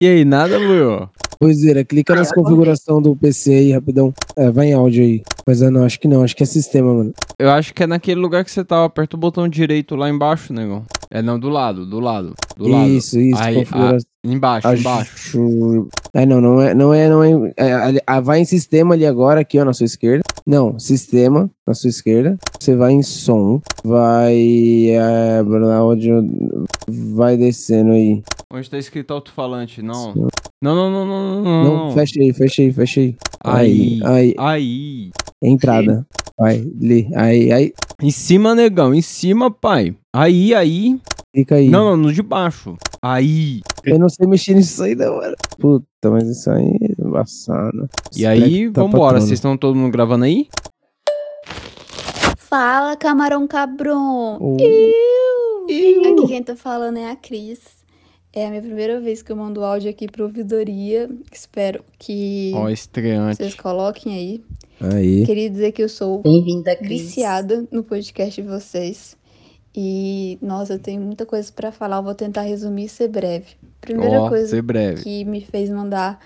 E aí, nada, Luio? Ruizeira, é, né? clica nas configurações do PC aí, rapidão. É, vai em áudio aí. Pois é, não, acho que não, acho que é sistema, mano. Eu acho que é naquele lugar que você tava. Aperta o botão direito lá embaixo, negão. É não, do lado, do lado. Do lado. Isso, isso, Aí, configuração. a- embaixo, embaixo. Acho... Ah, não, não é, não é, não é. é, ali- ah, vai em sistema ali agora, aqui, ó, na sua esquerda. Não, sistema, na sua esquerda. Você vai em som, vai. É, blá, áudio, vai descendo aí. Onde tá escrito alto-falante, não. Não, Não, não, não, não, não, não. fecha aí, fecha aí, fecha aí. Aí, aí, aí. entrada. Vai, lê, aí, aí, Em cima, negão, em cima, pai. Aí, aí. clica aí. Não, não, no de baixo. Aí. Eu não sei mexer nisso aí, não, mano. Puta, mas isso aí é embaçado. tá E aí, vambora. Vocês estão todo mundo gravando aí? Fala, camarão cabrão. Oh. Iu. Iu. Aqui quem tá falando é a Cris. É a minha primeira vez que eu mando áudio aqui pra ouvidoria. Espero que Ó, vocês estreante. coloquem aí. Aí. Queria dizer que eu sou Bem-vinda, Cris. viciada no podcast de vocês. E, nossa, eu tenho muita coisa pra falar. Eu vou tentar resumir e ser breve. Primeira Ó, coisa ser breve. que me fez mandar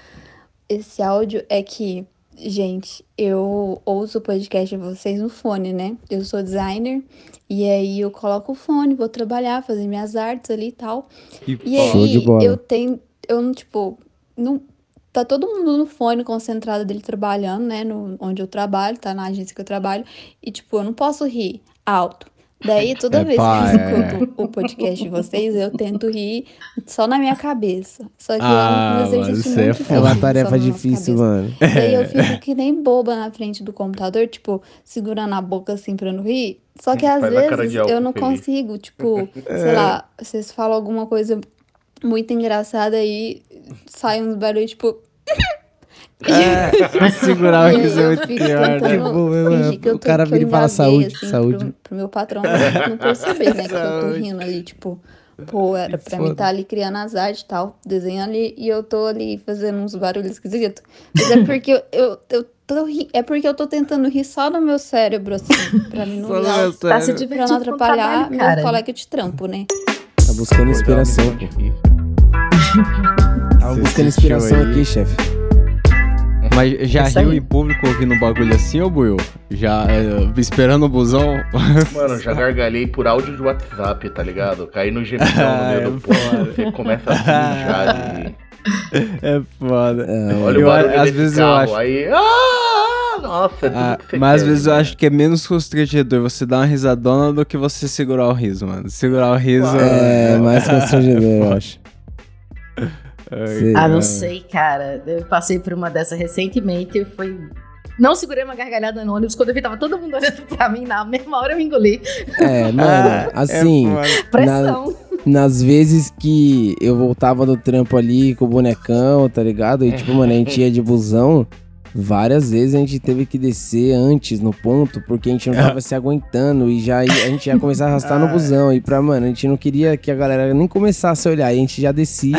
esse áudio é que, gente, eu ouço o podcast de vocês no fone, né? Eu sou designer e aí eu coloco o fone, vou trabalhar, fazer minhas artes ali e tal. Que E foda. Show aí de bola. eu tenho, eu não, tipo, não tá todo mundo no fone concentrado dele trabalhando, né, no onde eu trabalho, tá na agência que eu trabalho, e tipo, eu não posso rir alto. Daí, toda É vez pá, que eu é. escuto o podcast de vocês, eu tento rir só na minha cabeça. Só que Ah, é um mano, exercício isso é muito foda. É difícil uma só na tarefa nossa difícil, cabeça. mano. Daí É. eu fico que nem boba na frente do computador, tipo, segurando a boca assim pra eu não rir. Só que às Faz a cara vezes de álcool, eu não Felipe. consigo, tipo, É. sei lá, vocês falam alguma coisa muito engraçada aí, sai uns barulhos, tipo. É, segurar e o aí que você eu vai fico pior, né? Que tentando bom, né, Tipo, fingir que eu o tô, cara que eu vira e fala, engasguei, "Saúde, assim, saúde." Pro, pro meu patrão não, não perceber, né, que eu tô rindo ali, tipo, pô, era pra mim foda. estar ali criando as artes e tal, desenhando ali, e eu tô ali fazendo uns barulhos esquisitos. Mas é porque eu, eu, eu tô ri... é porque eu tô tentando rir só no meu cérebro, assim, pra mim não, Só no dar- meu Tá se cérebro. pra divertindo não com o atrapalhar trabalho, meu cara. colega de trampo, né? Tá buscando inspiração. pô. Tá Você buscando sentiu inspiração aí? aqui, chefe. Mas já Isso riu aí. em público ouvindo um bagulho assim, ô Buiu? Já é, esperando o busão? Mano, já gargalhei por áudio de WhatsApp, tá ligado? Caí no gemidão no meio do povo. Você começa a mijar de... é foda. Olha Eu o barulho a- às desse vezes eu carro, acho- aí... Ah, nossa, é tudo Ah, que você mas às quer, vezes eu né? acho que é menos constrangedor você dar uma risadona do que você segurar o riso, mano. Segurar o riso. É, mais constrangedor, eu acho. Ai, Sei. Ah, É. mano. não sei, cara. Eu passei por uma dessa recentemente e foi. Não segurei uma gargalhada no ônibus. Quando eu vi, tava todo mundo olhando pra mim. Na mesma hora eu engoli. É, mano, Ah, assim, é foda. Pressão. nas vezes que eu voltava do trampo ali com o bonecão, tá ligado? E tipo, mano, a gente ia de busão. Várias vezes a gente teve que descer antes no ponto, porque a É. gente não tava se aguentando e já ia- a gente ia começar a arrastar no Ah. busão. E pra, mano, a gente não queria que a galera nem começasse a olhar, a gente já descia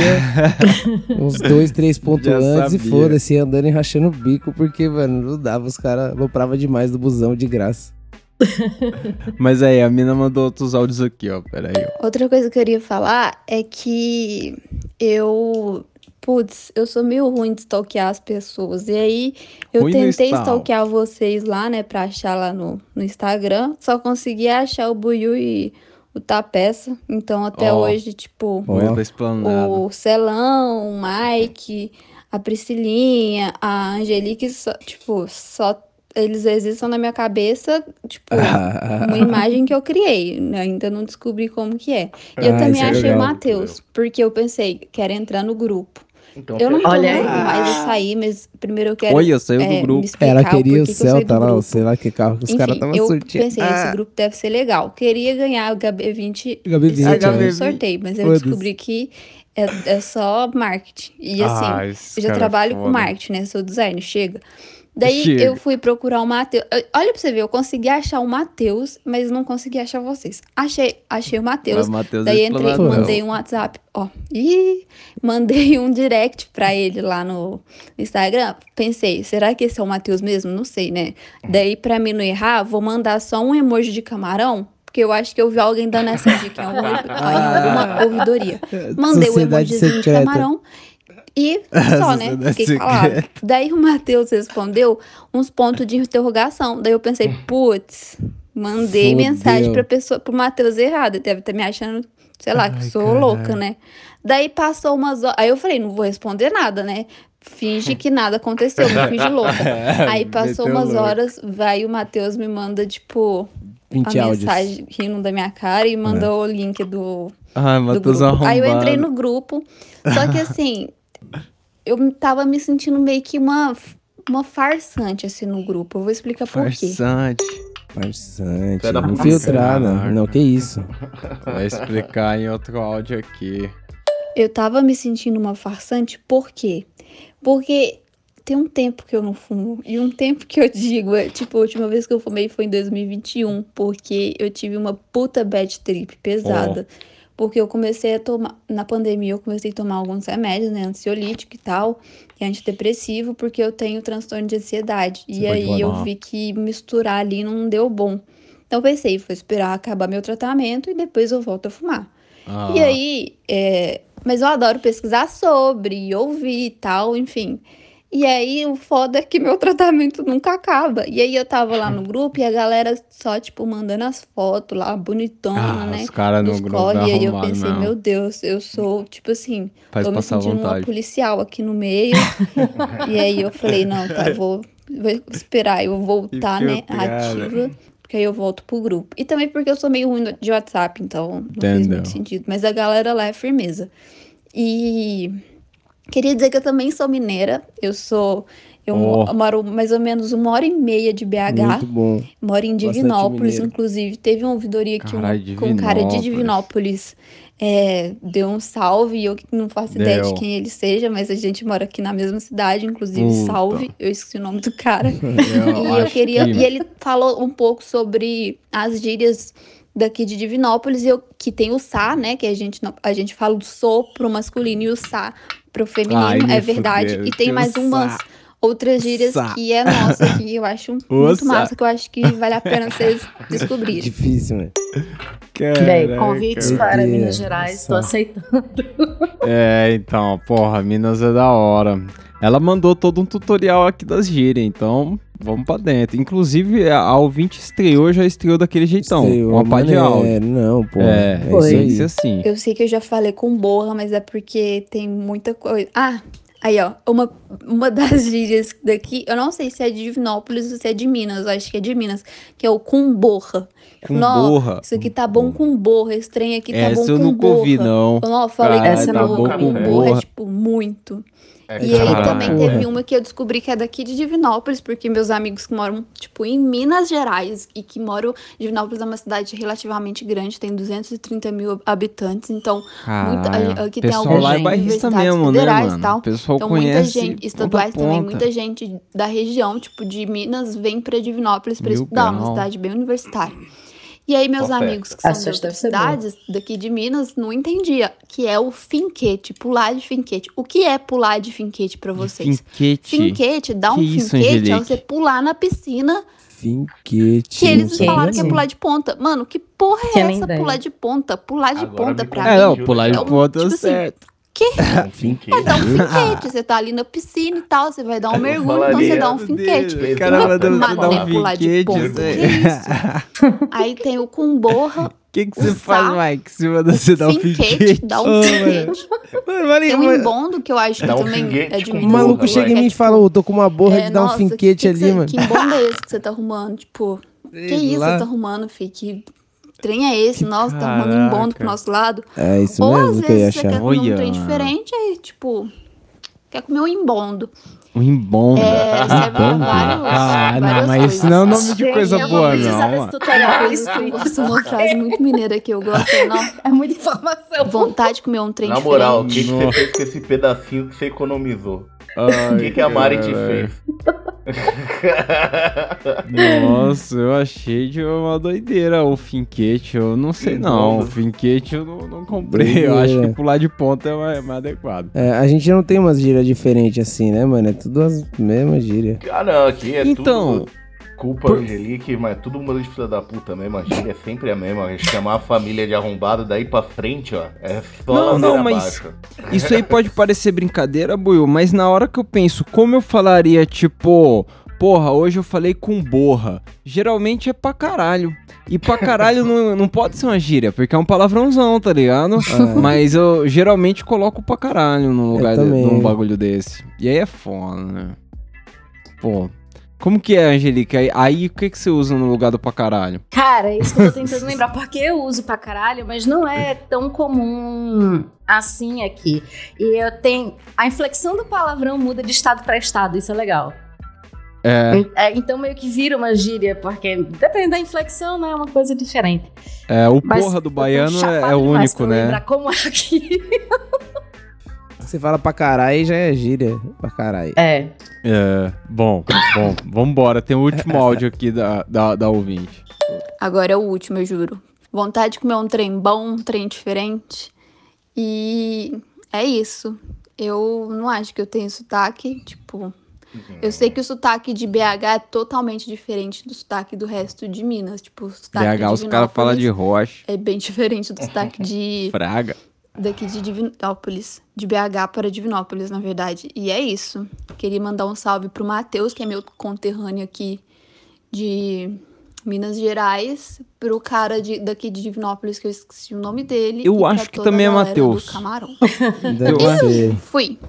Uns dois, três pontos Já antes e sabia. foda-se, andando e rachando o bico, porque, mano, não dava, os caras lopravam demais do busão de graça. Mas aí, a mina mandou outros áudios aqui, ó. Pera aí, ó. Outra coisa que eu queria falar é que eu. Putz, eu sou meio ruim de stalkear as pessoas. E aí, eu Ruim no tentei stalk. stalkear vocês lá, né, pra achar lá no, no Instagram. Só consegui achar o Buiu e o Tapeça. Então, até Ó. hoje, tipo, Ó. Buiu tá explanado. o Celão, o Mike, a Priscilinha, a Angelique, só, tipo, só eles existem na minha cabeça, tipo, Ah. uma imagem que eu criei, né? ainda não descobri como que é. E eu Ah, também isso é achei legal. o Matheus, porque eu pensei, quero entrar no grupo. Então, Eu não tô Olha nem aí. mais eu sair, mas primeiro eu quero Olha, saiu é, do me grupo. explicar Ela o queria o porquê que eu saí céu, do tá lá, grupo. sei lá que carro que os caras Enfim, estavam eu surtindo. pensei, Ah, esse grupo deve ser legal. Queria ganhar o HB20 Gabi esse Vinte, ano né? no sorteio, mas eu é. Foda-se. descobri que é, é só marketing. E assim, Ah, esse eu já cara é trabalho com foda. marketing, né? Sou designer, chega. Daí Chega. eu fui procurar o Matheus. Eu- Olha pra você ver, eu consegui achar o Matheus, mas não consegui achar vocês. Achei, achei o Mas Matheus. Matheus é Daí entrei, explanadão. mandei um WhatsApp, ó. Ih, mandei um direct pra ele lá no Instagram. Pensei, será que esse é o Matheus mesmo? Não sei, né? Daí, pra mim não errar, vou mandar só um emoji de camarão, porque eu acho que eu vi alguém dando Tá. Ah. Ah. essa dica em algum- em alguma ouvidoria. Mandei o Sociedade emojizinho de secreta. camarão. E só, né? Sociedade Fiquei secreta. calado. Daí o Matheus respondeu uns pontos de interrogação. Daí eu pensei, putz, mandei Fudeu. mensagem pra pessoa, pro Matheus errado. Ele deve estar me achando, sei lá, que Ai, sou caralho. louca, né? Daí passou umas horas. Aí eu falei, não vou responder nada, né? Finge que nada aconteceu, me finge louca. Aí passou Meteu umas louco. horas, vai o Matheus me manda, tipo, 20 a áudios. mensagem rindo da minha cara e É. mandou o link do Ai, do Matheus grupo. arrombado. Aí eu entrei no grupo, só que assim, eu me- tava me sentindo meio que uma, uma farsante, assim, no grupo. Eu vou explicar por quê. Farsante. Farsante, Era pra infiltrada. caralho. Não, que isso. Vai explicar em outro áudio aqui. Eu tava me sentindo uma farsante, por quê? Porque tem um tempo que eu não fumo. E um tempo que eu digo, é, tipo, a última vez que eu fumei foi em 2021, porque eu tive uma puta bad trip pesada. Porque eu comecei a tomar. Na pandemia, eu comecei a tomar alguns remédios, né? Ansiolítico e tal, e antidepressivo, porque eu tenho transtorno de ansiedade. Você e pode aí eu tomar. vi que misturar ali não deu bom. Então eu pensei, vou esperar acabar meu tratamento e depois eu volto a fumar. Ah, E aí, é, mas eu adoro pesquisar sobre, e ouvir e tal, enfim. E aí, o foda é que meu tratamento nunca acaba. E aí, eu tava lá no grupo e a galera só, tipo, mandando as fotos lá, bonitona, ah, né? os caras no Nos grupo corre. E aí, eu arrombado pensei, mesmo. meu Deus, eu sou, tipo assim, Faz tô me passar sentindo uma vontade. policial aqui no meio. e aí, eu falei, não, tá, eu vou, vou esperar eu voltar, né, Infiltrada. ativa. Porque aí eu volto pro grupo. E também porque eu sou meio ruim de WhatsApp, então não fez Entendeu. É. muito sentido. Mas a galera lá é firmeza. E queria dizer que eu também sou mineira. Eu sou. Eu mo- Ó. moro mais ou menos uma hora e meia de BH. Muito bom. Moro em Bastante Divinópolis, mineiro. inclusive. Teve uma ouvidoria que um, Caralho, com um cara de Divinópolis. Divinópolis é, deu um salve. e Eu que não faço ideia de Deu. quem ele seja, mas a gente mora aqui na mesma cidade, inclusive. Puta. Salve. Eu esqueci o nome do cara. Eu E eu acho queria. que- E ele falou um pouco sobre as gírias daqui de Divinópolis, e eu, que tem o Sá, né? Que a gente, não- a gente fala o Sô pro masculino e o Sá pro feminino, Ai, me é verdade. fudeu, e tem que o mais umas Sá. outras gírias Sá. que é nossa, que eu acho O Sá. muito massa, que eu acho que vale a pena vocês descobrirem. Difícil, né? Bem, Caraca. convites cara. para Meu Minas Deus, Gerais, nossa. tô aceitando. É, então, porra, Minas é da hora. Ela mandou todo um tutorial aqui das gírias, então vamos pra dentro. Inclusive, a a ouvinte estreou, já estreou daquele jeitão. Sei, uma pá de maneiro. áudio. Não, pô. É, É, isso Foi. tem que ser isso aí. assim. Eu sei que eu já falei com borra, mas é porque tem muita coisa. Ah, aí ó, uma, uma das gírias daqui, eu não sei se é de Divinópolis ou se é de Minas, eu acho que é de Minas, que é o com borra. Com Nó, borra. Isso aqui tá bom com borra, esse trem aqui tá Essa bom eu com nunca borra. ouvi, não. Eu não falei Caralho, que essa tá não bom com com borra, é borra. tipo muito. É, E aí Caralho. também Porra. teve uma que eu descobri que é daqui de Divinópolis, porque meus amigos que moram, tipo, em Minas Gerais e que moram. Divinópolis é uma cidade relativamente grande, tem 230 mil habitantes, então muita- a- Caralho. aqui tem pessoal algumas lá é gente, bairrista universidades mesmo, né, federais e mano? tal. O pessoal Então, conhece muita gente, estaduais ponta a também, ponta. muita gente da região, tipo, de Minas, vem pra Divinópolis pra Mil estudar, uma grau. cidade bem universitária. E aí, meus Só amigos que são Ah, de isso deve outras ser bom. cidades, daqui de Minas, não entendia que é o finquete, pular de finquete. O que é pular de finquete pra vocês? Finquete. Finquete, dar um Que isso, finquete é Angelique? você pular na piscina Finquete. que eles Sim, falaram sim. que é pular de ponta. Mano, que porra é Tinha nem essa ideia. pular de ponta? Pular de Agora ponta me pra É, confundiu, não, né? pular É de um- ponta tipo assim, certo. É Ah, dar um finquete. Ah. Você tá ali na piscina e tal, você vai dar um mergulho, então você falaria dá um finquete. O cara mandou você dar um Manipular de finquete. né? ponta. isso aí. Que Aí tem o cumborra, O que, que O você faz, sá. Mike, se manda você dar um finquete, finquete? Ah, dá Ô, um finquete. mano, mano, Tem um mano, embondo que eu acho que Dá um também finquete é com de O Minas, maluco né? chega em Que é mim e tipo, fala, ô, tô com uma borra é, de dar um nossa, finquete que que ali, você- mano. Que embondo é esse que você tá arrumando? Tipo, sei que isso lá. você tá arrumando, fi? Que trem é esse? Nossa, tá arrumando Caraca. embondo pro nosso lado. É isso Ou às mesmo que eu ia vezes você quer achar. comer um Olha. trem diferente, aí, tipo, quer comer um embondo. Um embonda. É, serve pra Embonda? vários- Ah, não, várias mas isso coisas. não é nome de coisa Eu vou boa, precisar não. desse mano. Uma tutorial, coisa É que eu desculpa. gosto, uma frase muito mineira que eu gosto, é não, É muita informação. vontade de comer um trem Na moral, o diferente. que, que você Nossa. fez com esse pedacinho que você economizou? Ai, O que, que a Mari te caralho. fez? Nossa, eu achei de uma doideira o finquete, eu não sei não. O Doido. finquete eu não, não comprei, eu acho que Doideira. pular de ponta é mais, mais adequado. É, a gente não tem umas gírias diferentes assim, né, mano? É tudo as mesmas gírias. Ah, não, aqui é então, tudo. Desculpa, Angelique, mas todo mundo é de filha da puta mesmo. A gíria é sempre a mesma. Chamar a família de arrombado daí pra frente, ó. É só Não, não, ladeira mas- abaixo. Isso aí pode parecer brincadeira, Buiu, mas na hora que eu penso, como eu falaria, tipo, porra, hoje eu falei com borra. Geralmente é pra caralho. E pra caralho não, não pode ser uma gíria, porque é um palavrãozão, tá ligado? É. Mas eu geralmente coloco pra caralho num lugar, de, também. num bagulho desse. E aí é foda, né? Pô, como que é, Angelica? Aí, aí o que que você usa no lugar do pra caralho? Cara, é isso que eu tô tentando lembrar, porque eu uso pra caralho, mas não é tão comum assim aqui. E eu tenho. A inflexão do palavrão muda de estado pra estado, isso é legal. É, É, então meio que vira uma gíria, porque dependendo da inflexão, né? É uma coisa diferente. é o Mas porra do eu tô baiano é- é, chapada demais único, pra né? Lembrar como é aqui. Você fala pra caralho já é gíria. Pra caralho. É. É, bom, bom, vambora. Tem o último áudio aqui da, da, da ouvinte. Agora é o último, eu juro. Vontade de comer um trem bom, um trem diferente. E é isso. Eu não acho que eu tenho sotaque, tipo. Eu sei que o sotaque de BH é totalmente diferente do sotaque do resto de Minas. Tipo, o Tá sotaque BH, os de caras falam de Divinópolis rocha, É bem diferente do sotaque de fraga. daqui de Divinópolis, de BH para Divinópolis, na verdade. E é isso. Queria mandar um salve pro Matheus, que é meu conterrâneo aqui de Minas Gerais, pro cara de, daqui de Divinópolis, que eu esqueci o nome dele. Eu e pra acho que toda a também é galera do Matheus. Camarão. Deve Eu- ser. Fui.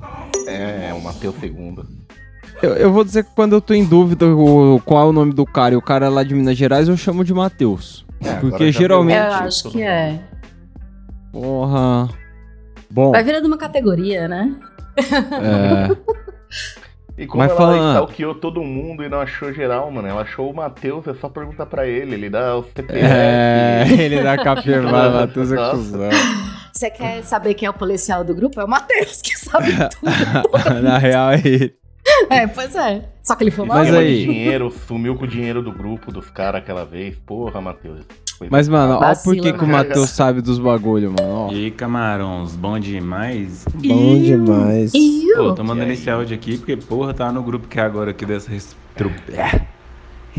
É, é o Matheus II. Eu, eu vou dizer que quando eu tô em dúvida o- qual é o nome do cara e o cara é lá de Minas Gerais, eu chamo de Matheus. É, agora porque já pegou. geralmente. Eu acho que é. Porra. Bom, Vai virando uma categoria, né? é, E como Mas ela falando- stalkeou todo mundo e não achou geral, mano, ela achou o Matheus, é só perguntar pra ele, ele dá o CPF. é, ele dá capivara, Matheus é Nossa. cuzão. Você quer saber quem é o policial do grupo? É o Matheus, que sabe tudo. Na real é ele. é, pois é. Só que ele foi E mal. Mas lembra aí- de dinheiro, sumiu com o dinheiro do grupo dos caras aquela vez. Porra, Matheus. Foi Mas, mano, ó por Vacila, que que o né? Matheus sabe dos bagulho, mano. ó. E aí, camarões, bom demais? Bom demais. Pô, tô mandando E aí? esse áudio aqui porque, porra, tá no grupo que é agora aqui dessa restru- é,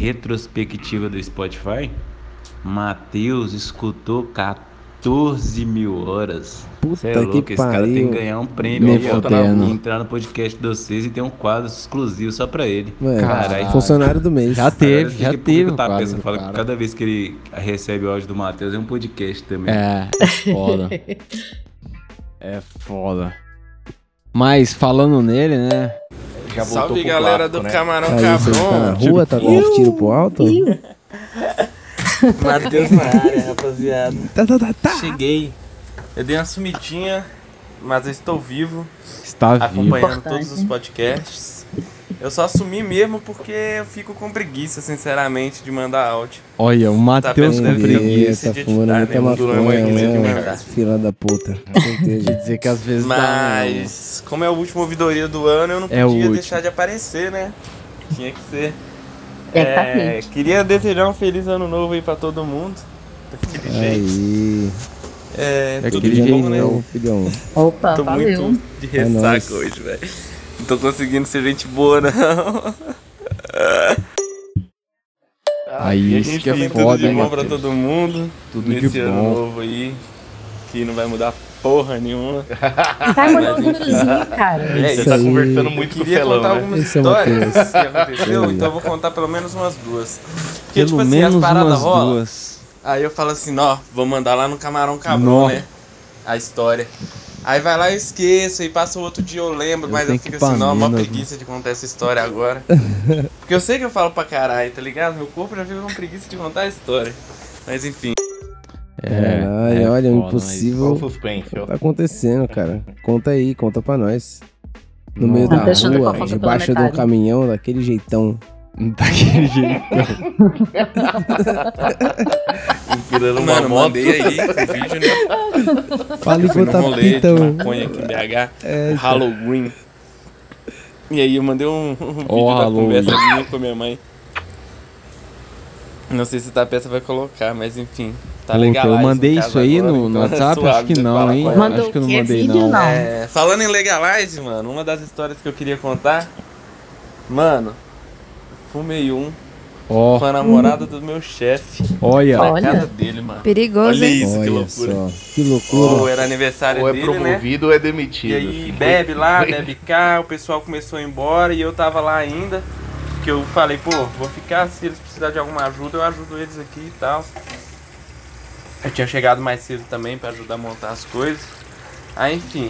retrospectiva do Spotify. Matheus escutou 14 mil horas. Puta Cê é louco, que esse cara tem pariu. que ganhar um prêmio Me aí, ó, fudendo. e entrar no podcast de vocês e ter um quadro exclusivo só pra ele. Mano, Caralho. funcionário do mês. Já Agora eu teve, fiquei já puto teve. com o o Tapeza, quadro do fala que cara. cada vez que ele recebe o áudio do Matheus é um podcast também. É, é foda. é foda. Mas falando nele, né? Já voltou Salve pro galera clássico, do né? Camarão Aí você tá na Cabron. tipo, rua, tá com os tiro pro alto? Matheus na área, rapaziada. Tá, tá, tá, tá. Cheguei. Eu dei uma sumidinha, mas eu estou vivo, Está vivo. acompanhando todos os podcasts. Eu só sumi mesmo porque eu fico com preguiça, sinceramente, de mandar áudio. Olha, o Matheus pensando com em preguiça. preguiça Tá de fumando editar, muita né? Durou mais maconha, um mês de né? mandar. Fila da puta. Com certeza. Dizer que às vezes Mas, como é o último ouvidoria do ano, eu não É o podia último. deixar de aparecer, né? Tinha que ser. É, tá quente. queria desejar um feliz ano novo aí pra todo mundo. Daquele jeito. Aí. É, tudo Daquele de bom, jeitão. né? Não, filhão. Opa, Tô valeu. muito de É nóis. ressaca hoje, velho. Não tô conseguindo ser gente boa, não. Aí, E a isso gente que é tem foda, tudo de hein, bom pra Matheus? todo mundo. Tudo nesse de ano bom. novo aí. Que não vai mudar porra nenhuma. Vai mandar um númerozinho, cara. É Você isso tá aí. conversando Eu muito com o queria Celão, contar né? algumas Esse é o histórias Matheus. que aconteceu, Isso aí. então eu vou contar pelo menos umas duas. Porque, Pelo tipo assim, menos as paradas umas rolam. duas. Aí eu falo assim, ó, vou mandar lá no Camarão Nó. Cabrão, né? A história. Aí vai lá, eu esqueço, e passa o outro dia eu lembro, Eu mas eu tenho que né?" fico ir pra assim, não, mó Minas, preguiça de contar essa história agora. Porque eu sei que eu falo pra caralho, tá ligado? Meu corpo já fica com preguiça de contar a história. Mas enfim. Caralho, É, olha, É, foda, mas- o Só o impossível suspense, ó. tá acontecendo, cara. Conta aí, conta pra nós. No meio Tá da deixando a rua, fofoca pela debaixo de um metade. caminhão, daquele jeitão. Daquele jeito. Virando uma Mano, moto. mandei aí o vídeo, né? Fala Eu fui num enquanto tá rolê de pitão. maconha aqui em BH, É, então. Halloween. E aí eu mandei um, um vídeo Oh, da Halloween. conversa minha com a minha mãe. Não sei se tá, a peça vai colocar, mas enfim. Tá Puta, legal. eu mandei isso aí no, então no WhatsApp? acho né? que não, hein? Mandou acho que eu não o quê? mandei, Vídeo, não. não? É, falando em Legalize, mano, uma das histórias que eu queria contar. Mano, fumei um Ó, com a namorada do meu chefe. olha. Na Olha. casa dele, mano. Perigoso, Olha hein? isso, que Olha loucura. só, que loucura. Ou era aniversário Ou é dele, né? promovido ou é E demitido. aí Foi- bebe lá, foi- bebe cá, o pessoal começou a ir embora e eu tava lá ainda. Que eu falei, pô, vou ficar, se eles precisarem de alguma ajuda, eu ajudo eles aqui e tal. Eu tinha chegado mais cedo também pra ajudar a montar as coisas. Aí enfim,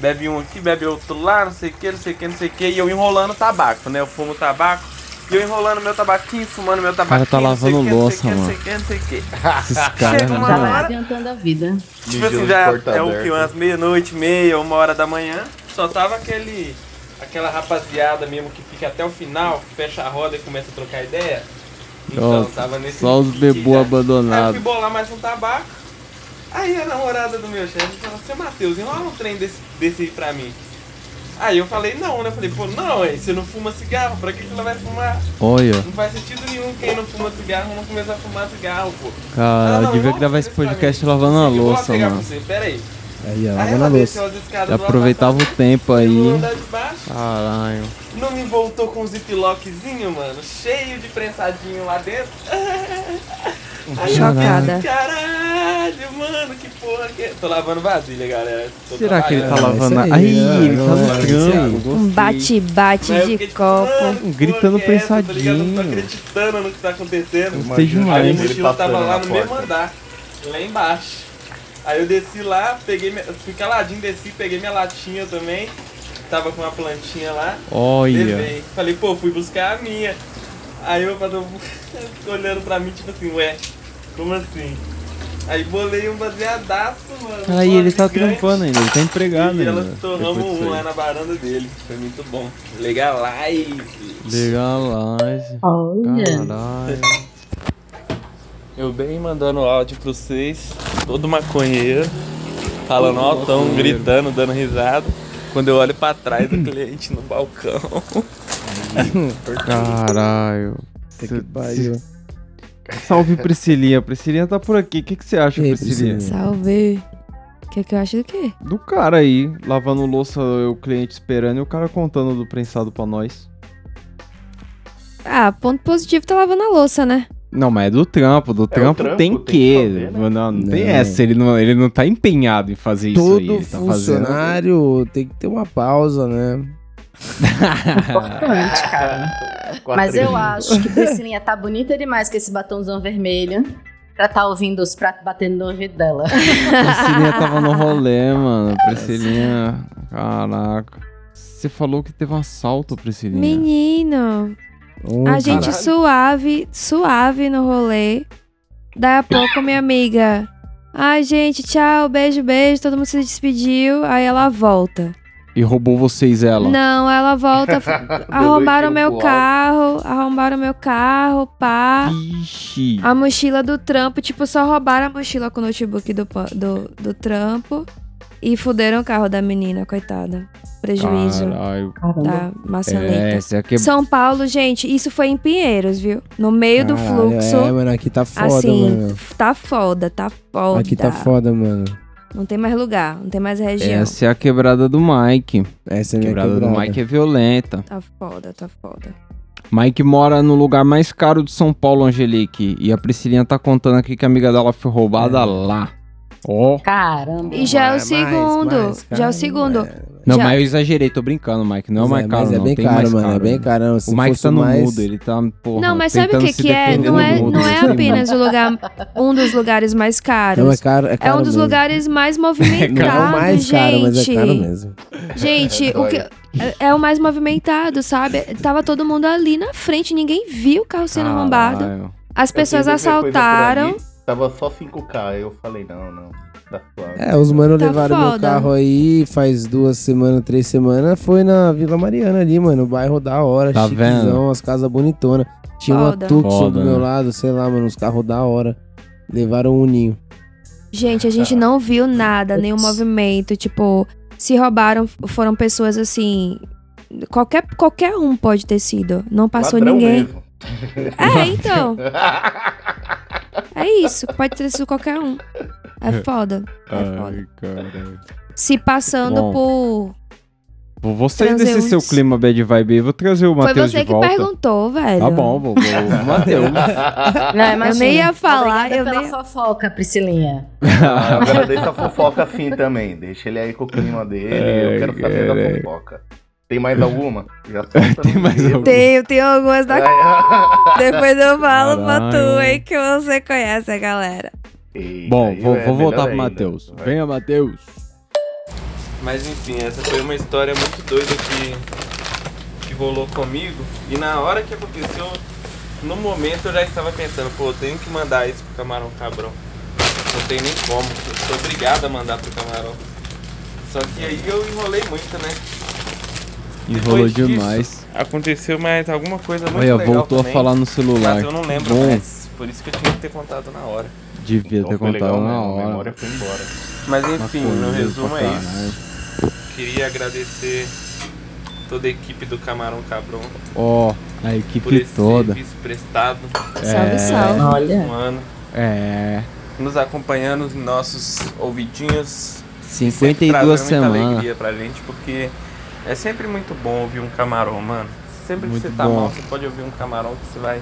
bebe um aqui, bebe outro lá, não sei o que, não sei o que, não sei o que, e eu enrolando tabaco, né? Eu fumo tabaco. E eu enrolando meu tabaquinho, fumando meu cara tabaquinho. tá lavando não sei o quê, louça, não sei o quê, não sei o que, não sei o que. Esses caras, Chega né? uma Tá lá hora- adiantando a vida. Mijou Tipo assim, de já porta é o aberta. que? Umas meia-noite, meia, uma hora da manhã. Só tava aquele. aquela rapaziada mesmo que fica até o final, fecha a roda e começa a trocar ideia. Então Nossa, tava nesse. Só os pique bebu já. Aí eu Tá abandonados. fui bolar mais um tabaco. Aí a namorada do meu chefe falou, seu Matheus, enrola um trem desse, desse aí pra mim. Aí eu falei, não, né? Eu falei, pô, não, aí você não fuma cigarro, pra que que ela vai fumar? Olha, Não faz sentido nenhum quem não fuma cigarro não começar a fumar cigarro, pô. cara, Ela, eu não, devia enrola gravar um esse trem pra podcast mim. lavando a Eu vou lá louça, pegar pra mano. você, Pera aí. Aí, ó, Aí lava na ela louça. desceu as escadas Já lá aproveitava o tempo pra aí, trás, no hein? andar de baixo, Caralho. Não me voltou com um ziplockzinho, mano, cheio de prensadinho lá dentro. Aí eu Chocada. pensei, Caralho, mano, que porra que é? Tô lavando vasilha, galera. Tô Será que ele tá trabalhando. lavando? isso a- aí, Aí, é, ele tá não é, lucrando. Um bate-bate Mas eu de fiquei tipo, copo. mano, que Gritando porra que é essa, Tá ligado? Eu prensadinho. Não tô acreditando no que tá acontecendo. Não sei demais. Aí o Ele mochila tava passando lá na no mesmo porta. andar, lá embaixo. Aí eu desci lá, peguei minha, fui caladinho, desci, peguei minha latinha também. Tava com uma plantinha lá. Olha. Levei. Falei, pô, fui buscar a minha. Aí o patrão ficou olhando pra mim, tipo assim, ué, como assim? Aí bolei um baseadaço, mano. Aí um ele tá gigante. trampando ainda, ele tá empregado E ela ainda. se tornou depois disso um lá aí. na varanda dele. Foi muito bom. Legalize. Legalize. Olha. Caralho. Eu bem mandando áudio pra vocês, todo maconheiro, falando altão, gritando, dando risada. Quando eu olho pra trás do cliente no balcão. Caralho. Puta que pariu. Salve Priscilinha. Priscilinha tá por aqui. O que, que você acha, E aí, Priscilinha? Priscilinha? Salve. O que, que eu acho do quê? Do cara aí, lavando louça, o cliente esperando e o cara contando do prensado pra nós. Ah, ponto positivo tá lavando a louça, né? Não, mas é do trampo. Do trampo, trampo, tem tem que. que fazer, né? Não, não, tem Não. essa. Ele não, ele não tá empenhado em fazer isso aí. Todo Ele tá fazendo. funcionário tem que ter uma pausa, né? Ah. Importante, cara. Quatro Mas eu dias. acho que Priscilinha tá bonita demais com esse batomzão vermelho. Pra tá ouvindo os pratos batendo no ouvido dela. Priscilinha tava no rolê, mano. Priscilinha. Caraca. Você falou que teve um assalto, Priscilinha. Menino, Um- A gente Caralho. suave, suave no rolê. Daí a pouco, minha amiga. Ai, gente, tchau, beijo, beijo. Todo mundo se despediu. Aí ela volta. E roubou vocês ela. Não, ela volta. arrombaram meu carro, arrombaram meu carro, pá. Ixi. A mochila do trampo, tipo, só roubaram a mochila com o notebook do, pa- do, do trampo. E fuderam o carro da menina, coitada. Prejuízo. Caralho. Tá, É, maçaneta. essa aqui é São Paulo, gente, isso foi em Pinheiros, viu? No meio do Caralho, fluxo. É, mano, aqui tá foda, assim, mano. tá foda, tá foda. Aqui tá foda, mano. Não tem mais lugar, não tem mais região. Essa é a quebrada do Mike. Essa é a minha Quebrada, quebrada. do Mike é violenta. Tá foda, tá foda. Mike mora no lugar mais caro de São Paulo, Angelique. E a Priscilinha tá contando aqui que a amiga dela foi É. roubada lá. Ó. Caramba. E já é o Mais, segundo, já é o segundo. é. Não, Já- mas eu exagerei, tô brincando, Mike. Não é o mais Mas caro, mas é não. bem Tem caro, mais mano. É caro. bem caro. Se o Mike fosse tá no mais... mudo, ele tá, porra, não, mas sabe o tentando que se que é? defender Não no assim, né? é, mudo, não é sei lá. apenas o lugar, um dos lugares mais caros. Não, é caro, é É caro um dos mesmo. lugares mais Não é o movimentados, mais gente. caro, mas é caro mesmo. Gente, o que- é- é o mais movimentado, sabe? Tava todo mundo ali na frente, ninguém viu o carro sendo arrombado. Caralho. As pessoas Eu fiz a mesma coisa por assaltaram. ali, Tava só 5k, aí eu falei, não, não. Tá suave. É, os mano Tá levaram meu foda. carro aí faz duas semanas, três semanas. Foi na Vila Mariana ali, mano. O bairro da hora, Tá chiquezão, vendo? as casas bonitonas. Tinha uma Foda. Tucson Foda, do meu né? lado, sei lá, mano, uns carros da hora. Levaram um ninho. Gente, a gente Tá. não viu nada, nenhum movimento. Tipo, se roubaram, foram pessoas assim. Qualquer, qualquer um pode ter sido. Não passou Ladrão ninguém. mesmo. É, então. É isso. Pode ter sido qualquer um. É foda. É foda. Ai, caralho. Se passando Bom. por. Vou, vou sair desse Transeuntes. seu clima bad vibe aí, vou trazer o Foi Matheus você de que volta. perguntou, velho. Tá bom, vou, vou. Matheus. Eu nem ia falar, Obrigada eu pela nem... fofoca, Priscilinha. Ah, Agora deixa a fofoca assim também. Deixa ele aí com o clima dele. É, eu quero saber Ai, da cara. fofoca. Tem mais alguma? Já solta Tem no mais dedo. alguma? Tenho, tenho algumas da... Depois eu falo pra tu, Caralho. hein, que você conhece a galera. Eita, Bom, aí vou, é vou melhor voltar pro ainda. Matheus. Vai. Venha, Matheus. Mas enfim, essa foi uma história muito doida que, que rolou comigo. E na hora que aconteceu, no momento eu já estava pensando, pô, eu tenho que mandar isso pro Camarão Cabrão. Não tem nem como, eu sou obrigado a mandar pro Camarão. Só que aí eu enrolei muito, né? Enrolou Depois disso, demais. Aconteceu mais alguma coisa muito Olha, legal voltou também, a falar no celular. Mas eu não lembro Bom, mais, por isso que eu tinha que ter contado na hora. Devia Então ter foi legal contado na mesmo, A hora. memória foi embora. Mas Uma enfim, coisa no pra resumo é isso. caralho. Queria agradecer toda a equipe do Camarão Cabron Ó, a por equipe esse toda. serviço prestado Salve, salve. um Olha. ano, É. nos acompanhando em nossos ouvidinhos. e sempre 52 trazendo muita semanas. alegria pra gente, porque é sempre muito bom ouvir um camarão, mano. Sempre Muito que você tá bom. mal, você pode ouvir um camarão que você vai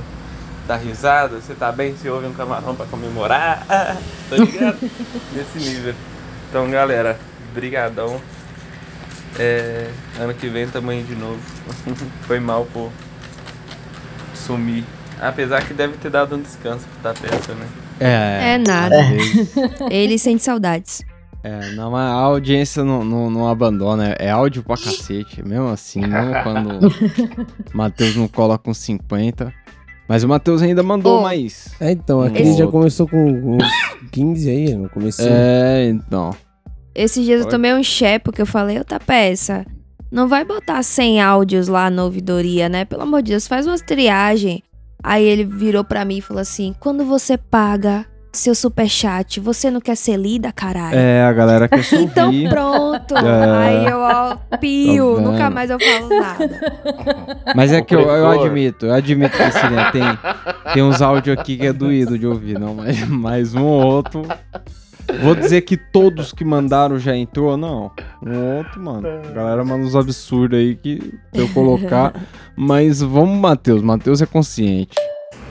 dar risada. Você tá bem, você ouve um camarão pra comemorar. tá ligado? Nesse nível. Então, galera, brigadão. É, ano que vem tamanho de novo. Foi mal por sumir. Apesar que deve ter dado um descanso pro Tapeta, né? É. É nada. às vezes. Ele sente saudades. É, não, mas a audiência não, não, não abandona. É áudio pra cacete. Mesmo assim, mesmo quando o Matheus não cola com 50. Mas o Matheus ainda mandou Ô. mais. É, então, a Um Cris já outro. começou com uns 15 aí, no começo. É, então. Esses dias eu Oi. tomei um chefe porque eu falei, outra peça. Não vai botar 100 áudios lá na ouvidoria, né? Pelo amor de Deus, faz umas triagem. Aí ele virou pra mim e falou assim: quando você paga seu superchat, você não quer ser lida, caralho? É, a galera quer se Então ouvir. pronto. É. Aí eu ó, pio, Tá vendo? nunca mais eu falo nada. Mas é O que eu, eu opressor. admito, eu admito que assim, né, tem, tem uns áudios aqui que é doído de ouvir, não, mas, mas um ou outro. Vou dizer que todos que mandaram já entrou, não. Um ou outro, mano. A galera manda uns absurdos aí que se eu colocar. Mas vamos, Matheus. Matheus é consciente.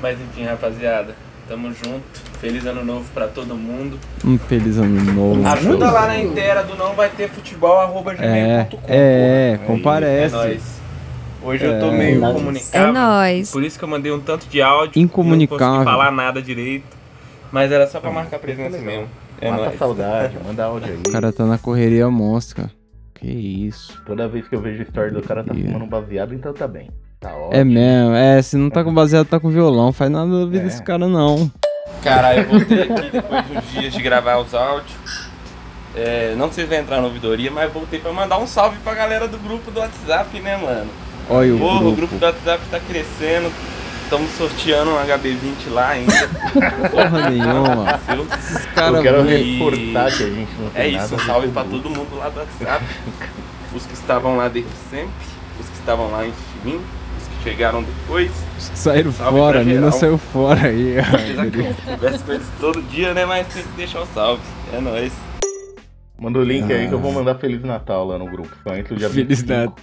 Mas enfim, rapaziada, tamo junto. Feliz ano novo pra todo mundo. Um feliz ano novo. Ajuda lá né? na inteira do não vai ter futebol, arroba É, gmail.com. é, Aí, É comparece. nóis. Hoje eu tô meio nóis. É comunicável. nóis. Por isso que eu mandei um tanto de áudio. Incomunicável. Não consegui falar nada direito. Mas era só pra marcar presença Legal. mesmo. É Mata a nóis. saudade, manda áudio aí. o cara tá na correria monstra. Que isso. Toda vez que eu vejo story do cara tá Yeah. fumando um baseado, então tá bem. Tá ótimo. É mesmo, é, se não tá com baseado, tá com violão. Faz nada da vida É. desse cara, não. Caralho, eu voltei aqui depois de uns dias de gravar os áudios. É, não sei se vai entrar na ouvidoria, mas voltei pra mandar um salve pra galera do grupo do WhatsApp, né, mano? Olha o Porra, grupo. o grupo do WhatsApp tá crescendo. Estamos sorteando um HB20 lá ainda. Porra nenhuma. Viu? Esses Eu caras quero vão- e- reportar que a gente não tem É nada isso, um a ver salve com pra o todo mundo lá do WhatsApp. Os que estavam lá desde sempre, os que estavam lá antes de mim, os que chegaram depois. Os que saíram Salve fora, né? pra a menina geral. saiu fora aí. Apesar que eu converso com eles todo dia, né? Mas tem que deixar o salve. É nóis. Manda o link aí que eu vou Ah. mandar Feliz Natal lá no grupo. Só entra o dia Feliz 25.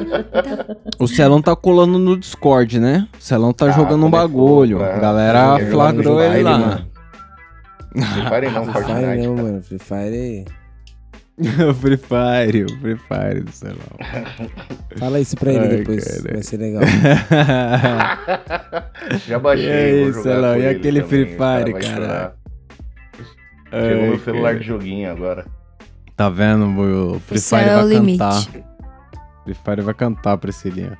Natal. o Celão tá colando no Discord, né? O Celão tá Ah, jogando um começou, bagulho. tá. A galera Ele joga muito flagrou ele baile, lá. mano. Free Fire não, Free Fire Fortnite. não, mano. Free Fire. Free Fire, o Free Fire do Celão. Fala isso pra ele Ai, depois. cara. Vai ser legal. Já baixei. E aí, vou jogar Celão, com e ele É aquele também, Free o cara Fire, vai cara? chorar. Chegou Ai, meu celular cara. de joguinho agora. Tá vendo, boy? o Free Isso Fire é o vai limite. cantar. Free Fire vai cantar, Priscilinha.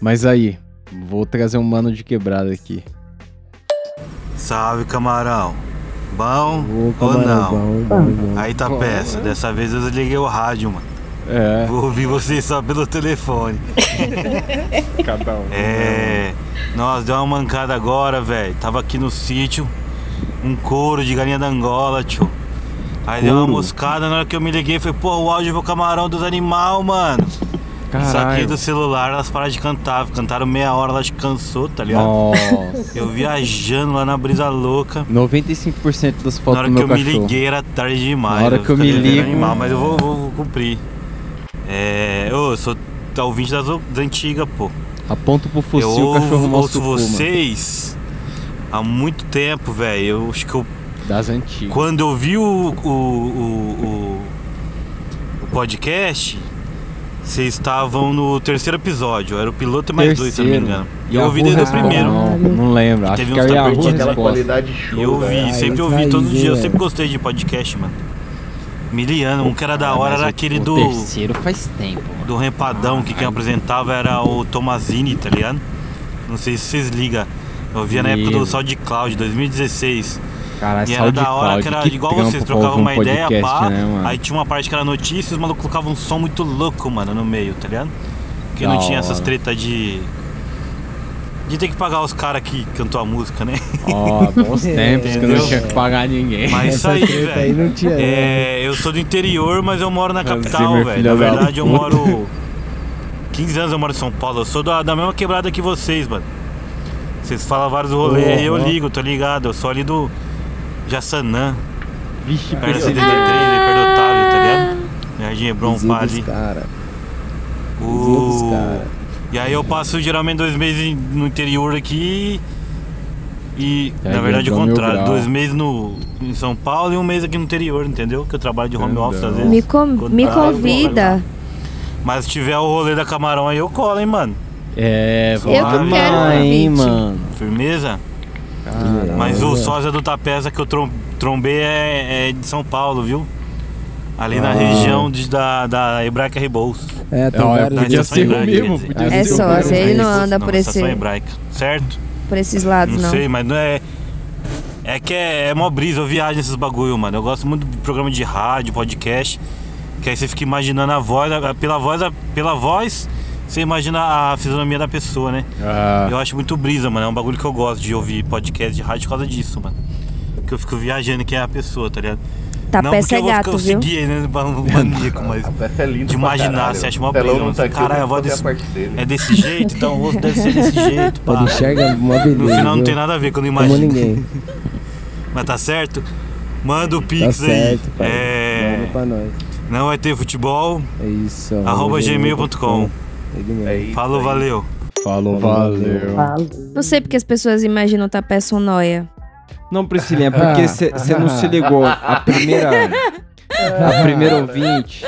Mas aí, vou trazer um mano de quebrada aqui. Salve camarão. Bom Ô, ou camarão, não? bom, bom, bom. Aí tá peça. Dessa vez eu desliguei o rádio, mano. É, Vou ouvir vocês só pelo telefone. cada um. É. Nossa, deu uma mancada agora, velho. Tava aqui no sítio. Um couro de galinha da Angola, tio. Aí deu uma Couro? moscada na hora que eu me liguei. Falei, pô, o áudio do camarão dos animal, mano. Isso aqui Caralho. do celular, elas pararam de cantar. Cantaram meia hora, elas cansou, tá ligado? Nossa. Eu viajando lá na brisa louca. 95% das Na fotos hora do que meu eu me cachorro. liguei era tarde demais. Na hora que eu me ficaria vendo ligo- Animal, mas eu vou, vou- vou cumprir. É. ô, Eu sou tá ouvinte das, o- da antiga, pô. Aponta pro eu focinho, o ouvo- cachorro mal ouço sucuma. vocês há muito tempo, velho. Eu acho que eu Das antigas. Quando eu vi o, o, o, o- o podcast, vocês estavam no terceiro episódio. Era o piloto e mais dois, se eu não me Terceiro. engano. E eu a é ouvi desde o Rua primeiro. Resposta, Não, não lembro. Acho Teve que uns é a tapetinhos Yahoo Boa Aquela Resposta. qualidade E show. eu ouvi, velho. Ah, sempre isso ouvi aí, todos os dias. Eu velho. sempre gostei de podcast, mano. Miliano, um que era da hora Mas era o- aquele o do, terceiro faz tempo, mano. do Rempadão, que quem apresentava era o Tomazini, tá ligado? Não sei se vocês ligam. Eu via na época do Ligo. SoundCloud, 2016. Caralho, E era da hora que SoundCloud, era que igual trampo vocês, pra trocavam ouvir um uma ideia, podcast, pá. né, mano? aí tinha uma parte que era notícia e os malucos colocavam um som muito louco, mano, no meio, tá ligado? Porque Da não tinha essas hora. tretas de. De ter que pagar os caras que cantou a música, né? Ó, bons tempos que eu não Entendeu? tinha que pagar ninguém. Mas isso aí, treta aí velho. não tinha, né? não. É, eu sou do interior, mas eu moro na Hans capital, Zimmer, velho. filha Na da verdade, eu puta. moro. 15 anos eu moro em São Paulo. Eu sou da, da mesma quebrada que vocês, mano. Vocês falam vários rolês aí, eu Uhum. ligo, tô ligado. Eu sou ali do. Jaçanã. Vixe, Perto perdeu. do 73, ali perto do Otávio, tá ligado? Jardim Hebron, Vizinho pá dos ali. cara. Vizinho dos um O... cara. E aí eu passo geralmente dois meses em- no interior aqui e, E aí na verdade, o entrou meu contrário. grau. Dois meses no, em São Paulo e um mês aqui no interior, entendeu? Que eu trabalho de home Entendeu. office às vezes. tá- Me, com- me Contar, convida. Mas se tiver o rolê da Camarão aí, eu colo, hein, mano. É, que vamos quero lá, um hein, convite. mano. Firmeza? Mas o sósia do Tapeza que eu trom- trombei é, é de São Paulo, viu? Ali na Ah. região de- da, da Hebraica Rebouças. É, É, ó, tem vários podia Mas ser isso o aí, mesmo, quer podia dizer. ser É o só, mesmo. assim, ele não anda por, esse, estação hebraica, certo? por esses lados, Não, não. sei, mas não é. É que é, é mó brisa, eu viajo nesses bagulho, mano. Eu gosto muito de programa de rádio, podcast. Que aí você fica imaginando a voz, a- pela voz, a- pela voz, você imagina a fisionomia da pessoa, né? Ah, Eu acho muito brisa, mano. É um bagulho que eu gosto de ouvir podcast de rádio por causa disso, mano. Que eu fico viajando quem é a pessoa, tá ligado? não Tapé porque é eu vou ficar- gato, eu viu? segui, né? Um maníaco, mas. A peça é linda. De pra imaginar, caralho. você acha mó O Telão brisa, não mano. tá aqui, Caralho, eu a vou voz fazer a desse- parte dele. É desse jeito, então o rosto deve ser desse jeito, pá. Ele enxerga uma beleza. No final não viu? tem nada a ver Como quando imagina. ninguém. Mas tá certo? Manda o Tá Pix aí. certo, pai. É, Manda pra nós. não vai ter futebol. É isso. Arroba gmail.com. Ele mesmo. É isso Falou, aí. valeu. falou, valeu. Não sei porque as pessoas imaginam um o Tapé sonóia. Não, Priscilinha, é porque você não se ligou. A primeira. A primeira ouvinte.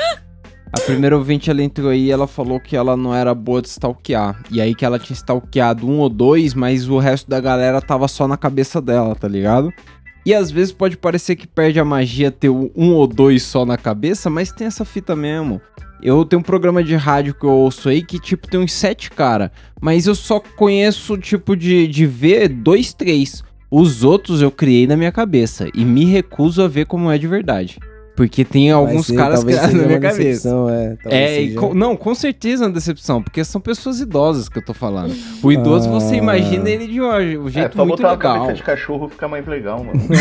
A primeira ouvinte, ela entrou aí e ela falou que ela não era boa de stalkear. E aí que ela tinha stalkeado um ou dois, mas o resto da galera tava só na cabeça dela, tá ligado? E às vezes pode parecer que perde a magia ter o um ou dois só na cabeça, mas tem essa fita mesmo. Eu tenho um programa de rádio que eu ouço aí que, tipo, tem uns sete cara. Mas eu só conheço, tipo, de, de ver dois, três. Os outros eu criei na minha cabeça e me recuso a ver como é de verdade. Porque tem Vai alguns ser- caras talvez criados na seja minha uma cabeça. decepção, É, talvez É, e seja. com- não, com certeza é uma decepção, porque são pessoas idosas que eu tô falando. O idoso, Ah. você imagina ele de uma- um É, jeito só muito botar uma legal. cabeça de cachorro fica mais legal, mano.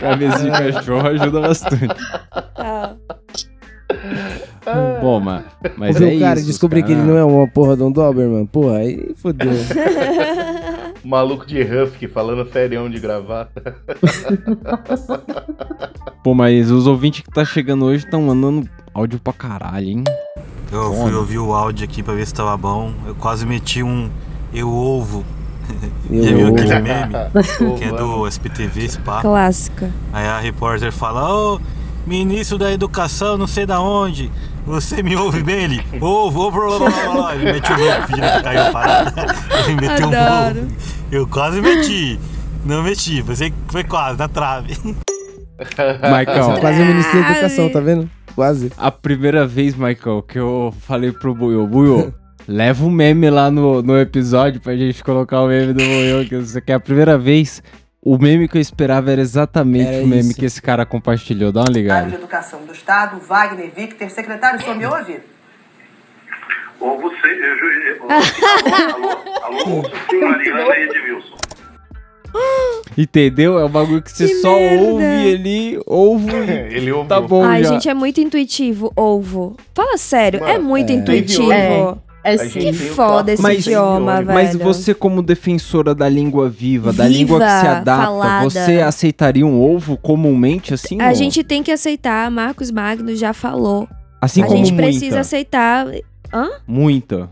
Cabeça de cachorro ajuda bastante. Tá. Ah. Bom, mas, mas Ouviu é o cara isso, descobrir que ele não é uma porra de um Doberman? Porra, aí fodeu. Maluco de Husky falando serião de gravata. Pô, mas os ouvintes que tá chegando hoje estão mandando áudio pra caralho, hein? Eu fui ouvir o áudio aqui pra ver se tava bom. Eu quase meti um eu ovo. Eu Já viu ouvo. aquele meme? Ô, Que é mano, do SPTV Spa. Clássica. Aí a repórter fala, ô, ministro da educação, não sei da onde. Você me ouve bem? Ele, ovo, ovo, blá, blá, blá, blá. Ele meteu o ovo, pedindo que caiu a parada. Ele meteu um Adoro. ovo. Eu quase meti. Não meti, você foi quase, na trave. Michael, Quase o Ministério da Educação, Trave. tá vendo? Quase. a primeira vez, Michael, que eu falei pro Buiô, Buiô, leva o meme lá no, no episódio pra gente colocar o meme do Buiô, que você quer. A primeira vez, o meme que eu esperava era exatamente Era o meme isso. que esse cara compartilhou. Dá uma secretário de ligada. Educação do Estado, Wagner Victor. Secretário, o senhor me ouve? Ou você. Eu, ju- eu, alô, alô, alô, ouço sim, Mariana e Edmilson. Entendeu? É um bagulho que você Que só merda. ouve ali, ouve e Ele ouviu. tá bom Ai, já. gente, é muito intuitivo, ovo. Fala sério, Mano, é muito é. intuitivo. É. É A sim. Que gente tem um o foda esse clássico Mas- idioma, velho. Mas você, como defensora da língua viva, da Viva, língua que se adapta, falada. você aceitaria um ovo comumente assim? A não? gente tem que aceitar, Marcos Magno já falou. Assim a como gente muita. precisa aceitar. Hã? Muita.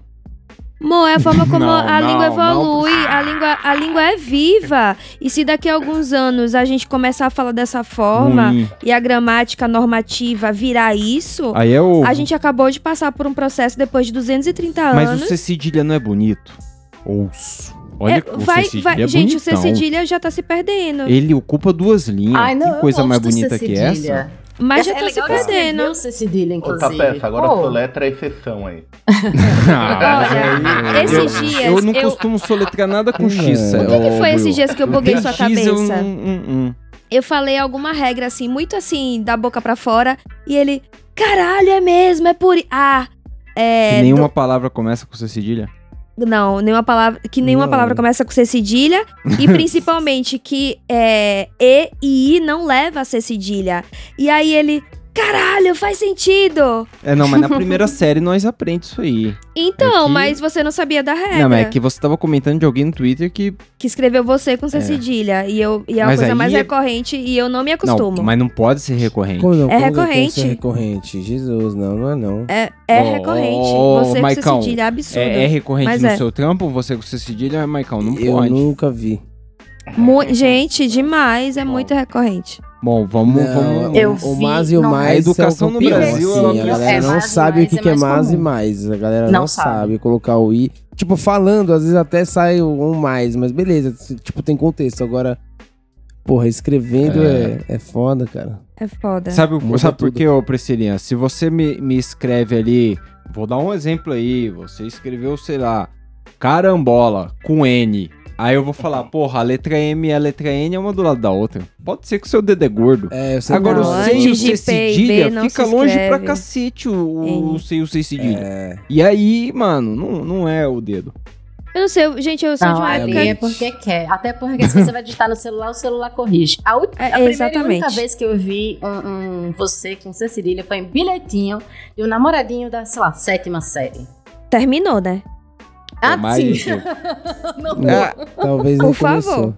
Mo, é a forma como Não, a língua não, não. evolui, a, língua, a língua é viva. E se daqui a alguns anos a gente começar a falar dessa forma Ruim. e a gramática normativa virar isso, Aí é ovo. a gente acabou de passar por um processo depois de 230 Mas o anos. C cedilha não é bonito. Ouço. Olha É, que o vai, C cedilha vai, é gente, o C bonitão. cedilha já tá se perdendo. Ele ocupa duas linhas. Ai, não, que eu coisa gosto mais do C bonita que essa? cedilha. Mas já é tá se legal de escrever perdendo. o C cedilha, Ô, inclusive. Tapeça, agora Pô. soletra a exceção aí. Ah, Olha, esses é eu, dias Eu não eu- Hum. É, costumo soletrar nada com X. O que, que ô, foi esses Will. dias que eu buguei Tem sua X, cabeça? eu não- hum, hum. Eu falei alguma regra assim, muito assim, da boca pra fora, e ele, caralho, é mesmo, é por. i-" Ah, é. Que nenhuma palavra começa com C cedilha. do- Não, nenhuma palavra. Que nenhuma Não. palavra começa com C cedilha. E principalmente que é, E e I não leva a C cedilha. E aí ele, caralho, faz sentido. É, não, mas na primeira série nós aprendemos isso aí. Então, É que- mas você não sabia da regra. Não, mas é que você tava comentando de alguém no Twitter que. Que escreveu você com C É. cedilha. E, eu, e é a Mas coisa aí mais é- recorrente e eu não me acostumo. Não, mas não pode ser recorrente. Como não? É Como que tem que ser recorrente. recorrente. Jesus, não, não é não. É, é Ô, recorrente. ô, você Maicão, com C cedilha é absurdo. É, é recorrente Mas no é. seu trampo? Você com C cedilha, Maicão? Não Eu pode. nunca vi. Mu- gente, demais, é muito recorrente. Bom, vamos. Não, vamos... Eu o vi, mais e o não. mais A educação são no campeões, Brasil, assim, ela a precisa- galera É, não mais e sabe o mais que, é que é mais mais e comum. mais. A galera não, Não sabe. sabe. colocar o i. Tipo, falando, às vezes até sai um mais, mas beleza. Tipo, tem contexto. Agora, porra, escrevendo é, é foda, cara. É foda. Sabe, o- Muda sabe por tudo. que, ô Priscilinha? Se você me, me escreve ali, vou dar um exemplo aí, você escreveu, sei lá, carambola com N. Aí eu vou falar, porra, a letra M e a letra N é uma do lado da outra. Pode ser que o seu dedo é gordo. É, eu sei Agora, que- o Não, C e o C antes de P e B cedilha não fica se longe escreve. pra cacete o, o N. C e o C cedilha. É, E aí, mano, não, não é o dedo. Eu não sei, eu- gente, eu sou de Não, uma ali época. é porque quer. Até porque se você vai digitar no celular, o celular corrige. A, ú- É, a primeira e exatamente. única vez que eu vi um, um você com C cedilha foi em bilhetinho de um namoradinho da, sei lá, sétima série. Terminou, né? Ah, É Tomar sim. isso. Não, Ah, talvez Por nem favor. começou.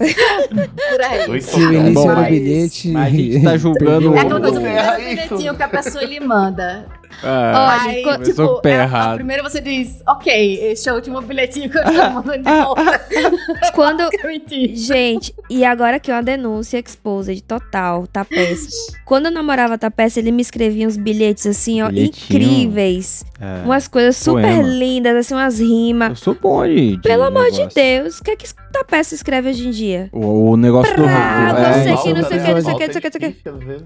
por aí. Dois Se o tocados. início Bom, era mas- o bilhete... mas a gente tá julgando É Não, aquela coisa não. do Erra primeiro isso. bilhetinho que a pessoa lhe manda. É, ah, Olha, tipo, Aí, co- começou com o pé é- errado. Primeiro você diz, ok, este é o último bilhetinho que eu estou mandando de volta. Quando. Ah, Basicamente isso. Gente, e agora que é uma denúncia exposed total, tá péssimo. Quando eu namorava tá péssimo, ele me escrevia uns bilhetes assim, ó, Bilhetinho. incríveis. é. Umas coisas super Poema. lindas, assim, umas rimas. Eu sou bom de. de um Pelo amor de negócio. Deus, o que é que tá péssimo escreve hoje em dia? O, o negócio do. Pra do- você é, que tá não Ah, sei o que, não sei o que, não sei o que, não sei o que. Difícil, às vezes.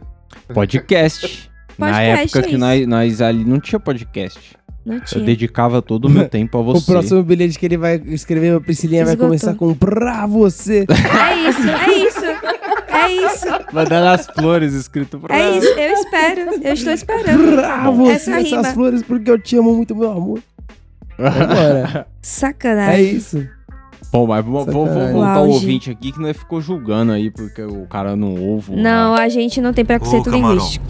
Podcast. Na Podcast, época é que isso. nós, nós ali não tinha podcast. Não Eu tinha. dedicava todo o meu tempo a você. O próximo bilhete que ele vai escrever pra Priscilinha vai Esgotou. começar com pra você. É isso, é isso. É isso, Mandando as flores escrito pra é isso. Eu espero. Eu estou esperando. pra você Essa essas rima. flores porque eu te amo muito, meu amor. Vambora. é Sacanagem. isso. Bom, mas vou, vou, vou Sacanagem. voltar o Auge. ouvinte aqui que nós ficou julgando aí porque o cara não ouve. Não, é- a gente não tem preconceito Ô, camarão. linguístico.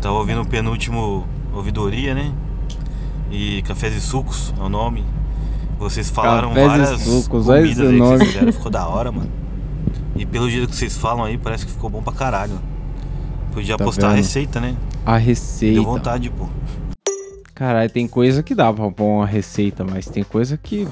Tava ouvindo o penúltimo ouvidoria, né? E Cafés e Sucos é o nome. Vocês falaram Cafés e várias Sucos, olha comidas esse aí que nome. vocês fizeram, ficou da hora, mano. E pelo jeito que vocês falam aí, parece que ficou bom pra caralho. Podia Tá postar a vendo? receita, né? A Deu receita. vontade, pôr. Caralho, tem coisa que dá pra pôr uma receita, mas tem coisa que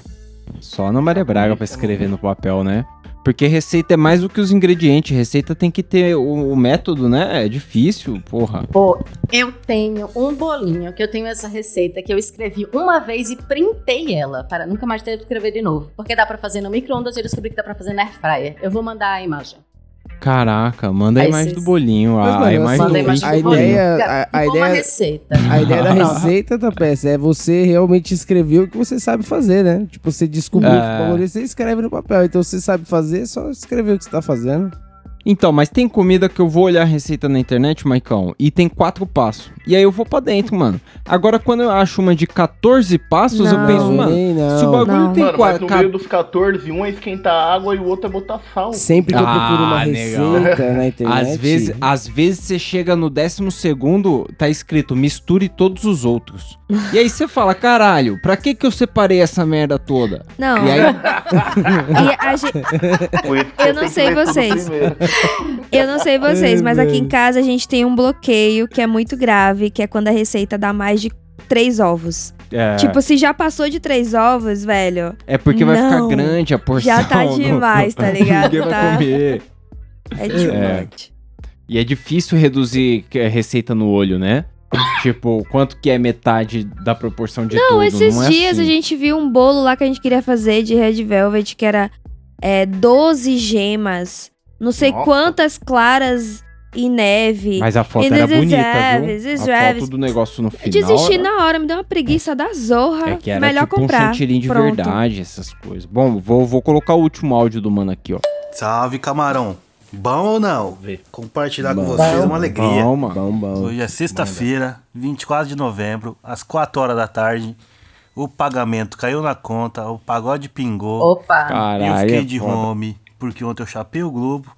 só na Maria Braga pra escrever no papel, né? Porque receita é mais do que os ingredientes. Receita tem que ter o, o método, né? É difícil, porra. Pô, eu tenho um bolinho que eu tenho essa receita que eu escrevi uma vez e printei ela para nunca mais ter que escrever de novo. Porque dá pra fazer no micro-ondas e eu descobri que dá pra fazer na airfryer. Eu vou mandar a imagem. Caraca, manda a Aí imagem vocês- do bolinho. ah, é Mas, A, mano, a imagem assim, do Mandei ouvinte imagem a do do bolinho. ideia, Cara, a, a ficou uma ideia, receita. a ideia da receita da peça é você realmente escrever o que você sabe fazer, né? Tipo, você descobriu É. o bagulho, você escreve no papel. Então, você sabe fazer, só escrever o que você tá fazendo. Então, mas tem comida que eu vou olhar a receita na internet, Maicão, e tem quatro passos. E aí eu vou pra dentro, mano. Agora, quando eu acho uma de 14 passos, eu Não. penso, mano, Ei, se o não. bagulho Não. tem Mano, mas quatro. no meio dos 14, um é esquentar água e o outro é botar sal. Sempre que eu procuro uma Ah, legal. receita na internet... Às vezes, às vezes você chega no décimo segundo, tá escrito misture todos os outros. E aí você fala, caralho, pra que que eu separei essa merda toda? Não. E aí, E a gente- Por isso que Eu você não tem que sei ler tudo vocês. primeiro. Eu não sei vocês, mas aqui em casa a gente tem um bloqueio que é muito grave, que é quando a receita dá mais de três ovos. É, Tipo, se já passou de três ovos, velho, é porque vai ficar não, grande a porção. já tá não- demais, tá ligado? Ninguém vai Tá- comer. é de É. monte. E é difícil reduzir é, receita no olho, né? tipo, quanto que é metade da proporção de tudo? Não, esses não é dias assim. a gente viu um bolo lá que a gente queria fazer de Red Velvet, que era é, 12 gemas, não sei Nossa. quantas claras e neve. Mas a foto E era this is bonita, Elvis, this is viu? A Elvis. foto do negócio no final. Desisti era- É na hora, me deu uma preguiça da zorra. É que era Melhor tipo comprar. um chantilly de Pronto. verdade, essas coisas. Bom, vou, vou colocar o último áudio do mano aqui, ó. Salve, camarão. Bom ou não? Compartilhar com Bom. vocês é Bom, uma alegria. bom, mano. Hoje é sexta-feira, 24 de novembro, às 4 horas da tarde. O pagamento caiu na conta, o pagode pingou. Opa. eu Caralho, fiquei é de foda. home, porque ontem eu chapei o globo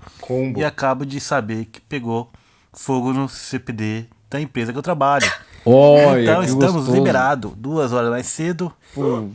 e acabo de saber que pegou fogo no CPD da empresa que eu trabalho. Olha, então que estamos gostoso. liberados, duas horas mais cedo.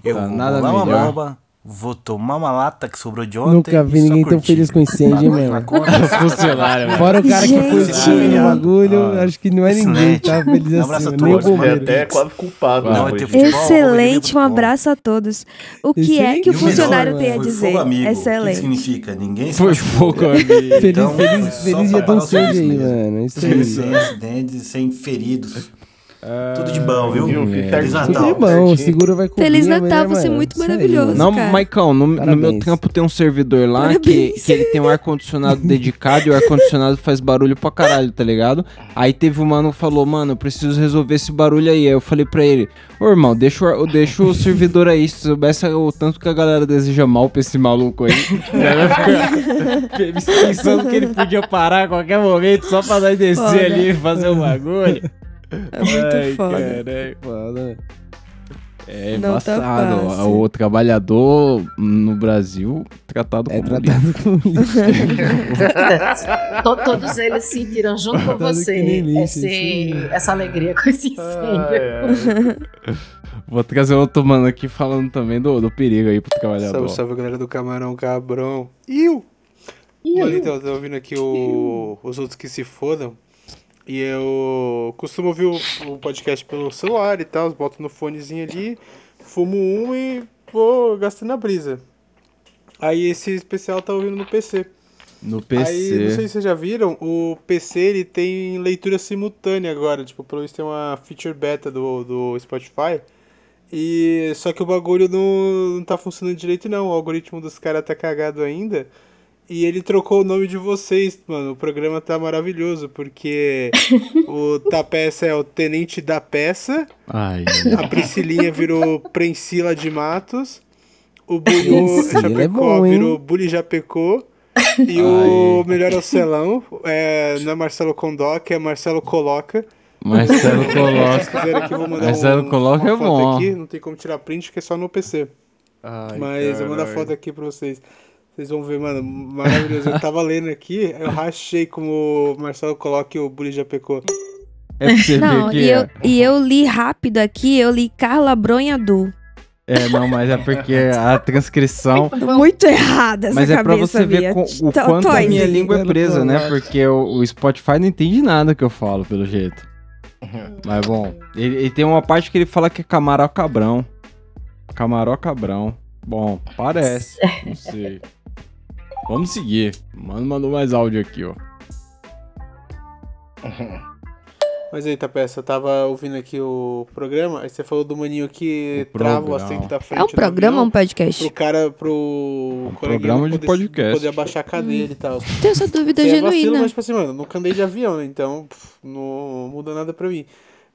eu vou nada lá uma melhor. bomba, vou tomar uma lata que sobrou de ontem. Nunca vi e só ninguém tão curtir. Tá feliz com incêndio, hein, mano? Funcionário, mano. Fora o cara que Gente. curtiu o bagulho, acho que não é ninguém que tava feliz Um assim. abraço a Nem o todos, mano. bombeiro. até quase culpado. Não, né, vai ter hoje. futebol, é Excelente, um abraço a todos. O que Esse é que o E melhor funcionário tem a foi dizer? Fogo amigo. O que que Excelente. significa? Ninguém se Foi machucou. fogo amigo. Feliz, Então, feliz, só feliz dia pra tão vocês cedo aí, mesmo. mano. É Isso aí. Sem acidentes, sem feridos. Tudo de bom, viu? Viu? Se serve Feliz de Natal. Tudo de Tá bom, segura vai comer. Feliz Natal, você é muito maravilhoso, Não, cara. Maicão, no, no meu Parabéns. trampo tem um servidor lá que, Parabéns. que ele tem um ar-condicionado dedicado e o ar-condicionado faz barulho pra caralho, tá ligado? Aí teve um mano que falou, mano, eu preciso resolver esse barulho aí. Aí eu falei pra ele, ô irmão, deixa o, ar- deixa o servidor aí, se soubesse o tanto que a galera deseja mal pra esse maluco aí. Ele fica pensando que ele podia parar a qualquer momento só pra nós descer Foda. ali e fazer um bagulho. É muito Ai, foda. caralho. Foda. É Não tá embaçado. fácil. o trabalhador no Brasil tratado É como lixo. tratado como lixo. To- todos eles sentiram junto com Nada que você nem lixo, esse- isso aí. essa alegria com esse incêndio. Vou trazer outro mano aqui falando também do, do perigo aí pro trabalhador. Salve, salve galera do Camarão Cabrão. Iu! Olha, então, eu tô ouvindo aqui o, os outros que se fodam. E eu costumo ouvir o, o podcast pelo celular e tal, boto no fonezinho ali, fumo um e vou gastando a brisa. Aí esse especial tá ouvindo no PC. No Aí, não sei PC. se vocês já viram, o PC ele tem leitura simultânea agora, tipo, pelo menos tem uma feature beta do, do Spotify. E só que o bagulho não, não tá funcionando direito não, o algoritmo dos caras tá cagado ainda. E ele trocou o nome de vocês, mano. O programa tá maravilhoso, porque o da peça é o Tenente da Peça, Ai, a Priscilinha virou Prensila de Matos, o Bulho Priscila é Chapecó bom, hein? virou Bully Japecô. E o melhor Ocelão é, não é Marcelo Condoc, é Marcelo Coloca. Marcelo Se Coloca. quiserem aqui, eu vou mandar Marcelo um, Coloca uma é foto bom. aqui. Não tem como tirar print, porque é só no PC. Mas eu mando a foto aqui pra vocês. Vocês vão ver, mano, maravilhoso. Eu tava lendo aqui, eu rachei como o Marcelo Coloca e o Bully Japecô. É pra você Não, ver e que eu, é. e eu li rápido aqui, eu li Carla Bronhadu. É, não, mas é porque a transcrição. Muito errada essa Mas é pra cabeça, você ver Bia. co- o Tó- quanto a Toys. minha língua é presa, né? Coloca. Porque o, o Spotify não entende nada que eu falo, pelo jeito. Uhum. Mas bom, ele, ele tem uma parte que ele fala que é camarão cabrão. Camaró cabrão. Bom, É. parece. É. Não sei. Vamos seguir. Mano, mandou mais áudio aqui, ó. Mas aí, Tapeça, eu tava ouvindo aqui o programa, aí você falou do maninho que O trava o Um programa. assento da frente. É um do programa ou avião. um pro podcast? cara, pro Um programa não de podcast. Poder abaixar a cadeira e tal. Tenho essa dúvida Você é vacilo, genuína. mas tipo assim, mano, nunca andei de avião, né? Então pff, não muda nada pra mim.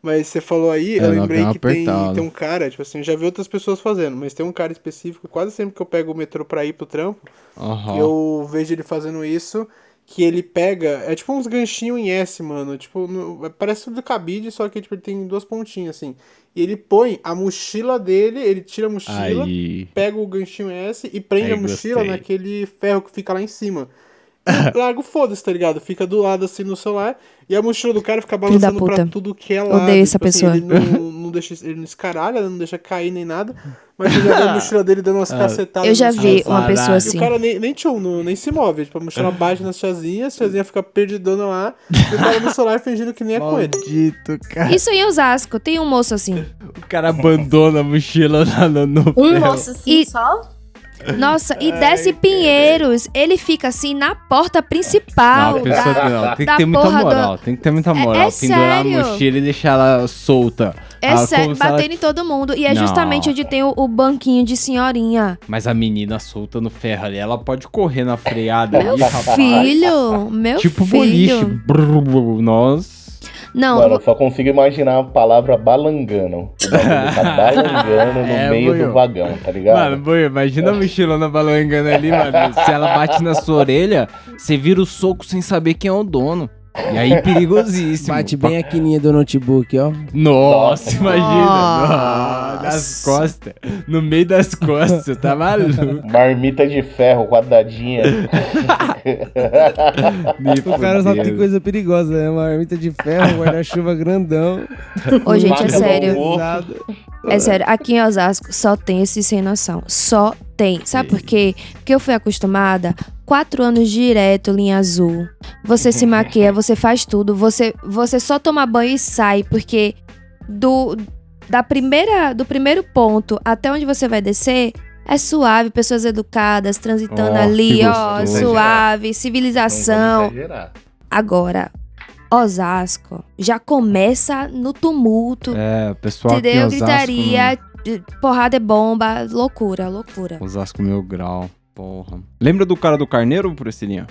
Mas você falou aí, É, eu no lembrei avião que tem, apertado. tem um cara, tipo assim, eu já vi outras pessoas fazendo, mas tem um cara específico, quase sempre que eu pego o metrô pra ir pro trampo, Aham. eu vejo ele fazendo isso, que ele pega. É tipo uns ganchinhos em S, mano. Tipo, no- parece do cabide, só que tipo, ele tem duas pontinhas, assim. E ele põe a mochila dele, ele tira a mochila, Aí. pega o ganchinho S e prende Aí, a mochila gostei. naquele ferro que fica lá em cima. largo, foda-se, tá ligado? Fica do lado assim no celular e a mochila do cara fica balançando puta. pra tudo que é lado. Odeio essa Tipo assim, pessoa. ele não, não deixa, ele não escaralha, não deixa cair nem nada, mas ele já vê a mochila dele dando umas Ah. cacetadas. Eu já no vi chão. uma pessoa E assim. o cara nem, nem, tchum, não- nem se move, tipo, a mochila bate nas chazinhas, a chazinha fica perdidona lá e o cara no celular fingindo que nem é com ele. Maldito, cara. Isso em Osasco, tem um moço assim. O cara abandona a mochila lá no. no ferro. assim só? Nossa, e desce Pinheiros, ele fica assim na porta principal. Não, a pessoa da- tem- não, tem que da ter muita porra do- moral, tem que ter muita moral. é Pendurar sério. a mochila e deixar ela solta. É Ah, sério, como se ela- batendo em todo mundo. E é justamente Não. onde tem o, o banquinho de senhorinha. Mas a menina solta no ferro ali, ela pode correr na freada ali, rapaz. Filho, meu Tipo filho. boliche. Brr, brr, Nossa. Não, Mano, eu só consigo imaginar a palavra balangando. O bagulho tá balangando no É, meio boiô. do vagão, tá ligado? Mano, boi, imagina a mochilona balangando ali, mano. Se ela bate na sua orelha, você vira o soco sem saber quem é o dono. E aí, perigosíssimo. Bate bem a quininha do notebook, ó. Nossa, imagina. Nossa. Nossa. Nas costas. No meio das costas, você tá maluco. Marmita de ferro, quadradinha. O cara só tem coisa perigosa, né? Uma ermita de ferro, um guarda-chuva grandão. Ô, gente, é sério. Pesado. É sério, aqui em Osasco só tem esse sem noção. Só tem. Sabe por quê? Porque eu fui acostumada quatro anos direto, linha azul. Você se maquia, você faz tudo, você, você só toma banho e sai, porque do, da primeira, do primeiro ponto até onde você vai descer. É suave, pessoas educadas, transitando Oh, ali, que ó, gostoso. suave, civilização. Agora, Osasco já começa no tumulto. É, o pessoal aqui em Entendeu? Osasco, Gritaria, eh, porrada é bomba, loucura, loucura. Osasco meu grau, porra. Lembra do cara do carneiro, Priscilinha?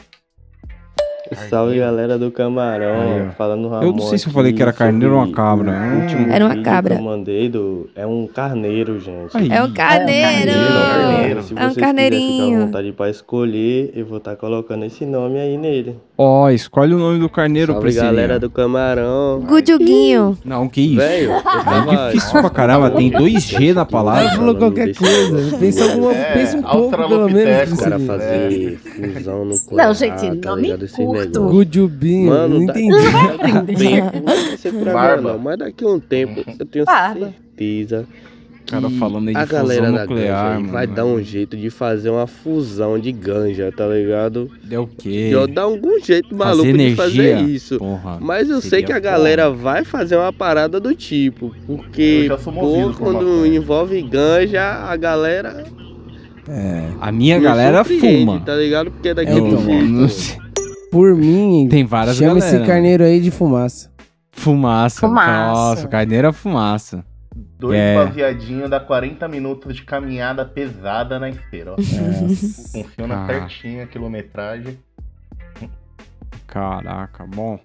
Salve galera do Camarão, Aí, ó. falando Ramon. Eu não sei se eu falei que era aqui carneiro ou uma sobre cabra, o é um último Era uma vídeo cabra. Que eu mandei do. É um carneiro, gente. Aí. É um carneiro! É um Se vocês carneirinho. quiserem ficar à vontade pra escolher, eu vou estar colocando esse nome aí nele. Ó, escolhe o nome do carneiro, Salve Priscilinha. galera do Camarão. Guduguinho. Não, que isso. Velho, eu tava- é difícil pra caramba, tem 2G na palavra. Vai, falou qualquer coisa, pensa alguma- É, pensa um pouco, pelo menos. assim. O cara Priscilinha. fazer fusão no Não, Corá, gente, tá nome ligado? Esse curto. negócio. Gujubinho, Mano, não tá- entendi. Esse programa não, mas daqui a um tempo eu tenho Ah, Barba. certeza que cara falando aí de a fusão galera da nuclear, ganja aí mano. vai dar um jeito de fazer uma fusão de ganja, tá ligado? É o quê? Eu dar algum jeito maluco de fazer energia? isso. Porra, Mas eu sei seria que a bom. galera vai fazer uma parada do tipo, porque Eu já sou pô, movido por quando envolve ganja, a galera É. A minha me galera surpreende, fuma. tá ligado? Porque é daquele Então, jeito. não sei. Por mim, Tem várias chama galera, esse carneiro aí de fumaça. Fumaça. Fumaça. Nossa, carneiro é fumaça. Dois É. baseadinhos dá 40 minutos de caminhada pesada na esteira, ó. Funciona Ah. certinho a quilometragem. Caraca, bom.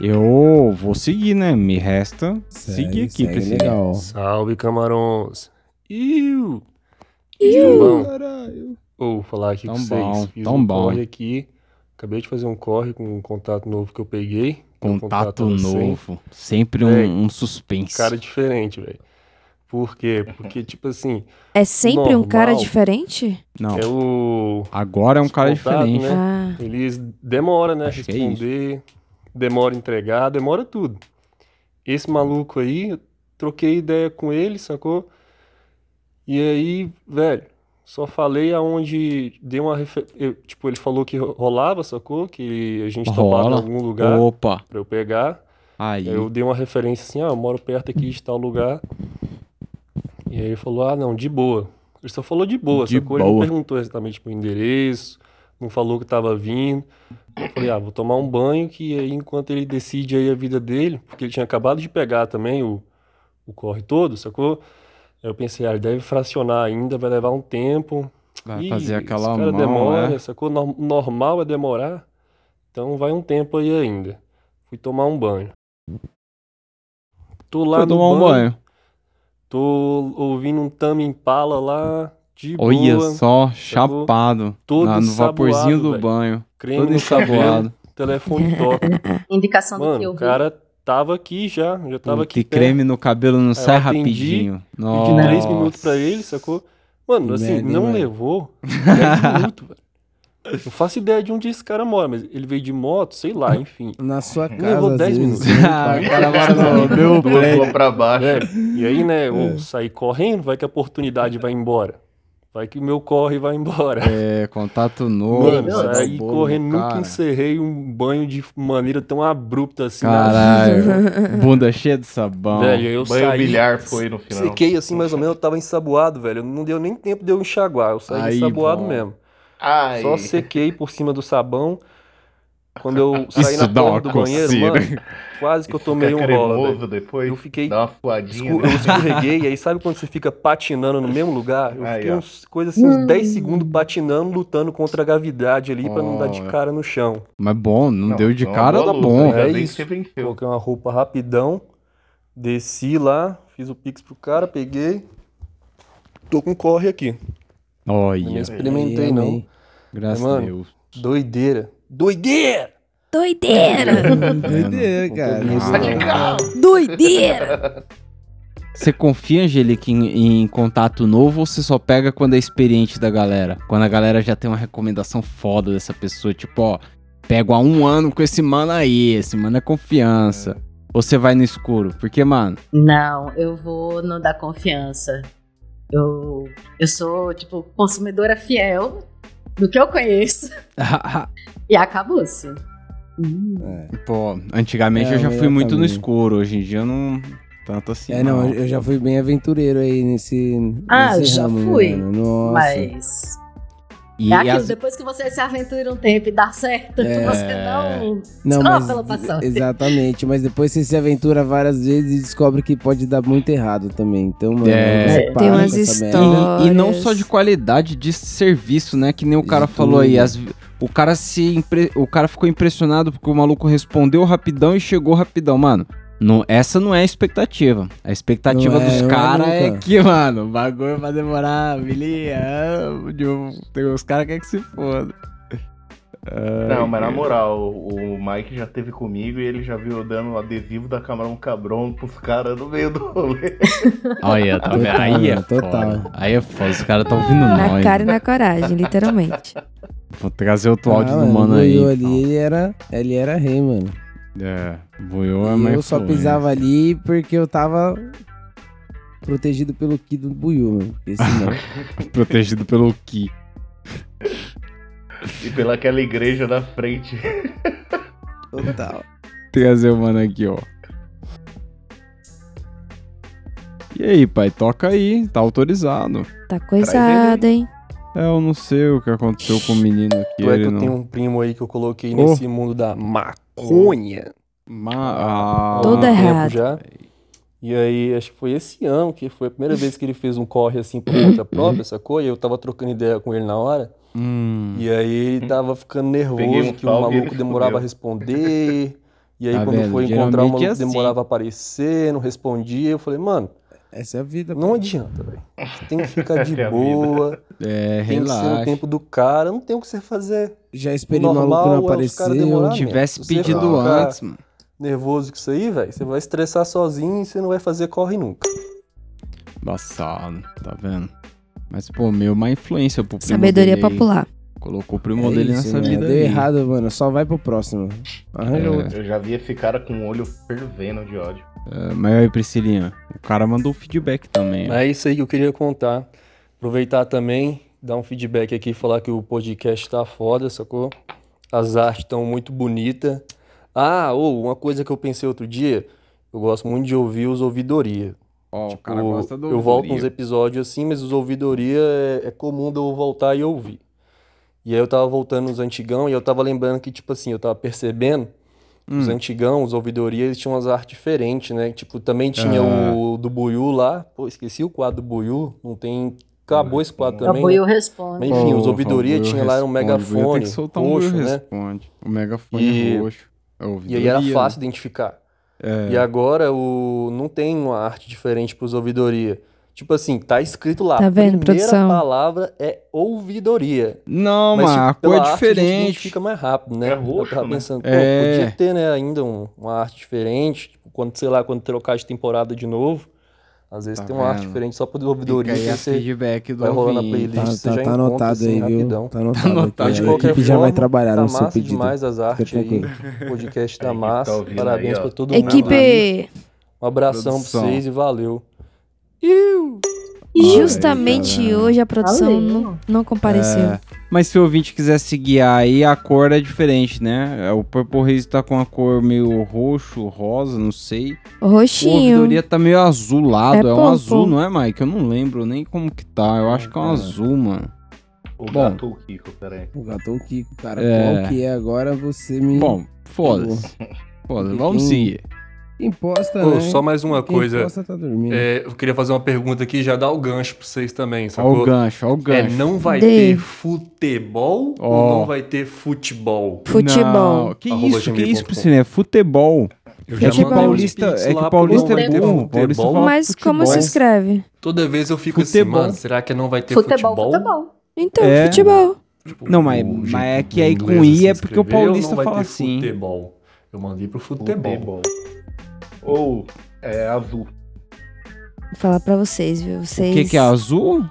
Eu vou seguir, né? Me resta seguir aqui, Priscila. Salve, camarões. Iu! Iu, Caralho. Ou falar aqui Tão com bom, vocês. Fiz tão um bom. corre aqui. Acabei de fazer um corre com um contato novo que eu peguei. que é um Contato recém. novo. Sempre um- Véi, um suspense. Cara diferente, velho. Por quê? Porque, tipo assim. É sempre um cara normal- diferente? Não. É o. Agora é um cara contato, diferente. Né? Ah. Eles demora, né? Acho que é responder, demora entregar, demora tudo. Esse maluco aí, eu troquei ideia com ele, sacou? E aí, velho, só falei aonde deu uma refer... eu- tipo, ele falou que ro- rolava, sacou? Que a gente topava em Rola. algum lugar Opa. pra eu pegar. Aí. Eu dei uma referência assim, ah, eu moro perto aqui de tal lugar. E aí ele falou, ah, não, de boa. Ele só falou de boa, De sacou? Ele não boa. perguntou exatamente tipo, o endereço, não falou que tava vindo. Eu falei, ah, vou tomar um banho, que aí enquanto ele decide aí a vida dele, porque ele tinha acabado de pegar também o, o corre todo, sacou? Aí eu pensei, ah, ele deve fracionar ainda, vai levar um tempo. Vai Ih, fazer esse aquela cara mão, demora, né? sacou? Nor- Normal é demorar, então vai um tempo aí ainda. Fui tomar um banho. Tô lá Foi no tomar um banho. Tô ouvindo um Tame Impala lá, de Olha boa. só, sacou? chapado. Todo na- no vaporzinho ensaboado, do velho. banho. Creme todo no cabelo, ensaboado. telefone toca. Indicação do Mano, que eu o vi. cara tava aqui já, já tava Puta, aqui e perto. creme no cabelo É, não Aí eu sai atendi, rapidinho. Pedi três Nossa. minutos pra ele, sacou? Mano, assim, Merda, hein, não mano? levou 10 minutos, velho. Não faço ideia de onde esse cara mora, mas ele veio de moto, sei lá, enfim. Na sua Me casa, Levou às 10 vezes. minutos. Ah, o cara mora no meu Duas prédio. lá pra baixo. É, E aí, né, eu É. saí correndo, vai que a oportunidade vai embora. Vai que o meu corre vai embora. É, contato novo. Mano, vai dar saí bolo no correndo, nunca cara. encerrei um banho de maneira tão abrupta assim. na Caralho, vida. bunda cheia de sabão. Velho, eu saí. Sequei assim, mais ou menos, eu tava ensaboado, velho. Não deu nem tempo de eu enxaguar. Eu saí Aí, ensaboado bom. mesmo. Ai. Só sequei por cima do sabão. Quando eu saí Isso na dá porta do uma banheiro, coceira. né? mano, quase que eu tomei um rola. cremoso velho. Eu fiquei. Dá uma fuadinha. escu- né? Eu escorreguei, e aí sabe quando você fica patinando no mesmo lugar? Eu Aí, fiquei ó. uns, coisa assim, uns 10 segundos patinando, lutando contra a gravidade ali pra não dar de Olha. cara no chão. Mas bom, não, Não, deu de é uma cara, boa dá luta, bom. ainda É bem que isso. você Coloquei uma roupa rapidão, desci lá, fiz o pix pro cara, peguei. Tô com corre aqui. Olha. Não experimentei, não. Graças Mas, a mano, Deus. Doideira. Doideira! É, Doideira! Doideira, cara. Tá Doideira! Você confia, Angelique, em, em contato novo ou você só pega quando é experiente da galera? Quando a galera já tem uma recomendação foda dessa pessoa, tipo, ó, pego há um ano com esse mano aí, esse mano é confiança. Ou você vai no escuro? Porque, mano, Não, eu vou não dar confiança. Eu, eu sou, tipo, consumidora fiel do que eu conheço. e acabou-se. pô, antigamente Uhum. É, eu já o fui meu muito no também. escuro, hoje em dia eu não tanto assim. É, não, eu já fui bem aventureiro aí nesse. Ah, nesse já ramo, fui, mano. Nossa. Mas. E é aquilo, as- depois que você se aventura um tempo e dá certo, É. você não. Não, só mas, pela passagem. exatamente, mas depois você se aventura várias vezes e descobre que pode dar muito errado também. Então, mano, É. você Tem para umas com essa merda. E, e não é só de qualidade, de serviço, né? Que nem o cara falou aí. tudo. as- o, cara se impre- o cara ficou impressionado porque o maluco respondeu rapidão e chegou rapidão, mano. Não, essa não é a expectativa. A expectativa Não é, dos não é caras é, nunca. que, mano, o bagulho vai demorar milhão. de um- Tem os caras que é que se foda. Ai, Não, mas na cara. moral, o Mike já teve comigo e ele já viu eu dando o adesivo da Camarão Cabron pros caras no meio do rolê. Olha, tá vendo? Aí é Total, foda. Aí é foda. Os caras tão vindo Na nós. cara e na coragem, literalmente. Tá Vou trazer outro áudio Ah, do mano o aí. Buiu ali, ele era, ele era rei, mano. É, boiou é E mais eu só influência. pisava ali porque eu tava protegido pelo Ki do Buiu, mano. Porque senão- Protegido pelo Ki. E pelaquela igreja da frente. Total. trazer o mano aqui, ó. E aí, pai, toca aí, tá autorizado. Tá coisado, hein? É, eu não sei o que aconteceu com o menino aqui. Tu é que ele eu não... tenho um primo aí que eu coloquei Oh. nesse mundo da maconha. Ma... Ah, Todo errado. Já. E aí, acho que foi esse ano que foi a primeira vez que ele fez um corre assim por conta própria, sacou? E eu tava trocando ideia com ele na hora. Hum. E aí ele tava ficando Peguei nervoso um que o salve e ele maluco demorava a responder. E aí, Tá quando vendo? foi encontrar, o Geralmente é maluco assim. demorava a aparecer, não respondia. Eu falei, mano. Essa é a vida. Não adianta, velho. Você tem que ficar de Essa é a vida. boa. É, tem que ser relaxa. no tempo do cara. Não tem o é que você fazer. Já esperei o maluco não aparecer. Se eu tivesse pedido antes, mano. Nervoso com isso aí, velho. Você vai estressar sozinho e você não vai fazer corre nunca. Embaçado, tá vendo? Mas, pô, meu, uma influência pro primo Sabedoria dele aí. popular. Colocou o primo É dele isso, nessa mano. vida Deu aí. errado, mano. Só vai pro próximo. Arranja outro. Eu já vi esse cara com o olho fervendo de ódio. É, mas aí, Priscilinha, o cara mandou feedback também. ó. É isso aí que eu queria contar. Aproveitar também, dar um feedback aqui, falar que o podcast tá foda, sacou? As artes estão muito bonitas. Ah, ou uma coisa que eu pensei outro dia, eu gosto muito de ouvir os ouvidoria. Ó, o Tipo, Eu volto uns episódios assim, mas os ouvidoria é, é comum de eu voltar e ouvir. E aí eu tava voltando nos antigão e eu tava lembrando que, tipo assim, eu tava percebendo que os Hum. antigão, os ouvidorias, eles tinham umas artes diferentes, né? Tipo, também tinha Ah. o do Buiú lá. Pô, esqueci o quadro do Buiú. Não tem... Acabou esse quadro É o também. Buiú né? Responde. Mas, enfim, os Hum. Porra, ouvidoria o tinha lá era um responde, megafone Eu tenho que soltar um roxo, eu né? responde. O megafone E- roxo. É o E aí era ouvidoria, fácil né? identificar. É. E agora o não tem uma arte diferente para os ouvidoria. Tipo assim, tá escrito lá, Tá vendo, primeira produção? palavra é ouvidoria. Não, Mas, mas a tipo, pela cor é arte a gente diferente. identifica mais rápido, É né? Eu tava pensando, pô, É. podia ter, né, ainda um- uma arte diferente, tipo, quando, sei lá, quando trocar de temporada de novo, Às vezes Tá tem um arte vendo? diferente só pro ouvidoria. Fica aí que a feedback do vai rolando a ouvinte. playlist, você Tá- já tá encontra, anotado assim, aí, viu? rapidão. Tá anotado Tá aqui, anotado. De a qualquer equipe já vai forma, trabalhar tá no seu massa pedido. demais as Fica artes aí. tranquilo. Podcast Aí, da tá massa. ouvindo Parabéns aí, ó. pra todo mundo. Equipe! Um abração pra Produção. vocês e valeu. Tá E justamente hoje a produção não, não compareceu. É, Mas se o ouvinte quiser se guiar aí, a cor é diferente, né? É, O Purple Haze tá com a cor meio roxo, rosa, não sei. Roxinho. O ouvidoria tá meio azulado. É É, um pompo. azul, não é, Mike? Eu não lembro nem como que tá. Eu acho que é um azul, mano. O Bom. gato o Kiko, peraí. O gato ou o Kiko, cara. É. Qual que é agora você me. Bom, foda-se. Foda-se, vamos Quem- seguir. Quem posta, Ô, né? só mais uma Quem coisa. posta tá dormindo. É, eu queria fazer uma pergunta aqui e já dar o gancho pra vocês também, sacou? o gancho, ó o gancho. É, não vai Dê. ter futebol ou Ó. não vai ter futebol? Não, que Arroba isso, que gmail ponto isso, com. Priscila? É futebol. Eu já É que mandei paulista, uns é pix lá que pro paulista é Futebol. burro. Paulista Futebol. fala Mas como se futebol. escreve? Toda vez eu fico Futebol. assim, mano, será que não vai ter futebol? Futebol, Então, É. futebol. Tipo, Não, mas, mas é que aí com inglês, I é assim, porque o escreveu, não paulista vai fala ter assim. Futebol. Eu mandei pro futebol. Ou é azul. Vou falar pra vocês, viu? Vocês... O que, que é azul?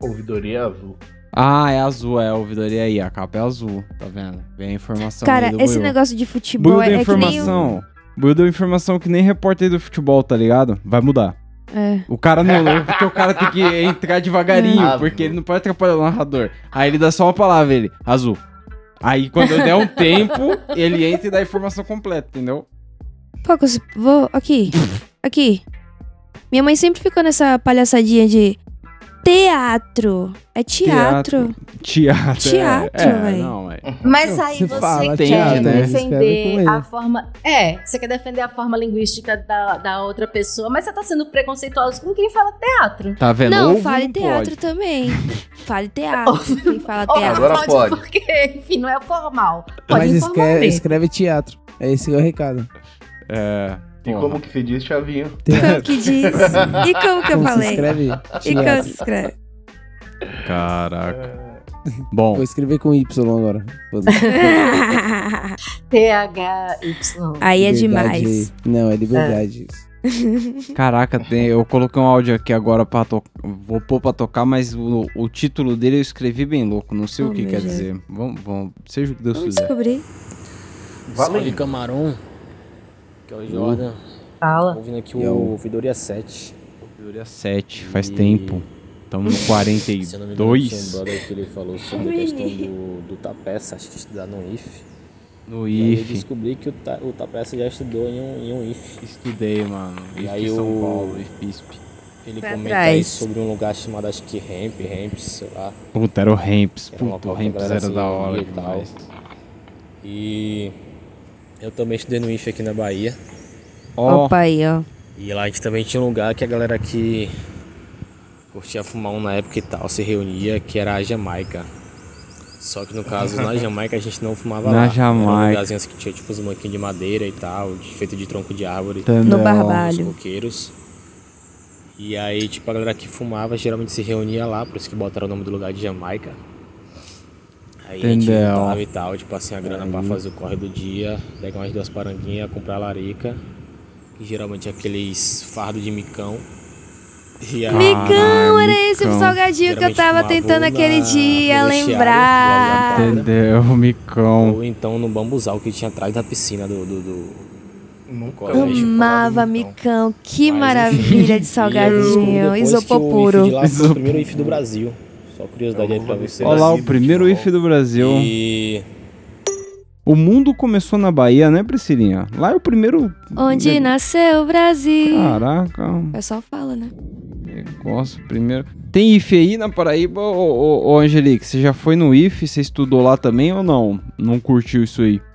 Ouvidoria azul. Ah, é azul, é a ouvidoria aí. A capa é azul, tá vendo? Vem a informação. aí Cara, do esse Buiu. negócio de futebol Buiu é, deu que nem informação. Buiu deu informação que nem repórter do futebol, tá ligado? Vai mudar. o... É. O cara não, né? porque o cara tem que entrar devagarinho, É. porque ele não pode atrapalhar o narrador. Aí ele dá só uma palavra, ele, azul. Aí quando eu der um tempo, ele entra e dá a informação completa, entendeu? Focus, vou... Aqui. Aqui. Minha mãe sempre ficou nessa palhaçadinha de... Teatro. É teatro. Teatro. Teatro, é, é, véi. não, é. Mas aí você, quer né? defender a forma. É, você quer defender a forma linguística da, da outra pessoa, mas você tá sendo preconceituoso com quem fala teatro. Tá vendo? Não, Ovo fale não pode. teatro também. Fale teatro. Quem fala Ah, teatro. Agora pode. Porque, enfim, não é formal. Pode Mas escreve, informalmente. escreve teatro. É esse que é o recado. É. E como que se diz chavinho? Como um que diz? E como que eu Como se falei? escreve? E como Teatro. se escreve? Caraca. É. Bom. Vou escrever com Y agora. THY. Aí é Liberdade demais. aí. Não, é liberdade. isso. Caraca, tem- eu coloquei um áudio aqui agora pra tocar. Vou pôr pra tocar, mas o, o título dele eu escrevi bem louco. Não sei Oh, o que meu quer Deus. dizer. Vamos, vamos, seja o que Deus Vamos quiser. descobrir. Fala Valeu. de Camarão, que é o Jordan. Fala. Ouvindo aqui E é o- o Vidoria 7. Vidoria 7, faz tempo. Estamos Então, no 42. Se eu não me engano, tinha um brother que ele falou sobre a questão do, do Tapeça, acho que estudar no IF. No E aí eu IF. descobri que o, ta, o Tapeça já estudou em um, em um IF. Estudei, mano. E IF aí São o- Paulo, IF ISP. Ele Pra comenta trás. aí sobre um lugar chamado, acho que Ramp, Ramp, sei lá. Puta, era o Ramps. Era um Puta, o local que a Ramps galera era se da hora reunia e tal. demais. E eu também estudei no IF aqui na Bahia. Ó. Opa aí, ó. E lá a gente também tinha um lugar que a galera que curtia fumar um na época e tal se reunia, que era a Jamaica. Só que no caso, na Jamaica a gente não fumava Na lá. Era um Jamaica. lugarzinho assim que tinha tipo uns banquinhos de madeira e tal, de- feito de tronco de árvore. Tá No bom. barbalho. Os coqueiros. E aí, tipo, a galera que fumava geralmente se reunia lá, por isso que botaram o nome do lugar de Jamaica. Aí a gente Entendeu. juntava e tal, tipo assim, a grana pra fazer o corre do dia, pegar umas duas paranguinhas, comprar larica, que geralmente é aqueles fardo de micão. E aí- Micão, era esse o salgadinho que eu Geralmente tava fumava ou tentando na- aquele dia no vestiário, lá lembrar. na quadra, Entendeu, Micão? Ou então no bambuzal que tinha atrás da piscina do, do, do Um colégio. então. Amava micão, que maravilha maravilha de salgadinho, é isopor puro. O IF de lá foi o primeiro IF do Brasil. Só curiosidade aí pra você. Olha lá, o primeiro IF do Brasil. E O mundo começou na Bahia, né, Priscilinha? Lá é o primeiro. Onde negócio. nasceu o Brasil. Caraca, O pessoal fala, né? negócio primeiro. Tem IF aí na Paraíba, ô, ô, ô, Angelique? Você já foi no IF? Você estudou lá também ou não? Não curtiu isso aí?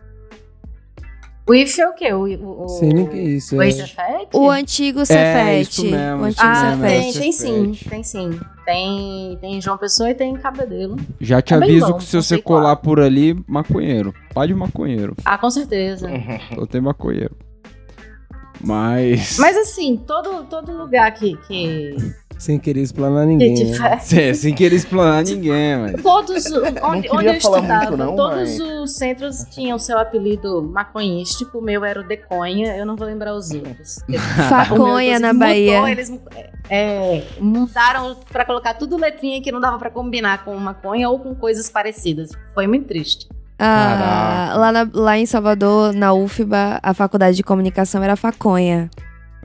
O IF é o quê? O, o, o... Sei nem o que é isso. O é. ex-Cefete? O antigo É, Cefete. isso mesmo, o isso antigo Ah, Cefete. tem, tem sim, tem sim. Tem, tem João Pessoa e tem Cabedelo. Já te É bem aviso bom, que se você colar por ali, maconheiro. Pá de maconheiro. Ah, com certeza. Só tem maconheiro. Mas. Mas assim, todo, todo lugar que, que, Sem querer explanar ninguém. Gente, Né? faz. Sem- sem querer explanar ninguém, mas. Todos, o- onde, queria onde eu falar estudava, muito, não, todos mas- os centros tinham seu apelido maconhístico, o meu era o Deconha, eu não vou lembrar os outros. Faconha O meu, inclusive, na mudou, Bahia. Eles é, mudaram pra colocar tudo letrinha que não dava pra combinar com maconha ou com coisas parecidas. Foi muito triste. Ah, lá, na- lá em Salvador, na UFBA, a faculdade de comunicação era faconha.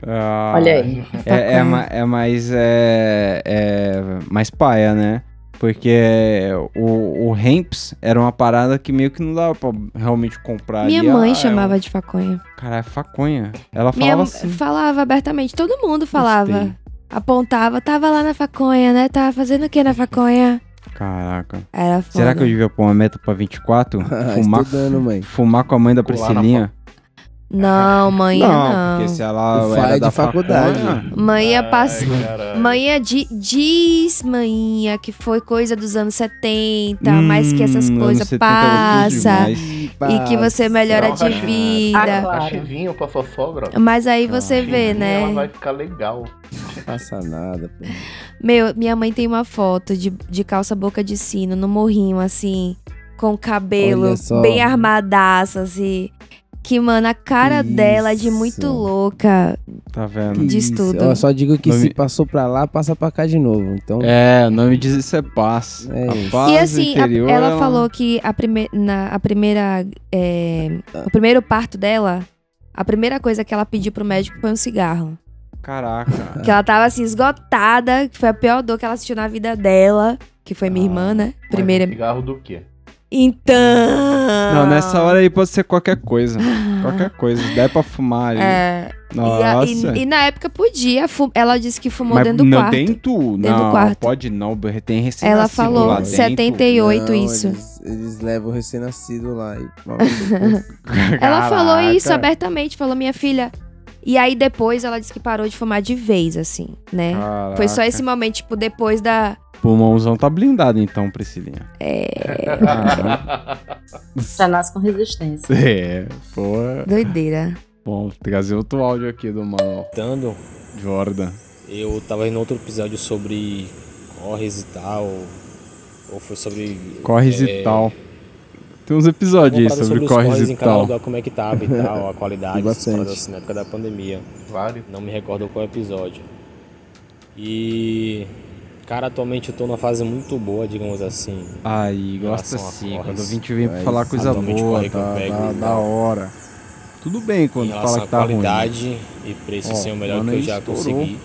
Ah, Olha aí. É, é, ma- é mais. É, é mais paia, né? Porque o, o Hemps era uma parada que meio que não dava pra realmente comprar. Minha ali. mãe Ah, chamava de faconha. É, cara, é faconha. Ela Minha falava m- assim. falava abertamente, todo mundo falava. Gostei. Apontava, tava lá na faconha, né? Tava fazendo o que na faconha? Caraca. Era foda. Será que eu devia pôr uma meta pra 24? fumar, Ah, Estudando, mãe. fumar com a mãe da Colar na Priscilinha? Não, mãe, não. porque se ela O era Fai da de faculdade. faconha- Manhã Ai, passa. caralho. Manhã di- diz, manhã, que foi coisa dos anos 70, mas que essas Hum, coisas anos 70 é gostoso passa. demais. E que você melhora de vida. Achivinho pra sua sogra. Mas aí você vê, Achivinho, né? Ela vai ficar legal. Passa nada, pô. Meu, minha mãe tem uma foto de, de calça boca de sino no morrinho, assim, com cabelo Olha só. bem armadaço, assim. Que, mano, a cara dela é de muito louca. Tá vendo? Diz tudo. Eu só digo que Nome- se passou pra lá, passa pra cá de novo. Então, É, o nome diz isso é paz. a paz e assim, a- interior, é um ela falou que a, prime na, a primeira. é, o primeiro parto dela, a primeira coisa que ela pediu pro médico foi um cigarro. Caraca. Que ela tava assim, esgotada, que foi a pior dor que ela sentiu na vida dela, que foi minha Ah, irmã, né? Primeira. Cigarro do quê? Então. Não, nessa hora aí pode ser qualquer coisa. Qualquer coisa. Dá pra fumar ali. É. E, a- Nossa. e- e na época podia, fu- ela disse que fumou Mas dentro do não, quarto. Dentro, não, Dentro do quarto. pode não. Tem recém Ela falou, lá dentro. 78 Não, isso. Eles, eles levam o recém-nascido lá e. Ela falou isso Caraca. abertamente, falou minha filha. E aí depois ela disse que parou de fumar de vez, assim, né? Caraca. Foi só esse momento, tipo, depois da. Pulmãozão tá blindado então, Priscilinha. É. Ah, Já nasce com resistência. é, pô. Doideira. Bom, trazer outro áudio aqui do Manuel. Tando. Jordan. Eu tava em outro episódio sobre corres e tal. Ou foi sobre. Corres é, e tal. Tem uns Uma episódios aí parada sobre, os corres, e em cada tal. lugar, como é que tava e tal, a qualidade, Tem essas bastante. paradas assim, na época da pandemia. Claro. Não me recordo qual episódio. E. Cara, atualmente eu tô numa fase muito boa, digamos assim. Aí, em gosta relação a sim. corres. Quando o vinte vem pra Mas falar coisa atualmente o boa, corre que eu tá, pego da, e da tal. hora. Tudo bem Em quando relação fala à que tá qualidade ruim. e preço, Ó, assim, é o melhor mano, que eu aí já estourou. consegui.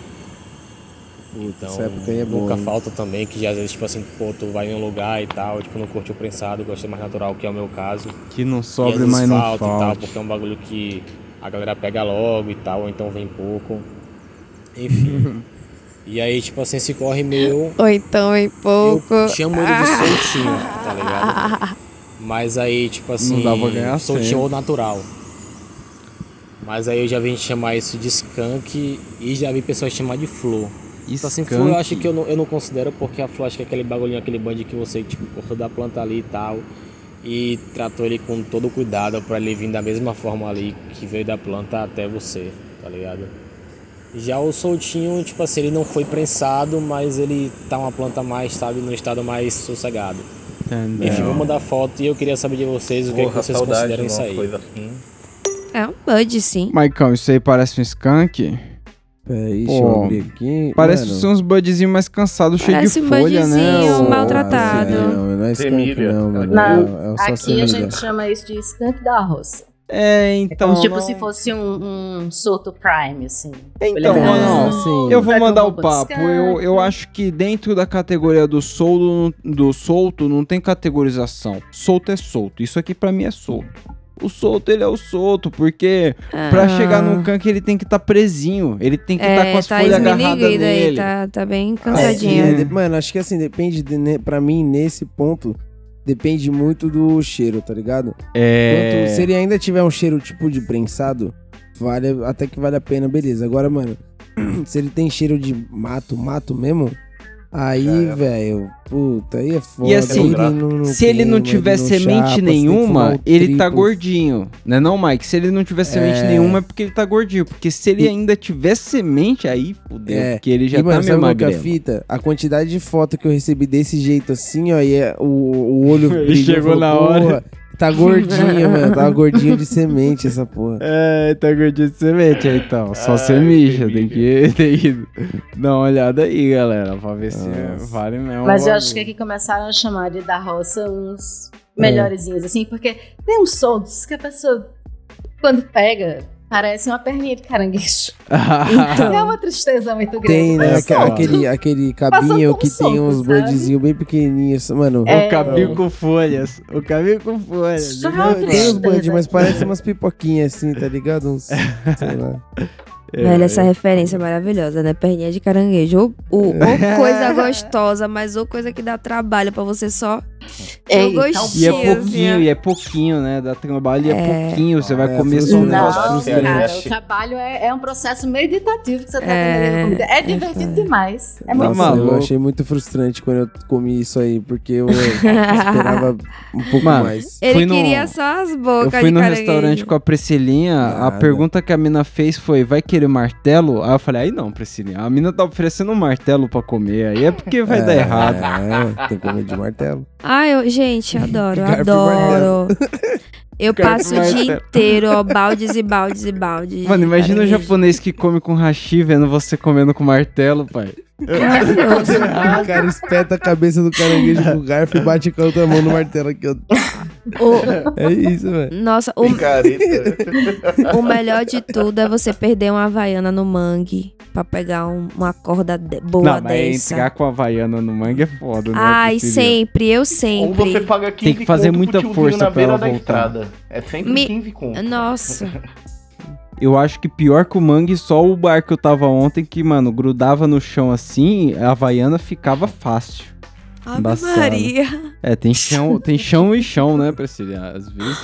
Então, essa época aí é boa, nunca hein? falta também, que às vezes, tipo assim, pô, tu vai em um lugar e tal, tipo, não curte o prensado, gosta mais natural, que é o meu caso. Que não sobra, E às vezes mas não e tal, falte. porque é um bagulho que a galera pega logo e tal, ou então vem pouco. Enfim. e aí, tipo assim, esse corre meu, Ou então em pouco. eu chamo ele de soltinho, tá ligado? Mas aí, tipo assim, dá pra ganhar soltinho cem. ou natural. Mas aí eu já vim chamar isso de skunk e já vi pessoas chamar de flor. Então assim, flor eu Skunk? acho que eu não, eu não considero porque a flor acho que é aquele bagulhinho, aquele band que você tipo, cortou da planta ali e tal. E tratou ele com todo cuidado pra ele vir da mesma forma ali que veio da planta até você, tá ligado? Já o soltinho, tipo assim, ele não foi prensado, mas ele tá uma planta mais, sabe, num estado mais sossegado. Entendeu? Enfim, vou mandar foto e eu queria saber de vocês o que, é que Porra, vocês saudade consideram de isso uma aí. coisa assim. É um bud, sim. Maicão, isso aí parece um skunk? Peraí, Pô, deixa eu abrir aqui. Parece Mano. ser uns budzinhos mais cansados, cheios Parece de um folha, né? budzinho ô- maltratado. Não, não, não é skunk, Temília. não, mano. Na- É, é só aqui a semilha. gente chama isso de skunk da roça. É, Então, então. tipo não- se fosse um, um solto prime, assim. Então, um não, assim, eu vou mandar o papo. Eu, eu acho que dentro da categoria do solto, do solto não tem categorização. Solto é solto. Isso aqui pra mim é solto. O solto, ele é o solto, porque pra Ah. chegar num canque ele tem que estar presinho. Ele tem que estar é, com as tá folhas agarradas esmiliguido aí, nele. tá, tá Assim, bem é, cansadinho. de- mano, acho que assim, depende, de, né, pra mim, nesse ponto, depende muito do cheiro, tá ligado? É. Quanto- se ele ainda tiver um cheiro tipo de prensado, vale, até que vale a pena, beleza. Agora, mano, se ele tem cheiro de mato, mato mesmo, Aí, velho, puta, aí é foda. E assim, se ele não tiver semente um nenhuma, ele tá gordinho. gordinho. Né não, Mike? Se ele não tiver semente É. nenhuma, é porque ele tá gordinho. Porque se ele ainda tiver semente, aí fudeu. Porque ele já É. e, mano, tá meio sabe qual que é a magrelo. fita? A quantidade de foto que eu recebi desse jeito assim, ó, e é- o, o olho Ele brilhou, chegou falou, na hora. "Porra, Tá gordinho, mano. Tá gordinho de semente essa porra. É, tá gordinho de semente aí, então. Só semente, tem que, tem que dar uma olhada aí, galera, pra ver se vale mesmo. Mas o eu acho que aqui começaram a chamar de da roça uns melhorezinhos, assim, porque tem uns sons que a pessoa, quando pega, parece uma perninha de caranguejo. Então. é uma tristeza muito grande. Tem, né? mas aque- solto. Aquele, aquele cabinho que tem uns bordezinhos bem pequenininhos. assim, Mano, O cabinho com folhas. O cabinho com folhas. Não, tem né? uns bandinhos, mas parece umas pipoquinhas assim, tá ligado? Uns, sei lá. Velho, essa referência é maravilhosa, né? Perninha de caranguejo. Ou, ou- ou coisa gostosa, mas ou coisa que dá trabalho pra você só. Eu assim, Eita, E gostei. é pouquinho, e é pouquinho, né? Dá trabalho e é, um É. pouquinho. Você vai É, comer só um negócio Não, cara, o frustrante. trabalho é, é um processo meditativo que você tá É. aprendendo comida. É divertido demais. É muito Nossa, maluco. eu achei muito frustrante quando eu comi isso aí, porque eu esperava um pouco Mano, mais. Ele Fui no- queria só as Eu bocas fui de no caranguejo. restaurante com a Priscilinha, a pergunta que a mina fez foi: vai querer martelo? Aí eu falei: aí não, Priscilinha. A mina tá oferecendo um martelo pra comer, aí é porque vai dar É, errado. É, tem que comer de martelo. Ah, eu, gente, adoro, Garfo e adoro. Eu Garfo e passo o dia martelo. inteiro, ó, baldes e baldes e baldes. Mano, de imagina o caranguejo. japonês que come com hashi vendo você comendo com martelo, pai. é o cara espeta a cabeça do caranguejo com o garfo e bate com a outra mão no martelo aqui. ó. É isso, velho. Nossa, o, o melhor de tudo é você perder uma havaiana no mangue pra pegar um- uma corda de- boa não, mas é dessa. entregar com a Havaiana no mangue é foda, né? Ai, Priscilinha? sempre, eu sempre. Ou você paga 15 Tem que fazer conto pro muita tiozinho força na pra beira ela da voltar. estrada. É sempre Me- 15 conto. Nossa. Eu acho que pior que o mangue, só o bar que eu tava ontem, que, mano, grudava no chão assim, a Havaiana ficava fácil. Ave Embaçado. Maria. É, tem chão, tem chão e chão, né, Priscilinha? Às vezes.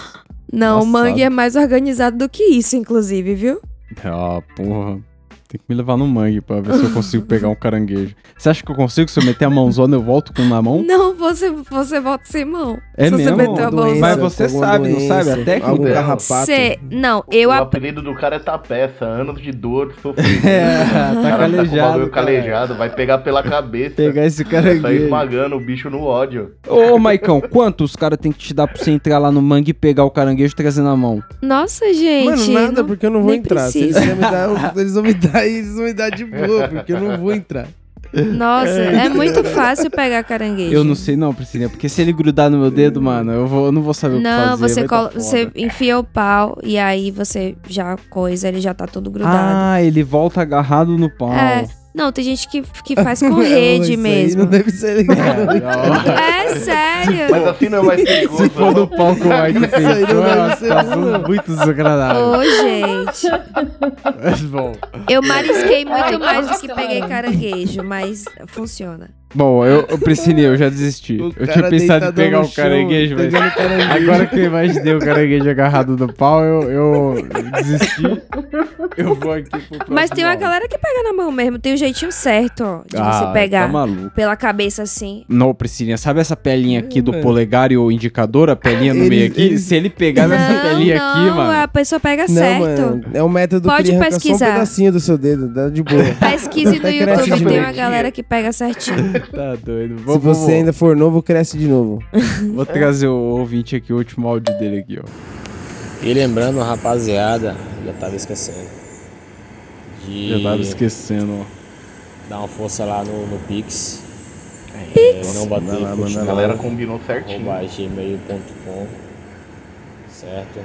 Não, o Embaçado. mangue é mais organizado do que isso, inclusive, viu? Ah, porra. Tem que me levar no mangue pra ver se eu consigo pegar um caranguejo. Você acha que eu consigo? Se eu meter a mãozona, eu volto com uma mão? Não, você, você volta sem mão. É Se você mesmo? meteu a mão. Mas Doença, você alguma sabe, não doença, sabe? A técnica. algum dela. carrapato. Você- Não, eu O a- apelido do cara é tapeça, anos de dor, sofrido. É, O cara Tá com tá o calejado. bagulho calejado, vai pegar pela cabeça. Pegar esse Tá caranguejo. esmagando o bicho no ódio. Ô, Maicão, quanto os caras tem que te dar pra você entrar lá no mangue e pegar o caranguejo e trazer na mão? Nossa, gente. Mano, nada, não- porque eu não vou nem entrar. Se eles, vão precisa. me dar, eu- eles vão me dar, eles vão me dar de boa, porque eu não vou entrar. Nossa, é muito fácil pegar caranguejo. Eu não sei não, Priscilinha, porque se ele grudar no meu dedo, mano, eu, vou, eu não vou saber o que fazer. Não, você, vai tá colo- foda. você enfia o pau e aí você já coisa, ele já tá todo grudado. Ah, ele volta agarrado no pau. É. Não, tem gente que, que faz com Ah, Não, isso rede aí mesmo. Não deve ser legal. É Mas sério. assim não é mais perigoso. Se for no pau com o Mike Isso aí fez, não deve tá ser assim, sendo muito é desagradável. Ô, gente. Mas bom. Eu marisquei muito mais do que peguei caranguejo, mas funciona. Bom, eu, eu Priscilinha, eu já desisti. eu tinha cara pensado em deitadão pegar no o chão, caranguejo, mas pegando caranguejo. agora que eu imaginei o caranguejo agarrado no pau, eu, eu desisti. Eu vou aqui pro Mas próximo tem uma áudio. galera que pega na mão mesmo, tem o jeitinho certo, ó, de Ah, você pegar tá maluco. pela cabeça assim. Não, Priscilinha, sabe essa pelinha aqui do Mano. polegar e o indicador, a pelinha no Eles- meio aqui? eles- Se É. ele pegar nessa Não, pelinha aqui, não, mano. a pessoa pega Não, certo. mano, é um método Pode que ele arranca só pesquisar. um pedacinho do seu dedo, dá de boa. Pesquise no Até cresce YouTube, de tem uma novo. galera que pega certinho. Tá doido. Se Vou, vou, você ainda for novo, cresce de novo. vou trazer o ouvinte aqui, o último áudio dele aqui, ó. E lembrando, rapaziada, já tava esquecendo. De Já tava esquecendo, ó. Dar uma força lá no, no Pix. Pix. É, não bater Manda lá, fute manda lá. não, A galera combinou certinho. arroba gmail.com, certo?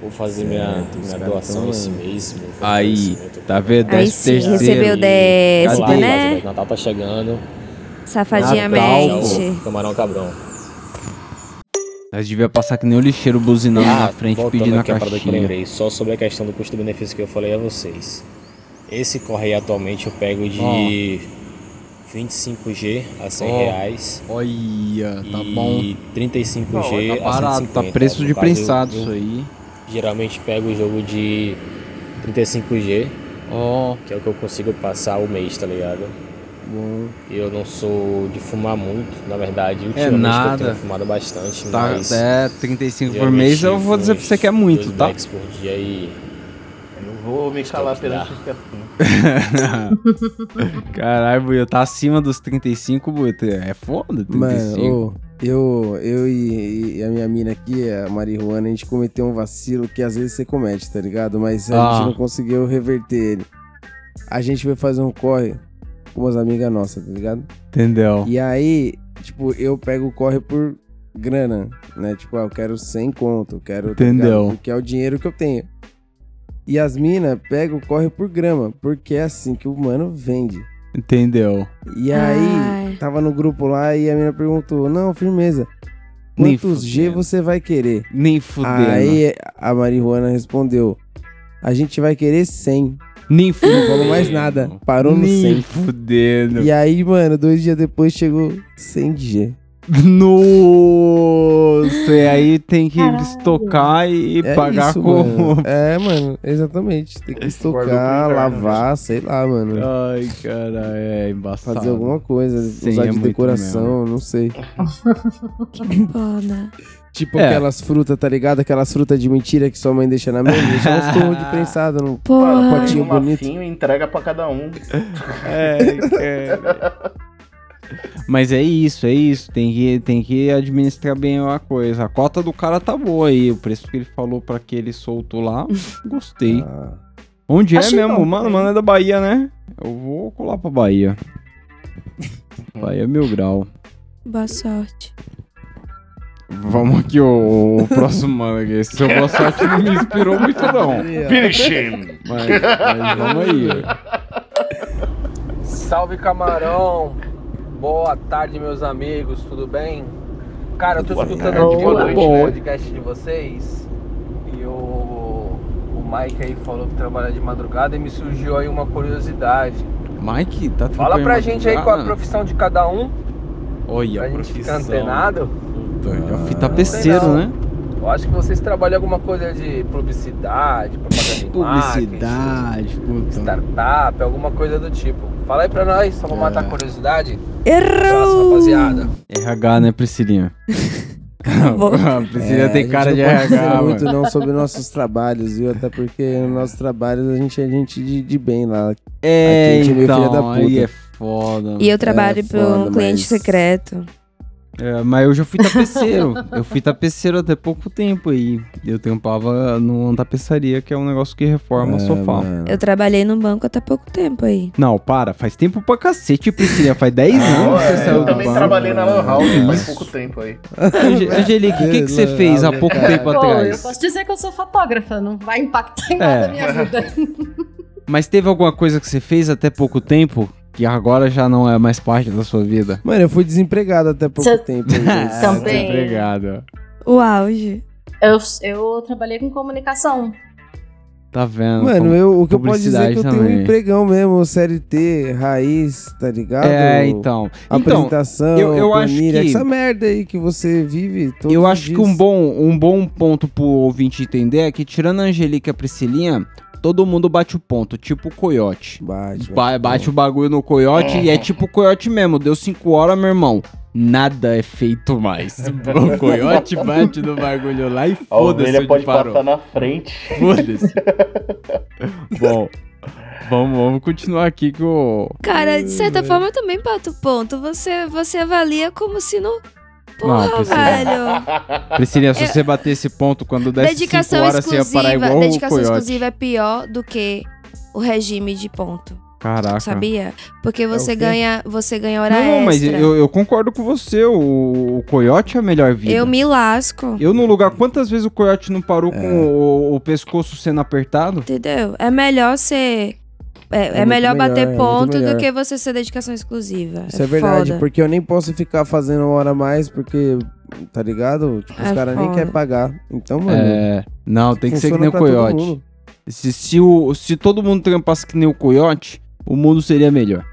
Vou fazer minha, Certo, os minha caras doação tão- esse mês. meu Aí, fortalecimento. tá vendo? Aí Décimo sim, terceiro. recebeu E- décima, Vamos lá, né? rapaziada, Natal tá chegando. Safadinhamente. Natal, Camarão cabrão. Nós devia passar que nem o lixeiro buzinando Ah, na frente, voltando pedindo a aqui à parada que eu caixinha. lembrei, só sobre a questão do custo-benefício que eu falei a vocês. Esse correio atualmente eu pego de 25G a 100 Ó. reais Olha, tá bom. e 35G Não, tá a barato, 150. tá preço No de caso, prensado eu isso aí. Geralmente pego o jogo de 35G, Ó, que é o que eu consigo passar o mês, tá ligado? bom. Eu não sou de fumar muito, na verdade, ultimamente eu É nada. tenho fumado bastante, Tá, mas... é, 35 por geralmente mês, eu vou fumo dizer pra você que é uns muito, dois tá? Blacks por dia e... Eu não vou me calar perante esse assunto. Caralho, Buio, tá acima dos 35, Buio. É foda, 35. Mano, ô, eu, eu e, e a minha mina aqui, é a Marihuana, a gente cometeu um vacilo que às vezes você comete, tá ligado? Mas a Ah. gente não conseguiu reverter ele. A gente foi fazer um corre com umas amigas nossas, tá ligado? Entendeu? E aí, tipo, eu pego o corre por grana, né? Tipo, ah, eu quero 100 conto, eu quero... tá ligado? Entendeu. Porque é o dinheiro que eu tenho. E as minas pegam o corre por grama, porque é assim que o humano vende. Entendeu? E aí, tava no grupo lá e a menina perguntou: Não, firmeza. Nem Quantos G você vai querer? Nem fudendo. Aí a marihuana respondeu: A gente vai querer 100. Nem Não falou mais nada. Parou no Nem 100. fudendo. E aí, mano, dois dias depois chegou 100 de G. Nossa, e aí tem que estocar e É pagar isso, com. mano. É, mano, exatamente. Tem que é estocar, né? lavar, sei lá, mano. Ai, cara, é embaçado. Fazer alguma coisa, Sim, usar é de muito decoração, não sei. Que foda. Tipo É. aquelas frutas, tá ligado? Aquelas frutas de mentira que sua mãe deixa na mesa. Deixa uns torros de prensado num Porra. potinho Um bonito. lacinho e entrega pra cada um. É, cara. Mas é isso, é isso. Tem que, tem que administrar bem a coisa. A cota do cara tá boa aí. O preço que ele falou pra que ele soltou lá, gostei. Onde é Ah. Achei mesmo? bom Mano, também. mano é da Bahia, né? Eu vou colar pra Bahia. Bahia é mil grau. Boa sorte. Vamos aqui, o, o próximo mano aqui. Esse seu boa sorte não me inspirou muito, não. Finish him. Mas, mas vamos aí. Salve camarão! Boa tarde, meus amigos, tudo bem? Cara, eu tô Boa escutando tarde. aqui o Boa. podcast de vocês e o, o Mike aí falou que trabalha de madrugada e me surgiu aí uma curiosidade. Mike, tá Fala tranquilo pra aí, gente aí qual a madrugada? profissão de cada um, Olha, pra a gente ficar profissão. antenado. Ah. Puta, é Não fita sei peceiro, não. né? Eu acho que vocês trabalham alguma coisa de publicidade, propaganda de marketing, Ah, Publicidade, puta. startup, alguma coisa do tipo. Fala aí pra nós, Ah. só pra matar a curiosidade. Errou! rapaziada. RH, né, Priscilinha? a É, Priscilinha tem cara de É, não pode dizer RH, mano. muito não sobre nossos trabalhos, viu? Até porque no nossos trabalhos a gente é gente de, de bem lá. É, Aqui a gente é meio filha da então, puta. aí é foda. E eu trabalho É, pra foda, um cliente mas- secreto. É, mas eu já fui tapeceiro. eu fui tapeceiro até pouco tempo aí. Eu tampava numa tapeçaria, que é um negócio que reforma o sofá. Eu trabalhei num banco até pouco tempo aí. Não, para. Faz tempo pra cacete, Priscilinha. Faz 10 anos que você É, saiu eu do também banco. trabalhei na Lan House faz Isso. pouco tempo aí. Ange- Angelique, o que, que você fez há pouco tempo Pô, eu atrás? posso dizer que eu sou fotógrafa, não vai impactar em É. nada a minha vida. Mas teve alguma coisa que você fez até pouco tempo que agora já não é mais parte da sua vida? Mano, eu fui desempregado até pouco Cê- tempo. gente. Também. Obrigado. O auge. Eu, eu trabalhei com comunicação. Tá vendo? Mano, Como- eu, o que eu posso dizer é publicidade que eu tenho um também. empregão mesmo, CLT, raiz, tá ligado? É, então. Então, Apresentação, eu- eu acho planilha, que- essa merda aí que você vive todos Eu os acho que dias. um bom, um bom ponto pro ouvinte entender é que, tirando a Angelica e a Priscilinha, todo mundo bate o ponto, tipo o coiote. Bate, Ba- bate o bagulho no coiote e é tipo o coiote mesmo. Deu 5 horas, meu irmão. Nada é feito mais. O coiote bate no bagulho lá e A foda-se ovelha onde pode parou. passar na frente. Foda-se. Bom, vamos, vamos continuar aqui que o... Cara, de Uhum. certa forma eu também bato ponto. Você, você avalia como se não. Porra, velho. Priscilinha, se Eu- você bater esse ponto quando der 5 horas, Dedicação você ia parar exclusiva. igual Dedicação o coiote. exclusiva é pior do que o regime de ponto. Caraca. Sabia? Porque você quê? ganha, você ganha hora Não, mas extra. eu, eu concordo com você. O, o coiote é a melhor vida. Eu me lasco. Eu no lugar, quantas vezes o coiote não parou com o, o pescoço sendo apertado? Entendeu? É melhor ser. É, é muito melhor bater melhor, é ponto muito do melhor. que você ser dedicação exclusiva. Isso é verdade, foda. porque eu nem posso ficar fazendo uma hora a mais, porque, tá ligado? Tipo, os É caras nem foda. querem pagar. Então, mano. É. Não, tem que ser que nem o funciona pra todo coiote. mundo. Se, se, o- se todo mundo trampasse que nem o coiote, o mundo seria melhor.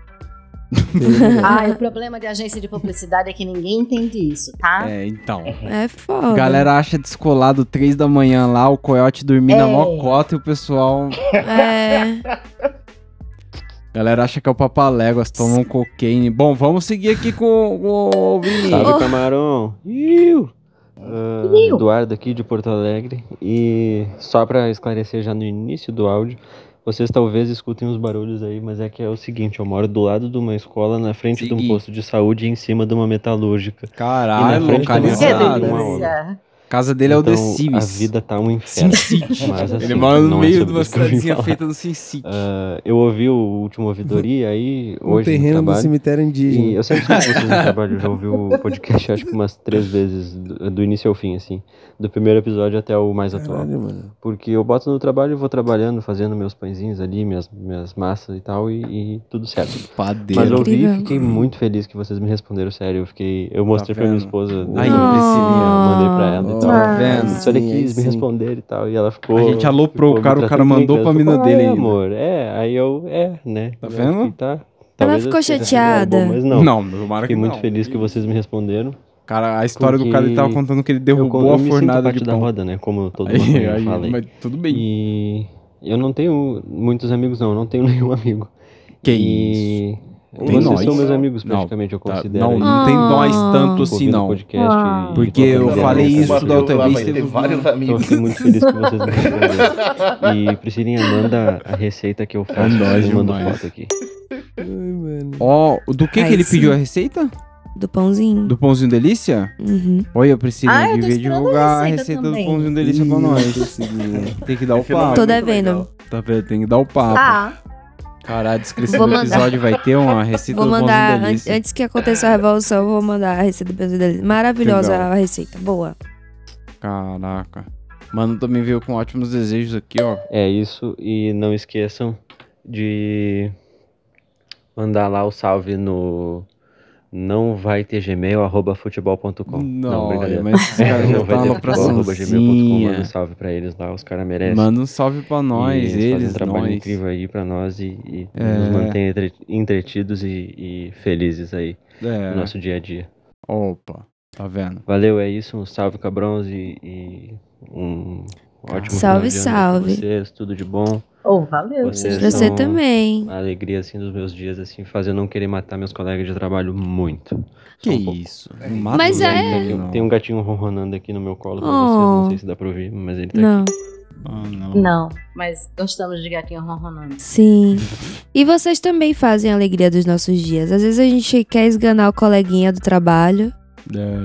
Uhum. Ah, e o problema de agência de publicidade é que ninguém entende isso, tá? É, então. É foda. Galera acha descolado 3 da manhã lá, É. o coiote dormindo na É. mó cota e o pessoal. É. Galera acha que é o Papaléguas, tomam cocaine. Bom, vamos seguir aqui com o- o Vini. Salve, camarão. Iu. Ah, Eduardo aqui de Porto Alegre. E só para esclarecer já no início do áudio, vocês talvez escutem os barulhos aí, mas é que é o seguinte, eu moro do lado de uma escola, na frente de um posto de saúde e em cima de uma metalúrgica. Caralho, e na frente da minha localizado. sala tem uma Que delícia. aula. Casa dele é o então, The Sims. A vida tá um inferno. Sim City. Mas, assim, Ele mora no não é meio sobre de uma isso que eu vim cidadezinha falar. feita do Sin City. Ah, eu ouvi o último ouvidoria aí No hoje terreno do no trabalho, cemitério indígena. E eu sempre escuto vocês no trabalho, eu já ouvi o podcast acho que umas três vezes, do, do início ao fim, assim. Do primeiro episódio até o mais atual. Caralho, mano. Porque eu boto no trabalho e vou trabalhando, fazendo meus pãezinhos ali, minhas, minhas massas e tal, e, e tudo certo. Padeiro. Mas eu ouvi e Incrível. fiquei muito feliz que vocês me responderam, sério. Eu, fiquei, eu mostrei pra minha Tá vendo? esposa, Ai, Priscilinha, mandei pra ela e tal. Tá vendo? Isso ele quis me Sim. responder e tal, e ela ficou... A gente aloprou ficou o me cara, o cara tratando mandou bem, pra ela ficou, mina "Ah, dele é, ainda." amor, é, aí eu, é, né. Tá vendo? tá, Ela talvez ficou as coisas tenham dado bom, chateada. Mas não, Não, tomara Fiquei que muito não. feliz que vocês me responderam. Cara, a história do cara, ele tava contando que ele derrubou a fornada de da pão. roda, né? Como todo Aí- mundo aí, fala. aí. mas tudo bem. E eu não tenho muitos amigos, não. Eu não tenho nenhum amigo. Que e... isso. Tem Vocês nós. são meus amigos, Não, praticamente, eu tá, considero. não, aí. não tem nós tanto assim, Ouvindo não. podcast e- Porque e eu trocando falei ideia, né, isso sabe? da outra Lá vez, vai teve ter um- vários amigos. Então, eu fiquei muito feliz que vocês me responderam. E Priscilinha, manda a receita que eu faço. É nóis eu mando demais. foto aqui. Ó, do que, Aí que ele sim. pediu a receita? Do pãozinho. Do pãozinho delícia? Uhum. Olha, Priscila, Ah, eu tô devia esperando a divulgar a receita receita também. do pãozinho delícia pra Ih, nós. tem que dar o Esse não é papo. Tô muito devendo. legal. Tá vendo? Tem que dar o papo. Tá. Cara, a descrição Vou do mandar. episódio vai ter uma receita Vou do mandar, pãozinho an- delícia. antes que aconteça a revolução, eu vou mandar a receita do pãozinho delícia. Maravilhosa Legal. a receita, boa. Caraca. Mano também veio com ótimos desejos aqui, ó. É isso, e não esqueçam de mandar lá o salve no não vai ter gmail arroba futebol.com. Não, Não, brincadeira. mas esses caras já não vai tá ter lá pra futebol, arroba gmail.com. Manda sonzinha. um salve pra eles lá, os caras merecem. Manda um salve pra nós, E fazem eles, um trabalho nós. incrível aí pra nós e, e É. nos mantém entre- entretidos e, e felizes aí É. no nosso dia a dia. Opa, tá vendo? Valeu, é isso. Um salve, cabrões, e, e um ótimo final Salve, de ano pra salve. vocês, tudo de bom. Oh, valeu. Pra você são também. A alegria, assim, dos meus dias, assim, fazer eu não querer matar meus colegas de trabalho muito. Que isso? Mas é- né, Tem, um gatinho ronronando aqui no meu colo pra Oh. vocês, não sei se dá pra ouvir, mas ele tá Não. aqui. Ah, Não, mas gostamos de gatinho ronronando. Sim. E vocês também fazem a alegria dos nossos dias. Às vezes a gente quer esganar o coleguinha do trabalho.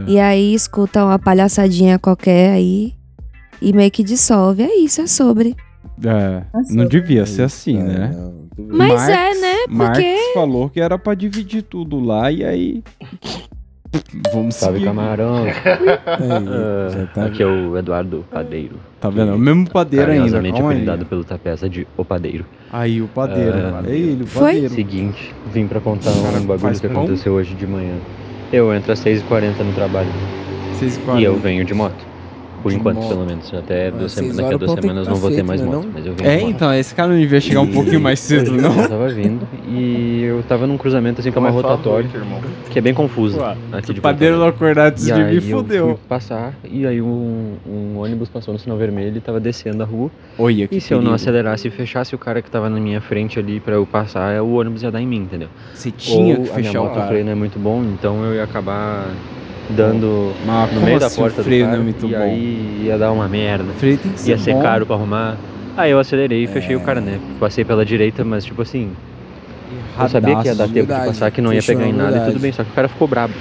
E aí escuta uma palhaçadinha qualquer aí. E meio que dissolve. É isso, é sobre. É, não devia ser assim, né? Mas é, né? Porque- Marx falou que era pra dividir tudo lá e aí. Vamos Salve, seguir. É camarão. Aí, É, já tá- Aqui é o Eduardo Padeiro. Tá vendo? É o mesmo padeiro ainda, Carinhosamente calma aí. apelidado pelo Tapeza de O Padeiro. Aí, o padeiro. Ah, Ei, ele, o Foi? padeiro. Seguinte, vim pra contar Cara, um bagulho faz que pão? aconteceu hoje de manhã. Eu entro às 6h40 no trabalho. 6h40. E eu venho de moto. Por De enquanto, moto. Ah, pelo menos. Até É duas seis semanas, daqui a horas duas o pão tem que semanas tá não vou ter feito, mais né, moto. não? Mas eu venho É, de moto. então, esse cara não devia chegar um pouquinho mais cedo, Hoje não? Eu tava vindo e eu tava num cruzamento assim com uma Não é só rotatória noite, que é bem confusa. Ué, aqui se de o padeiro Porto Alegre. não acordar antes E de mim, aí eu fudeu. fui passar e aí um, um ônibus passou no sinal vermelho e tava descendo a rua. Olha, que e se eu não perigo. acelerasse e fechasse o cara que tava na minha frente ali pra eu passar, é o ônibus ia dar em mim, entendeu? Você tinha Ou que a minha fechar o moto, cara. freio não é muito bom, então eu ia acabar dando Mas no como meio da assim o porta freio do não é cara, muito e bom? aí ia dar uma merda. Freio tem que ser ia ser bom. É. caro pra arrumar. Aí eu acelerei e fechei o cara, né? Passei pela direita, mas tipo assim, eu sabia que ia dar tempo de Erradaço, passar, que não ia fechou pegar em na nada e humildade. tudo bem, só que o cara ficou brabo.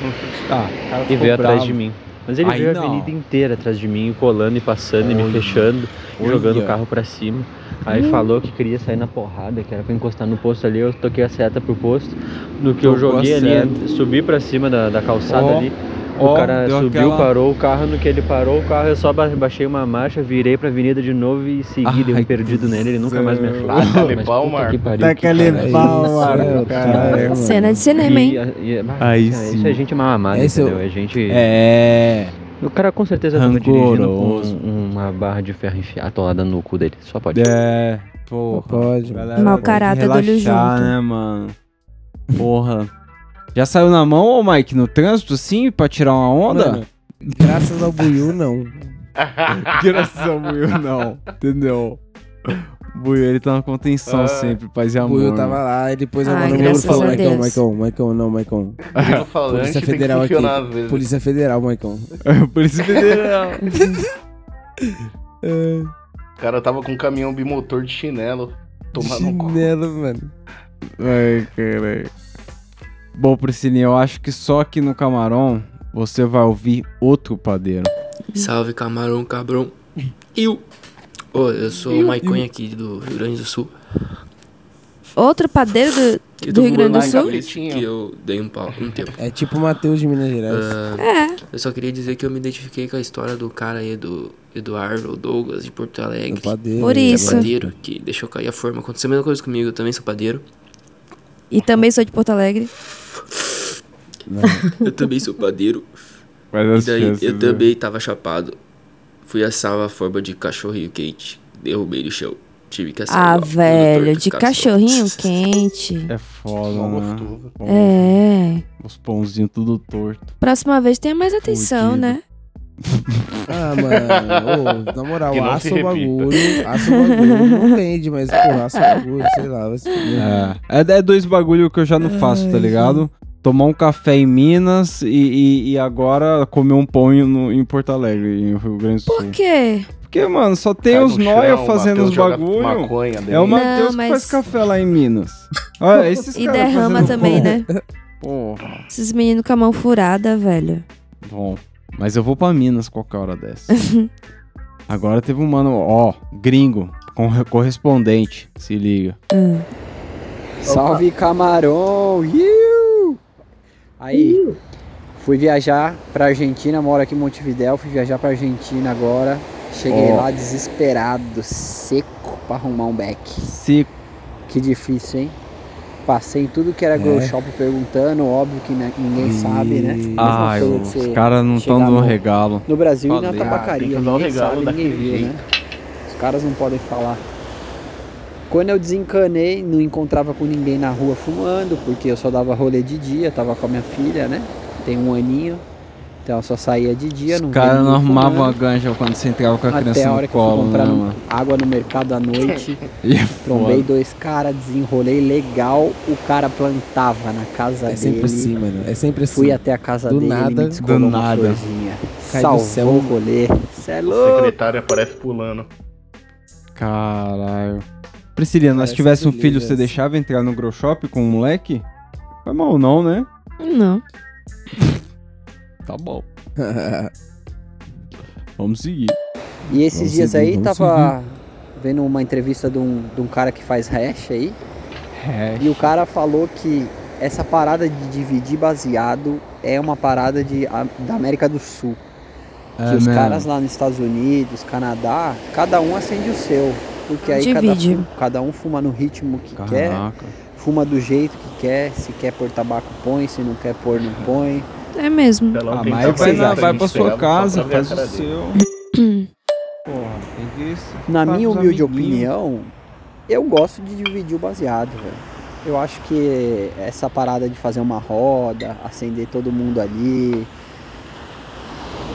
Tá, o cara E ficou veio atrás bravo. de mim. Mas ele Aí veio não. a avenida inteira atrás de mim, colando e passando e me fechando, e Olha. jogando o carro pra cima. Aí Hum. falou que queria sair na porrada, que era pra encostar no posto ali, eu toquei a seta pro posto. No que eu Tocou a joguei ali, seta. subi pra cima da, da calçada Ó, ali. ó, o cara deu subiu, aquela- parou o carro. No que ele parou o carro, eu só ba- baixei uma marcha, virei pra avenida de novo e segui, dei um perdido nele. Ele nunca mais me achou. Deus. Taca-lhe Mas pau, puta Marco. que pariu, que Taca-lhe cara Tá é pau, isso, Marco, meu caralho, Deus. Cena de cinema, hein? E- e- ah, Aí cara, sim. Isso é gente mal amada, Esse é o- entendeu? É gente... É. O cara com certeza tava dirigindo com Rancoroso. um- uma barra de ferro enfi- atolada no cu dele. Só pode. É, porra. Pode. Mau caráter do olho junto. né, mano? Porra. Já saiu na mão, ô Mike, no trânsito, sim, pra tirar uma onda? Mano, graças ao Buiu, não. Graças ao meu, não. Entendeu? Buio, ele tá na contenção Ah. sempre, paz e amor. Buio tava lá e depois eu Ai, mandei um graças e falou: a Maicon, Deus. Maicon, Maicon, não, Maicon. Menino falante Polícia tem que Federal aqui. funcionar às vezes. Polícia Federal, Maicon. Polícia Federal. É. Cara, eu tava com um caminhão bimotor de chinelo. Tomar no cu. Chinelo, mano. Ai, caralho. Bom, Priscilinha, eu acho que só aqui no Camarão você vai ouvir outro padeiro. Salve camarão, cabrão. Eu. Ô, eu sou o Iu. Maiconha aqui do Rio Grande do Sul. Outro padeiro do, do Eu tô Rio Grande voando do lá em Sul? Cabritinho, que eu dei um pau um tempo. É tipo o Matheus de Minas Gerais. Ah, É. Eu só queria dizer que eu me identifiquei com a história do cara aí, do Eduardo ou Douglas de Porto Alegre. padeiro, Por Que é isso. padeiro, que deixou cair a forma. Aconteceu a mesma coisa comigo, eu também sou padeiro. E também sou de Porto Alegre. Eu também sou padeiro. as e daí chances, eu né? também tava chapado. Fui assar uma forma de cachorrinho quente. Derrubei no chão. Tive que assar. Ah, igual. velho, de castor. cachorrinho quente. É foda, né? É. Os pãozinhos tudo torto. Próxima vez tenha mais atenção, Fudido. né? Ah, mano, ô, na moral, Que não assa se o repita. bagulho, assa o bagulho, não vende, mas pô, assa o bagulho, sei lá, vai se fuder. É, é dois bagulho que eu já não faço, tá Ai, ligado? Tomar um café em Minas e, e- e agora comer um pão no- em Porto Alegre, em Rio Grande do Sul. Por quê? Porque, mano, só tem Cai os no nóia chão, fazendo Mateus os joga bagulho. maconha É o dentro. Matheus Não, que mas- faz café lá em Minas. Olha, esses E caras derrama fazendo também, pão. né? Porra. Esses meninos com a mão furada, velho. Bom, mas eu vou pra Minas qualquer hora dessa. Agora teve um mano, ó, gringo, com- correspondente, se liga. Ah. Salve camarão! Iu! Aí, fui viajar pra Argentina, moro aqui em Montevidéu, fui viajar pra Argentina agora. Cheguei Ó. lá desesperado, seco pra arrumar um back. Seco. Que difícil, hein? Passei em tudo que era É. grow shop perguntando, óbvio que né, ninguém sabe, né? Mesma Ai, coisa de os você caras não tão chegar dando no- regalo. No Brasil e Falei. na tabacaria, Ah, tem que dar um ninguém regalo sabe, ninguém daquele viu, né? Os caras não podem falar. Quando eu desencanei, não encontrava com ninguém na rua fumando, porque eu só dava rolê de dia, tava com a minha filha, né? Tem um aninho, então eu só saía de dia. Os não caras via não ninguém arrumavam a fumando. ganja quando você entrava com a né? Até criança a hora no que eu fui colo, né, comprar um mano? água no mercado à noite, E é trombei foda. dois caras, desenrolei legal, o cara plantava na casa É dele. sempre assim, mano, é sempre assim. Fui até a casa do dele, ele nada, me descolou do uma nada. florzinha. um Cai do Salvou céu. o rolê. Cê é O louco. secretário aparece pulando. Caralho. Priscilina, nós Parece tivesse um que filho, liga é. você essa. deixava entrar no grow shop com um moleque? Foi mal não, né? Não. Tá bom. Vamos seguir. E esses Vamos dias seguir, aí vamos tava vendo uma entrevista de um, de um cara que faz hash aí. Hash. E o cara falou que essa parada de dividir baseado é uma parada de, a- da América do Sul. Que É os mesmo. caras lá nos Estados Unidos, Canadá, cada um acende o seu. Porque aí cada, Divide. fu- cada um fuma no ritmo que Caraca. quer, fuma do jeito que quer, se quer pôr tabaco põe, se não quer pôr não põe. É mesmo. Ah, mas vai, na, vai pra sua casa, faz o seu. Porra, tem que Na tá minha com os humilde amiguinhos. opinião, eu gosto de dividir o baseado, velho. Eu acho que essa parada de fazer uma roda, acender todo mundo ali,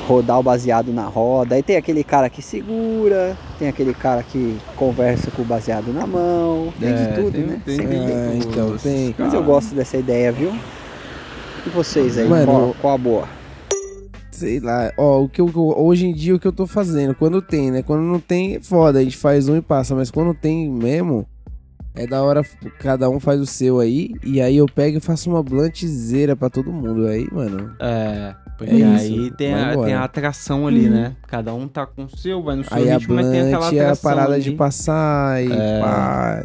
rodar o baseado na roda. Aí tem aquele cara que segura, tem aquele cara que conversa com o baseado na mão, tem É, de tudo, tem- né? tem Sempre de tem. tudo, É, então, esses tem. Mas eu caras. gosto dessa ideia, viu? E vocês aí, Mano, qual, qual a boa? Sei lá, ó, o que eu, hoje em dia o que eu tô fazendo, quando tem, né? Quando não tem, é foda, a gente faz um e passa, mas quando tem mesmo, é da hora, cada um faz o seu aí, e aí eu pego e faço uma blantezeira pra todo mundo aí, mano. É, porque É isso, aí tem vai a, embora. tem a atração ali, Hum. Uhum. né? Cada um tá com o seu, vai no seu Aí a ritmo, mas tem aquela blunt é a atração parada ali. de passar e É. pá.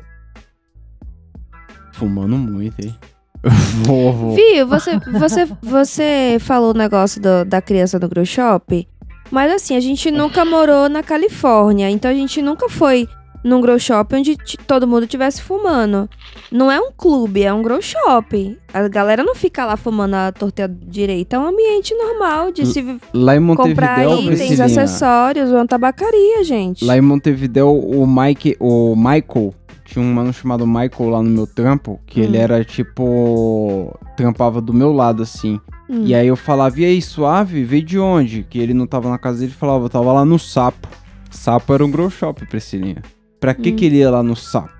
Fumando muito, hein? vou, vou. Fio, você, você, você falou o negócio do- da criança no grow shop, mas assim, a gente nunca morou na Califórnia, então a gente nunca foi num grow shop onde t- todo mundo tivesse fumando. Não é um clube, é um grow shop. A galera não fica lá fumando a torta direita, é um ambiente normal de se vi- Lá em comprar Montevidéu, itens, Priscilina, acessórios, uma tabacaria, gente. Lá em Montevideo, o Mike, o Michael, tinha um mano chamado Michael lá no meu trampo, que Hum. ele era tipo trampava do meu lado assim. Hum. E aí eu falava: "E aí, suave, veio de onde?" Que ele não tava na casa dele, falava: "Eu tava lá no Sapo". Sapo era um grow shop, Priscilinha. Pra Hum. que, que ele ia lá no sapo?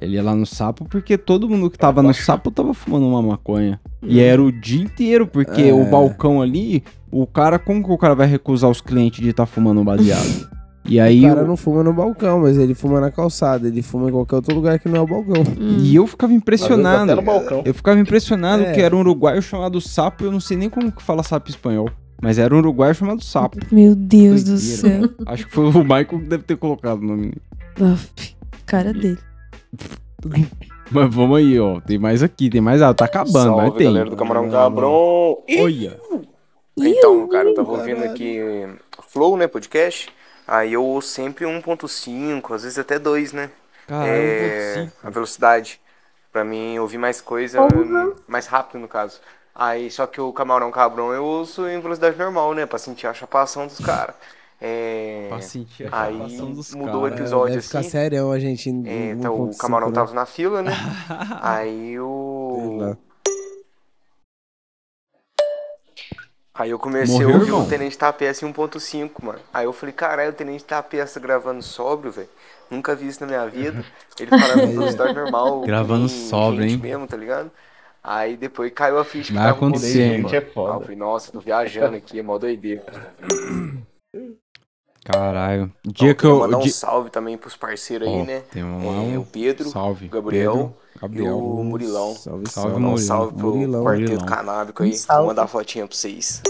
Ele ia lá no sapo porque todo mundo que tava no sapo tava fumando uma maconha. E Hum. era o dia inteiro, porque É. o balcão ali, o cara, como que o cara vai recusar os clientes de estar fumando um baseado? E aí o cara não fuma no balcão, mas ele fuma na calçada, ele fuma em qualquer outro lugar que não é o balcão. E eu ficava impressionado. Até no balcão. Eu ficava impressionado É. que era um uruguaio chamado sapo, eu não sei nem como que fala sapo em espanhol. Mas era um uruguaio chamado sapo. Meu Deus do Doideira, céu. né? Acho que foi o Michael que deve ter colocado o nome nele. Aff, cara dele. Mas vamos aí, ó. Tem mais aqui, tem mais. Ah, tá acabando, Salve, mas tem. galera do Camarão Cabrão. Olha. Então, cara, eu tava ouvindo aqui Flow, né, podcast. Aí eu ouço sempre 1.5, às vezes até 2, né? Caralho, é, 1.5. a velocidade. Pra mim ouvir mais coisa, Porra. mais rápido no caso. Aí, só que o Camarão Cabrão eu ouço em velocidade normal, né? Pra sentir a chapação dos caras. É... Pra sentir a Aí chapação dos mudou cara. é, o episódio Deve assim. ficar sério a gente. em É, 1.5, tá, o camarão né? tava na fila, né? Aí o. Aí eu comecei Morreu, a ouvir irmão? o Tenente Tapeça em 1.5, mano. Aí eu falei, caralho, o Tenente Tapeça gravando sóbrio, velho. Nunca vi isso na minha vida. Ele falando em velocidade normal. que Gravando nem sóbrio, gente hein? mesmo, tá ligado? Aí depois caiu a ficha que Vai tava com acontecer, delay, hein? mano. Gente, é Aí eu falei, nossa, tô viajando aqui, é mó doideira. Caralho. O Ó, Dia É que queria eu. mandar o um dia- salve também pros parceiros aí, Ó, né? tem um lá, É, um o Pedro, salve, o Gabriel, Pedro, Gabriel. e o Murilão. Um Salve, Mandar salve, um Murilão. salve pro Murilão. Quarteto Murilão. Canábico aí. Salve. Vou mandar fotinha pra vocês.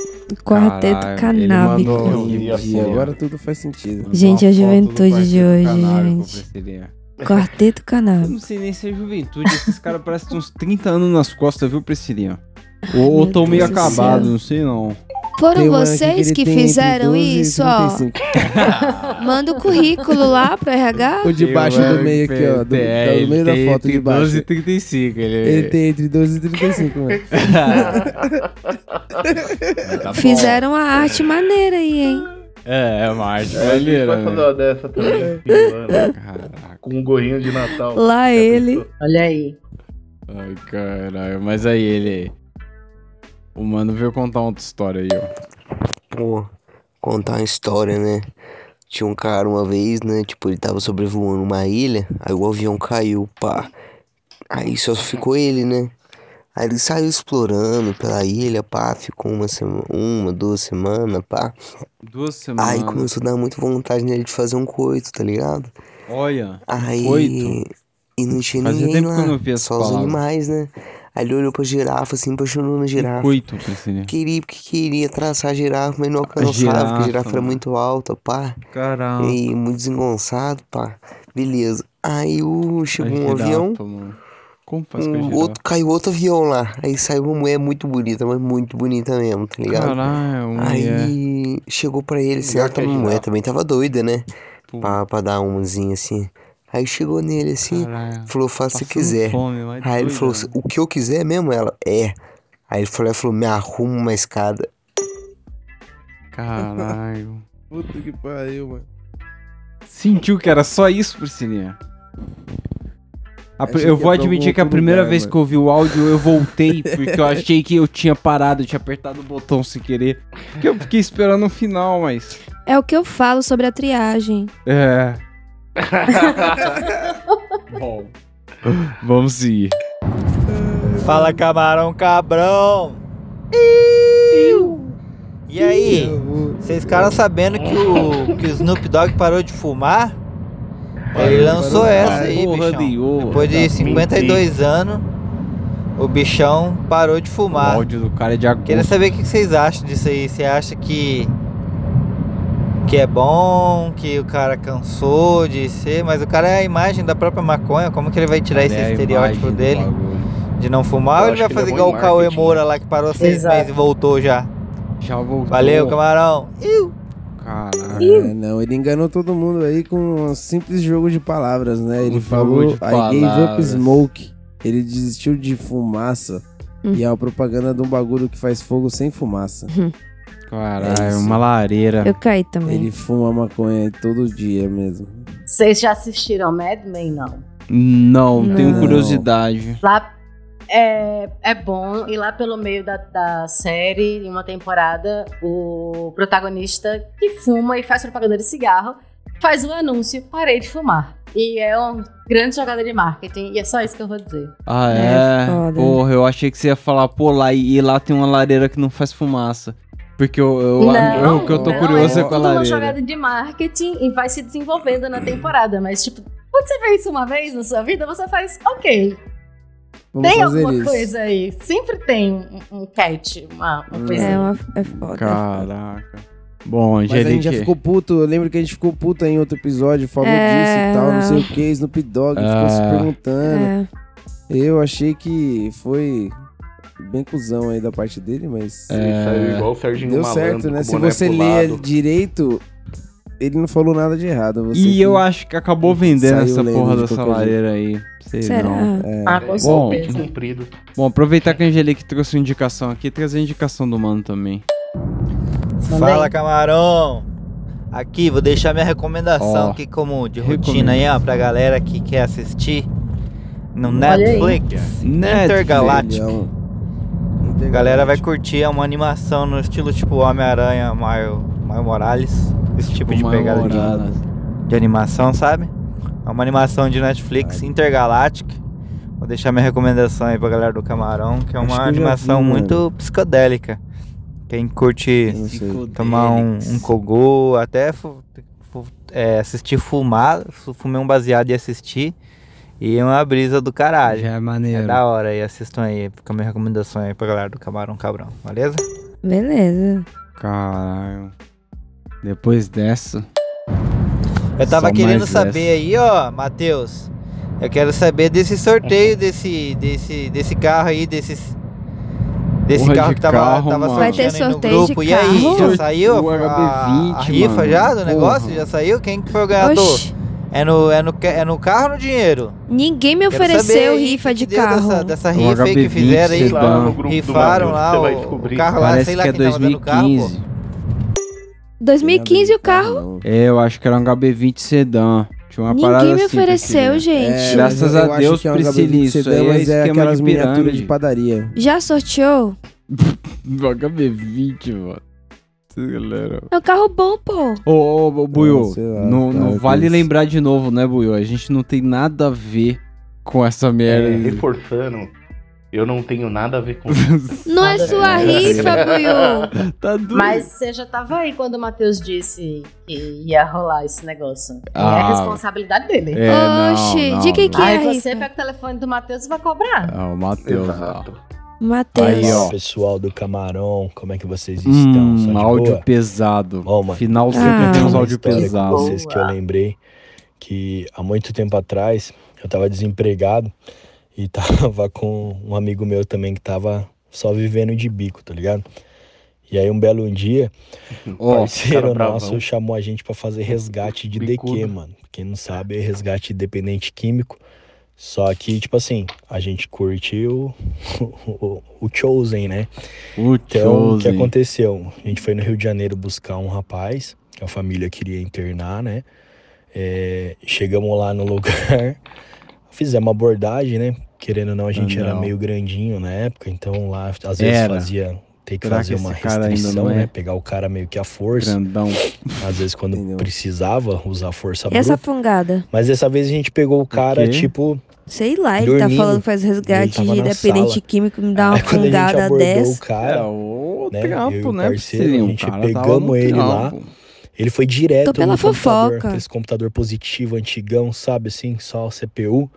Quarteto Caralho, ele canábico. mandou- E Assim, ó. agora tudo faz sentido. Gente, a juventude de hoje, canábico, gente. parceria. Quarteto Eu canábico. não sei nem se é juventude. Esses caras parecem ter uns 30 anos nas costas, viu, Priscilinha? Ou ou meu tão meio Deus do acabado, céu. não sei não. Foram vocês que, fizeram isso, ó. Manda o currículo lá pro RH. O de um baixo do meio aqui, ó. Do, do É, ele meio da tem foto de entre baixo. 12 e 35, ele- Ele tem entre 12 e 35, mano. Tá Fizeram a arte maneira aí, hein? É, é uma arte É, a gente maneira, vai fazer né? uma dessa também. Caraca. Com um gorrinho de Natal. Lá ele. Olha aí. Ai, caralho. Mas aí, ele... O mano veio contar outra história aí, ó. Pô, contar uma história, né? Tinha um cara uma vez, né? Tipo, ele tava sobrevoando uma ilha, aí o avião caiu, pá. Aí só ficou ele, né? Aí ele saiu explorando pela ilha, pá, ficou uma, sema- uma duas semanas, pá. Duas semanas. Aí começou a dar muita vontade nele de fazer um coito, tá ligado? Olha. Aí. Oito. E não tinha Fazia ninguém tempo que lá. eu não ouvia essa só os palavra. animais, né? Aí ele olhou pra girafa, se apaixonou na girafa. Coito, Priscilinha. Queria, porque queria traçar a girafa, mas não alcançava, porque girafa, a girafa era mano. muito alta, pá. Caralho. E muito desengonçado, pá. Beleza. Aí o, chegou um girafa, avião. mano. Como faz com a um girafa? outro, caiu outro avião lá. Aí saiu uma mulher muito bonita, mas muito bonita mesmo, tá ligado? Caralho, uma Aí chegou pra ele, assim, ela que a tava, uma mulher girafa. também tava doida, né? Pra, pra dar umzinho assim. Aí chegou nele assim, falou, faça o que passando quiser. fome, mas Aí ele doida, né? falou, o que eu quiser mesmo? Ela, é. Aí ele falou, ela falou, me arruma uma escada. Caralho. Puta que pariu, mano. Sentiu que era só isso, Priscilinha? A pri- Achei eu que vou ia pra admitir algum que a outro primeira lugar, vez mano. que eu ouvi o áudio eu voltei, porque eu achei que eu tinha parado, tinha apertado o botão sem querer. Porque eu fiquei esperando o final, mas. É o que eu falo sobre a triagem. É. Bom. Vamos seguir. Fala camarão cabrão! E aí? Vocês ficaram sabendo que o que o Snoop Dogg parou de fumar? Ele lançou essa aí, bichão. Depois Tá de 52 anos, o bichão parou de fumar. O áudio do cara é de agosto. Queria saber o que vocês acham disso aí. Você acha que que é bom, que o cara cansou de ser, mas o cara é a imagem da própria maconha. Como que ele vai tirar Ele esse é a estereótipo imagem do dele de não fumar? Eu Ou acho ele vai que ele é fazer bom igual em o Cauê marketing, Moura lá que parou seis Exato. meses e voltou já? Já voltou. Valeu, camarão. Caralho. É, não, ele enganou todo mundo aí com um simples jogo de palavras, né? Ele Um jogo falou de I gave up palavras. smoke. Ele desistiu de fumaça. E é a propaganda de um bagulho que faz fogo sem fumaça. Caralho, É isso. uma lareira. Hum. Eu caí também. Ele fuma maconha todo dia mesmo. Vocês já assistiram Mad Men? Não. Não, tenho Não. curiosidade. Lá é, é bom, e lá pelo meio da, da série, em uma temporada, o protagonista que fuma e faz propaganda de cigarro faz um anúncio, parei de fumar. E é uma grande jogada de marketing, e é só isso que eu vou dizer. Ah, é? Porra, eu achei que você ia falar, pô, lá e, e lá tem uma lareira que não faz fumaça. Porque eu, eu, Não, eu- o que eu tô não, curioso é tudo com a uma lareira. jogada de marketing e vai se desenvolvendo na temporada, mas tipo, quando você vê isso uma vez na sua vida, você faz, ok. Vamos tem fazer alguma isso. coisa aí. Sempre tem um, um catch, uma, uma coisa. É, uma, é foda. Hum. Caraca. Bom, assim. Mas a gente Angelique. já ficou puto, eu lembro que a gente ficou puto em outro episódio, falou É, disso e tal, não sei não. o que, Snoop Dogg, Ah. ficou se perguntando. É. Eu achei que foi bem cusão aí da parte dele, mas... Ele É. saiu igual o Serginho Deu Malandro, certo, com o né? Se boné você pro ler lado. direito, ele não falou nada de errado. você E que eu acho que acabou né, vendendo assim, saiu essa lendo porra de dessa qualquer lareira aí. Sei Será? não. É. Ah, com Bom, certeza. Cumprido. bom, aproveitar que a Angelique trouxe uma indicação aqui, trazer a indicação do mano também. Fala, camarão! Aqui, vou deixar minha recomendação aqui como de rotina aí, ó, pra galera que quer assistir no Olha aí. Netflix. Netflix. É, Intergaláctico. A galera vai curtir, é uma animação no estilo tipo Homem-Aranha, Mario, Mario Morales. Esse tipo, de Mario pegada Morales. de, de animação, sabe? É uma animação de Netflix, Intergaláctica. Vou deixar minha recomendação aí pra galera do Camarão, que é Acho uma que eu já animação vi, mano. muito psicodélica. Quem curte tomar um, um cogô, até fu- fu- é, assistir fumar, fu- fumei um baseado e assistir. E é uma brisa do caralho. Já é maneiro. É da hora aí, assistam aí. Fica a minha recomendação aí pra galera do Camarão Cabrão, beleza? Beleza. Caralho. Depois dessa. Eu tava Só querendo mais saber essa. aí, ó, Matheus. Eu quero saber desse sorteio desse, desse, desse carro aí, desses. Desse Porra, carro de que tava, carro, tava mano. Vai ter sorteando aí no sorteio de grupo. E aí, carro? já saiu O a, HB20, a rifa mano. já do Porra. negócio? Já saiu? Quem que foi o ganhador? Oxi. É no, é, no, ca- é no carro ou no dinheiro? Ninguém me Quero saber ofereceu aí rifa de que deu carro. Dessa, dessa rifa aí que fizeram aí, sedã. Lá no grupo do rifaram Matheus, lá você o, vai o descobrir. carro lá, Parece sei lá que é quem tava dando o carro, pô. 2015. 2015 o carro? É, eu acho que era um HB20 sedã. Tinha uma Ninguém parada me assim, ofereceu, Priscila. gente. Graças eu a acho Deus, que é um Priscila, HB20 isso sedã, aí é mas é esquema aquelas de miniaturas pirâmide. de padaria. Já sorteou? É, um HB20, mano. Essa galera... É um carro bom, pô. Ô, ô, ô Buiu, Ah, sei lá, não, cara, não que vale isso. lembrar de novo, né, Buiu? A gente não tem nada a ver com essa merda. É, de- reforçando, eu não tenho nada a ver com Não é sua rifa, Buiu. Tá doido. Mas você já tava aí quando o Matheus disse que ia rolar esse negócio. E é Ah. responsabilidade dele. É, não, Oxi, não, de quem que não. Aí é a você rifa? pega o telefone do Matheus e vai cobrar. É, Ah, o Matheus. Matheus. Aí, ó. pessoal do Camarão, como é que vocês estão? Só Hum, de áudio boa? pesado. Bom, mano, Final eu sempre tenho tem uns uma áudio história com pesado. Vocês que eu lembrei que há muito tempo atrás eu tava desempregado e tava com um amigo meu também que tava só vivendo de bico, tá ligado? E aí um belo dia, Ó, o parceiro cara bravão. nosso chamou a gente pra fazer resgate de DQ, mano. Quem não sabe é resgate dependente químico. Só que, tipo assim, a gente curtiu o, o Chosen, né? O então, o que Chosen. aconteceu? A gente foi no Rio de Janeiro buscar um rapaz que a família queria internar, né? É, chegamos lá no lugar, fizemos uma abordagem, né? Querendo ou não, a gente Ah, era não. meio grandinho na época, então lá às vezes Era. fazia ter que Será fazer que uma esse cara ainda restrição, não é? né? Pegar o cara meio que à força. Grandão. Às vezes quando precisava usar força E essa bruta. fungada? Mas dessa vez a gente pegou o cara, quê? tipo, Sei lá, ele tá Dormindo. falando que faz resgate Ele tava de na dependente sala. químico, me dá uma Aí É quando a gente fungada abordou dessa. o cara, É, o né, trampo, eu e o né, parceiro, Priscilinha? a O gente cara tava no pegamos ele lá. trampo. Ele foi direto Tô pela no computador, fofoca. aquele computador positivo, antigão, sabe assim, só o CPU.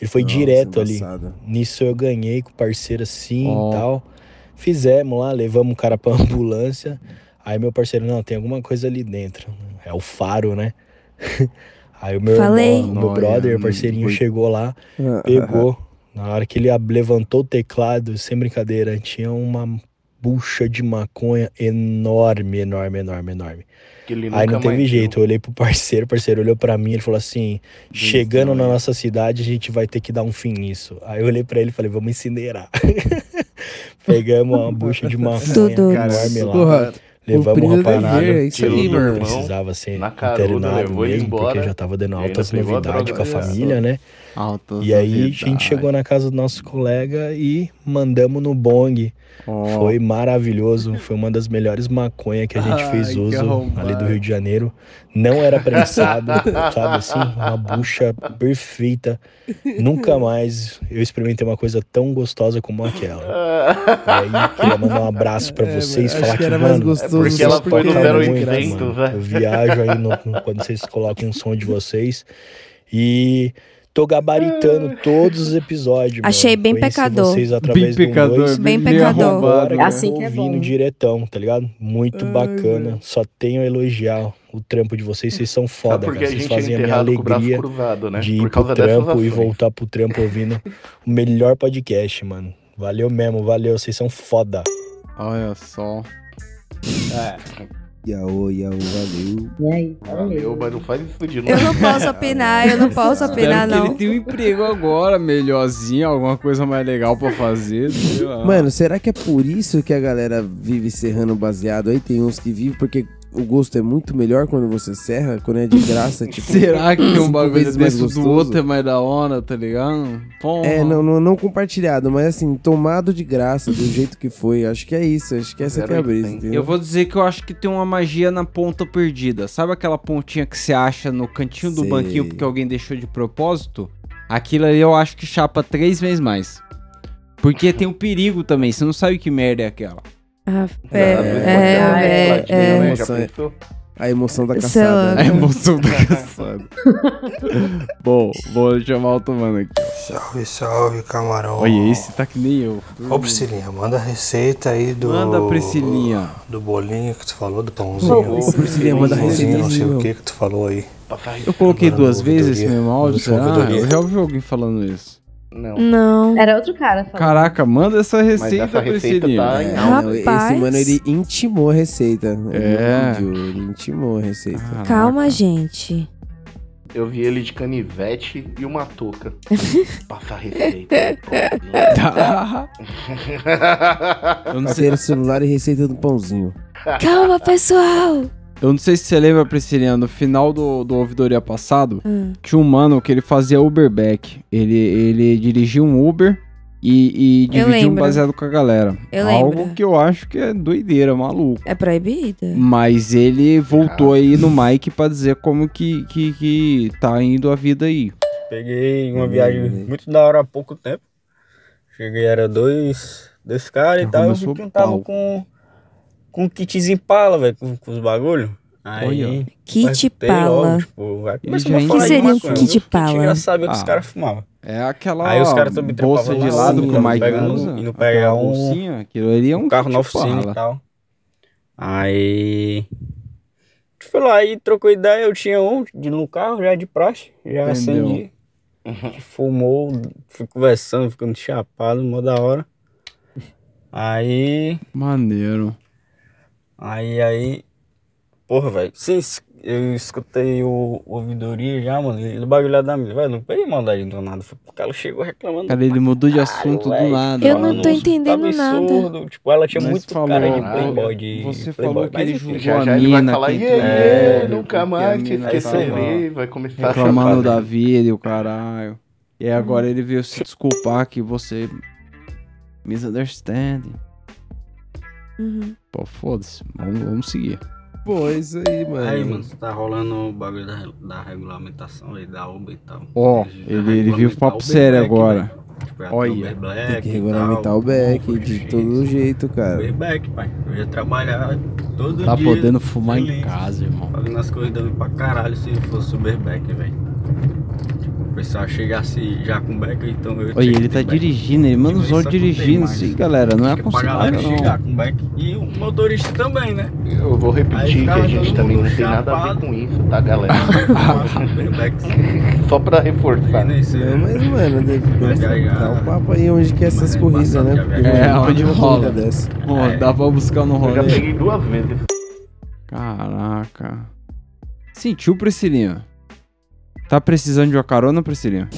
Ele foi Nossa, direto ali. embaçado. Nisso eu ganhei com o parceiro assim Ó. e tal. Fizemos lá, levamos o cara pra ambulância. Aí meu parceiro, não, tem alguma coisa ali dentro. É o faro, né? Aí o meu Falei. irmão, o meu Olha, brother, não parceirinho, foi- chegou lá, Ah, pegou. Na hora que ele ab- levantou o teclado, sem brincadeira, tinha uma bucha de maconha enorme, enorme, enorme, enorme. que ele Aí nunca não teve mais jeito, eu olhei pro parceiro, o parceiro olhou pra mim, ele falou assim: chegando né?" na nossa cidade, a gente vai ter que dar um fim nisso. Aí eu olhei pra ele e falei: vamos incinerar. Pegamos uma bucha de assim, maconha Tudo. enorme lá. Porra, Levamos cumprido o rapaz dever, é isso aí, que mano. precisava ser Na carona, internado levou ele mesmo, embora, porque já tava dando e ainda altas pegou a novidades droga é com a dele. família, né? Altas E aí a gente novidades. chegou na casa do nosso colega e mandamos no bong. Foi maravilhoso, foi uma das melhores maconha que a gente Ai, fez que uso arrombado. ali do Rio de Janeiro. Não era prensado, sabe assim? Uma bucha perfeita. Nunca mais eu experimentei uma coisa tão gostosa como aquela. E aí, queria mandar um abraço pra vocês, acho falar que que, era mais mano, gostoso É porque ela só foi no porque era 0800, muito, mano. velho. Eu viajo aí no- no- quando vocês colocam o som de vocês e tô gabaritando todos os episódios, Achei mano. bem Conheci pecador. Vocês através Bem do pecador, Nois. bem Bem pecador. arrombado, Agora, né? Assim que é ouvindo bom. diretão, tá ligado? Muito bacana. Só tenho a elogiar o trampo de vocês, vocês são foda, porque cara. a Vocês gente é fazem a minha enterrado com o braço alegria curvado, né? de Por ir pro causa dessas trampo e ações. voltar pro trampo ouvindo o melhor podcast, mano. Valeu mesmo, valeu, vocês são foda. Olha só. Yaô, yaô, valeu. E aí? Valeu, mas não faz isso de novo. Eu não posso opinar, eu não posso Espero opinar, que não. ele tenha um emprego agora, melhorzinho, alguma coisa mais legal pra fazer. sei lá. Mano, será que é por isso que a galera vive serrando baseado aí? Tem uns que vivem porque o gosto é muito melhor quando você serra, quando é de graça, tipo... Será que tem um cinco bagulho vezes mais desse do gostoso? outro é mais da hora, tá ligado? Porra. É, não, não, não compartilhado, mas assim, tomado de graça, do jeito que foi. Acho que é isso, acho que essa que é a brisa, entendeu? Eu vou dizer que eu acho que tem uma magia na ponta perdida. Sabe aquela pontinha que você acha no cantinho do Sei. banquinho porque alguém deixou de propósito? Aquilo ali eu acho que chapa três vezes mais. Porque tem o perigo também, você não sabe que merda é aquela. Ah, É, é, é, A é, emoção, é. a emoção da Isso é caçada. né? louco. A emoção da caçada. Bom, vou chamar o tomando aqui. Salve, salve, camarão. Olha, esse tá que nem eu. Ô, Priscilinha, manda a receita aí do. Manda, Priscilinha. Do bolinho que tu falou, do pãozinho. Ô, Priscilinha, manda a Pãozinho, Não sei receita. o que que tu falou aí. Eu coloquei Agora duas na vezes esse ouvidoria. mesmo áudio, Última será? ouvidoria. Eu já ouvi alguém falando isso. tá Não. Era outro cara falando. Caraca, manda essa receita, essa receita Priscilinha. tá em É, alta. não, esse né? Rapaz. mano, ele intimou a receita. no É. Ah, vídeo, ele intimou a receita. Calma, gente. Eu vi ele de canivete e uma touca. Passa a receita. Eu não, sei, Parceiro celular e receita do pãozinho. Calma, pessoal. eu não sei se você lembra, Priscilinha, no final do, do ouvidoria passado, Hum. tinha um mano que ele fazia Uberback. Ele, ele dirigia um Uber e, e Eu dividia um lembro. baseado com a galera. Eu Algo lembro. que eu acho que é doideira, maluco. É proibida. Mas ele voltou aí no Mike pra dizer como que, que, que tá indo a vida aí. Peguei uma viagem muito da hora há pouco tempo. Cheguei, era dois, dois caras e Já tal. Eu começou vi que o um tava pau. com, com um kitzinho pala, velho, com, com os bagulho. Olha. Aí, Kit perguntei logo, pala. Tipo, vai E começar a gente- falar Que seria um maconha, kit viu? pala? Eu já sabia que os Ah. caras fumavam. É aquela Aí os caras também bolsa trepavam de na lado alcinha, que o Mike pega um- usa, e não pega aquela um- bolsinha, aquilo ali é um carro na kit oficina bala. e tal. Aí. Foi lá e trocou ideia, eu tinha um de, no carro, já de praxe, já Entendeu. acendi. Uhum. Fumou, fui conversando, ficando chapado, mó da hora. Aí. Maneiro. Aí, aí. Porra, velho. Vocês. Eu escutei o ouvidoria já, mano. Ele bagulhado da minha. Velho, não peguei maldade do nada. Foi porque ela chegou reclamando. Cara, ele mudou de assunto do Véi, nada. falando uns entendendo nada. absurdo, Tipo, ela tinha Mas muito falou, cara de ah, playboy, de você playboy. falou que ele enfim, julgou já- a já ele vai mina. falar, que "Iê, entrou- iê, é, nunca que a mais te mina esquecerei", tava vai começar a chapar, Reclamando da né? vida e o caralho. E agora ele veio se desculpar que você... Misunderstanding. Uhum. Pô, foda-se. Vamos, vamos seguir. Pô, é isso aí, mano. Aí, mano, tá rolando o bagulho da, da regulamentação aí, da Uber e tal. Ó, Eles já ele, ele regulamentam viu o o papo Uber sério Black, agora. velho. Tipo, é a Olha. Uber Black Tem que e regulamentar tal. o back de todo jeito, cara. Uber Black, pai. Eu ia trabalhar todo Tá dia. podendo fumar em feliz, casa, irmão. Fazendo as corridas pra caralho se fosse o Uber Black, velho. Tipo, o pessoal chegasse já com Black, então eu Olha, tinha ele que tá ter Black. dirigindo, ele manda Tipo, os Isso olhos não tem dirigindo. mais. Sim, galera, não é Porque pra aconselhável, galera não. chegar com Black e o motorista também, né? Eu vou Aí repetir que ficava a gente todo também mundo não tem nada a ver chapado. com isso, tá, galera? Só pra reforçar. Não, mas, mano, deve dá né? um papo aí onde que é essas corridas, né? Porque É, não tem onde uma rola. corrida dessa. Pô, É. dá pra buscar no Eu já peguei rolê. duas vezes. Caraca. Sentiu, Priscilinha? Tá precisando de uma carona, Priscilinha?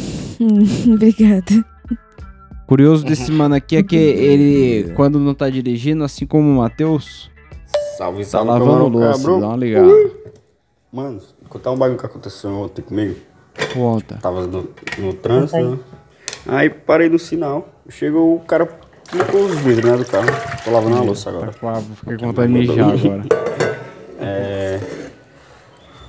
Hum, Obrigada. Curioso desse mano aqui é que ele, quando não tá dirigindo, assim como o Matheus, Salve, tá salve, lavando camarão, louça, dá um cabrão. uma ligada. Mano, contar um bagulho que aconteceu ontem comigo. Volta. Tava do- no trânsito, né? Aí parei no sinal. Chegou o cara com os vidros, né, do carro. Tô lavando a louça agora. Fiquei com vontade de mijar agora. É...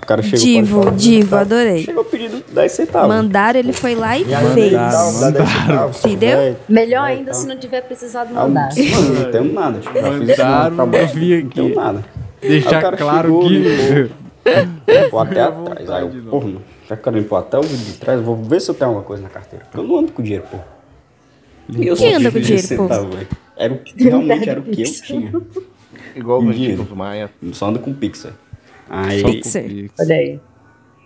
O cara chegou Divo, pode falar, divo, tá? adorei. Chegou pedindo 10 centavos. Mandaram, ele foi lá e E aí, fez. mandaram, dá 10 centavos, Entendeu? velho. Melhor ainda se não tiver precisado Ah, mandar. mano, não tem nada. Tipo, já fiz isso, Mandaram, não, acabou. eu vi Não tem aqui. nada. Deixar Aí o cara claro chegou, que- limpou. Vou até atrás. Aí eu, porra, mano, tá já que eu limpou até o vidro de trás, vou ver se eu tenho alguma coisa na carteira. Porque eu não ando com dinheiro, porra. E eu Quem só anda com tive dinheiro, esse porra? centavo, velho. Era o que realmente era o que eu tinha. Igual os o antigos Maia. Só ando com Pixar. Aí, Pixar. Olha aí.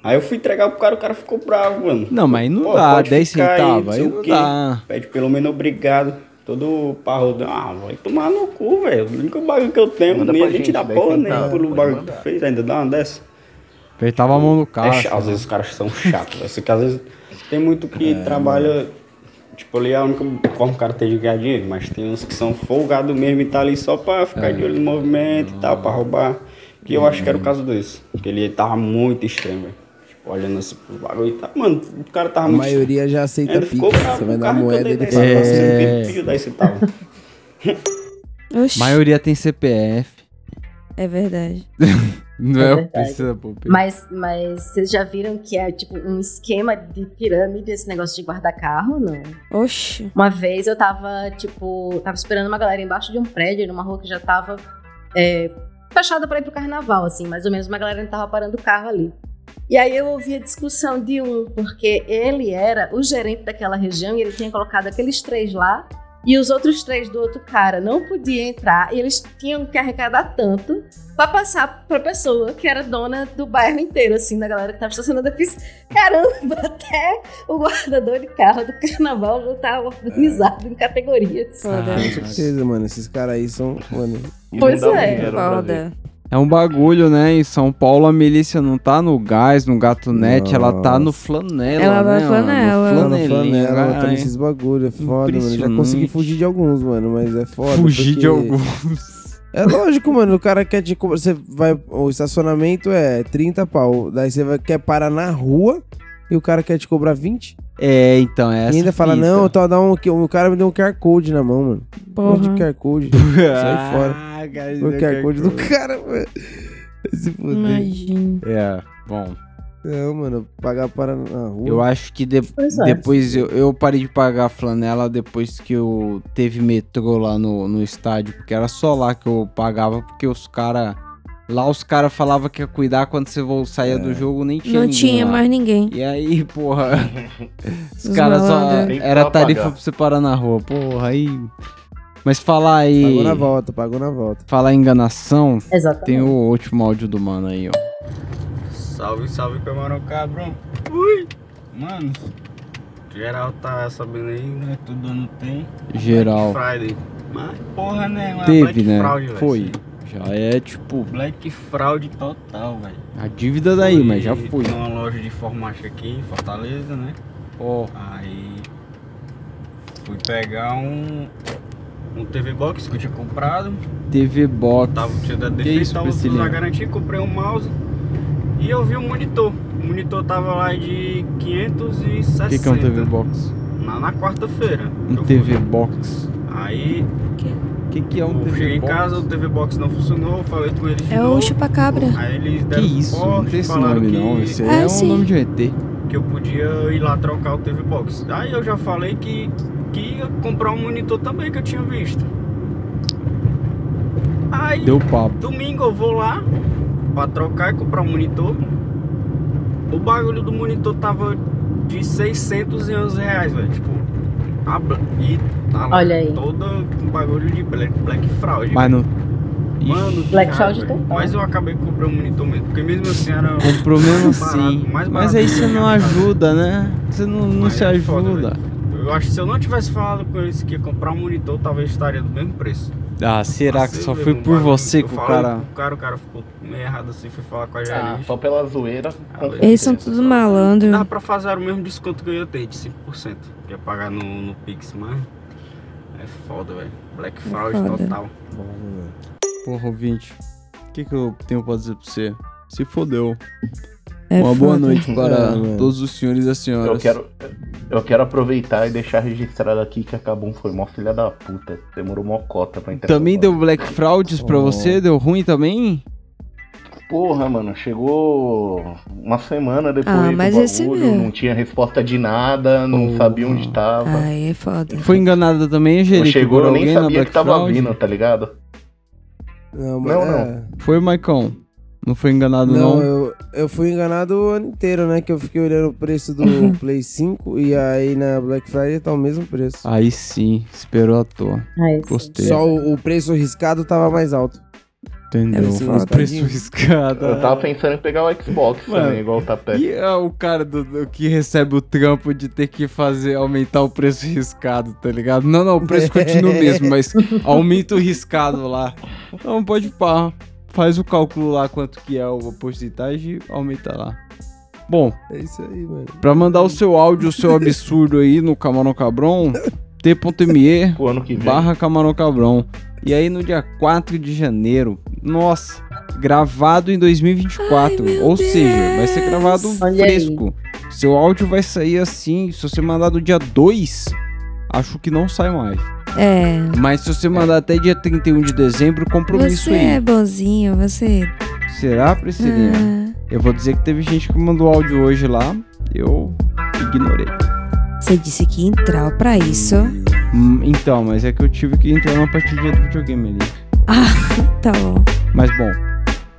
Aí eu fui entregar pro cara, o cara ficou bravo, mano. Não, mas não Pô, dá, pode 10 ficar centavos, sei aí o não quê. dá. Pede pelo menos obrigado. Todo parrudão. Ah, vai tomar no cu, velho. O único bagulho que eu tenho, Manda nem pra a gente gente, dá 10 porra, nem centavos, pelo pode bagulho mandar. que fez, ainda dá uma dessa. Apertava a mão no É carro. chato, às vezes os caras são chatos. Eu sei que às vezes tem muito que É, trabalha. Tipo, ali é a única forma que o cara tem de ganhar dinheiro, mas tem uns que são folgados mesmo e tá ali só pra É. ficar de olho no movimento e tal, pra roubar. Que eu acho que Uhum. era o caso desse. Porque ele tava muito extremo, velho. Tipo, olhando assim pro bagulho e tal. Mano, o cara tava A muito. maioria já aceita Ainda ficou Pix. bravo Você com vai o dar carro que eu moeda dei ele dez fala centavos, assim, ele um É. pediu dez centavos. Oxi, maioria tem CPF. é verdade. Não É é, verdade. precisa, pô. Pedro. Mas, mas vocês já viram que é tipo um esquema de pirâmide esse negócio de guardar carro ou não? é? Oxi. Uma vez eu tava, tipo, tava esperando uma galera embaixo de um prédio, numa rua que já tava é, fechada pra ir pro carnaval, assim, mais ou menos. Uma galera tava parando o carro ali. E aí eu ouvi a discussão de um, porque ele era o gerente daquela região e ele tinha colocado aqueles três lá e os outros três do outro cara não podia entrar e eles tinham que arrecadar tanto pra passar pra pessoa que era dona do bairro inteiro, assim, da galera que tava estacionando. Eu fiz, caramba, até o guardador de carro do carnaval já tá organizado em categorias. Com certeza, mano. Esses caras aí são. Mano. Pois um um é. É um bagulho, né? Em São Paulo a milícia não tá no gás, no gato net, ela tá no Nossa. flanela, Ela né? vai mano? flanela. Ela não Flanelinha, flanela, ela tá caralho. nesses bagulho, é foda, mano. Eu Já consegui Impressionante. fugir de alguns, mano, mas é foda. Fugir porque- de alguns. É lógico, mano. O cara quer te. co- Você vai. O estacionamento é 30 pau. Daí você vai- quer parar na rua e o cara quer te cobrar 20. É, então, é essa. e ainda fala, fita. não, tá, dá um, que- o cara me deu um QR Code na mão, mano. Porra. Porra. de QR Code. Ah, Sai fora. cara, o deu QR Code do code. cara, mano. Se fuder. Imagina. É, bom. Não, mano, pagar para na rua. Eu acho que de- Pois é. depois eu, eu parei de pagar flanela depois que eu teve metrô lá no, no estádio, porque era só lá que eu pagava, porque os caras. Lá os caras falavam que ia cuidar quando você vo- saía É. do jogo, nem tinha Não ninguém tinha lá. mais ninguém. E aí, porra. Os Os caras só. malandros. Tem que Era só tarifa pagar. pra você parar na rua, porra. Aí. Mas falar aí. Pagou na volta, pagou na volta. Falar em enganação. Exatamente. Tem o último áudio do mano aí, ó. Salve, salve, camarão cabrão. Ui! Mano, geral tá sabendo aí, né? Tudo ano tem. Geral. Black Friday. Mas porra, né? Uma Teve, Black né? Fraud, velho. Foi. Já é tipo. Black Fraud total, velho. A dívida daí, mas já Fui foi. Numa loja de farmácia aqui em Fortaleza, né? Aí fui pegar um. Um TV Box que eu tinha comprado. TV Box. Tava, tinha da que defeito, isso, tava tudo na Priscilinha? garantia, comprei um mouse e eu vi o monitor. O monitor tava lá de 560. O que, que é um TV Box? Na, na quarta-feira. Um TV Box. Aí. O que, que é um eu TV cheguei Box? em casa, o TV Box não funcionou, falei com eles. de É o novo. chupacabra. Aí eles Que deram isso? Não suporte, tem esse falaram nome que, não. Esse aí Ah, é o sim. nome de um ET. que eu podia ir lá trocar o TV Box. Aí eu já falei que, que ia comprar um monitor também que eu tinha visto. Aí Deu papo. domingo eu vou lá pra trocar e comprar um monitor. O bagulho do monitor tava de 611 reais, velho. Tipo, a bla- e tá lá Olha aí. todo um bagulho de Black, black Fraud. Mas não. Mano, que Black raiva, Fraud velho. total. Mas eu acabei comprando um monitor mesmo, porque mesmo assim era. Comprou mesmo barato, assim. mais um Mas barato tá aí que você eu não tinha achado. ajuda, né? Você não, não Aí se é foda, ajuda. Eu acho que se eu não tivesse falado com eles que ia comprar um monitor, talvez estaria do mesmo preço. ah, será que Passei só mesmo foi um por bagulho. você Eu que o falei cara. pro cara, o cara ficou meio errado assim, foi falar com a Ah, gerente. só pela zoeira. Eles são tudo malandro. Dá pra fazer o mesmo desconto que eu ia ter, de 5%. Que ia pagar no, no Pix, mas. É foda, velho. Black Fraud foda. total. Porra, ouvinte. O que, que eu tenho pra dizer pra você? Se fodeu. É Uma boa foda. noite para É, mano. todos os senhores e as senhoras. Eu quero, eu quero aproveitar e deixar registrado aqui que a Cabum foi mó filha da puta. Demorou mó cota pra entrar. Também deu Black Frauds pra Oh. você? Deu ruim também? Porra, mano, chegou uma semana depois Ah, do mas esse bagulho, mesmo. Ah. não tinha resposta de nada, não sabia onde tava. Aí é foda. Foi enganada também, não Angelique? chegou, por eu nem alguém na sabia Black que tava Fraud? vindo, tá ligado? Não, Não, é- não. Foi, Maicon? Não foi enganado, não? Não, eu, eu fui enganado o ano inteiro, né? Que eu fiquei olhando o preço do Play 5 e aí na Black Friday tá o mesmo preço. Aí sim, esperou à toa. Gostei. Só o, o preço riscado tava mais alto. Entendeu? Esse o preço riscadinho. riscado. Eu tava pensando em pegar o Xbox Mano, também, igual o é. Tapete. E ah, o cara do, do- que recebe o trampo de ter que fazer aumentar o preço riscado, tá ligado? Não, não, o preço continua o mesmo, mas aumenta o riscado lá. Não, pode pá. Faz o cálculo lá quanto que é a porcentagem e aumenta lá. Bom, É isso aí, mano. pra mandar o seu áudio, o seu absurdo aí no Camarão Cabrão, t.me barra Camarão Cabrão. E aí no dia 4 de janeiro, nossa, gravado em 2024. ou seja, vai ser gravado Olha aí. fresco. Seu áudio vai sair assim, se você mandar no dia 2, acho que não sai mais. É. Mas se você mandar até dia 31 de dezembro, compromisso Você aí. é bonzinho, você. Será, Priscilinha? É. Eu vou dizer que teve gente que mandou áudio hoje lá, eu ignorei. Você disse que ia entrar pra isso. Hum, Então, mas é que eu tive que entrar numa partidinha do videogame ali. Tá bom. Mas bom,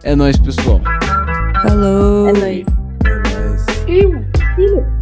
é nóis, pessoal. Falou. É nóis. Iu. Iu.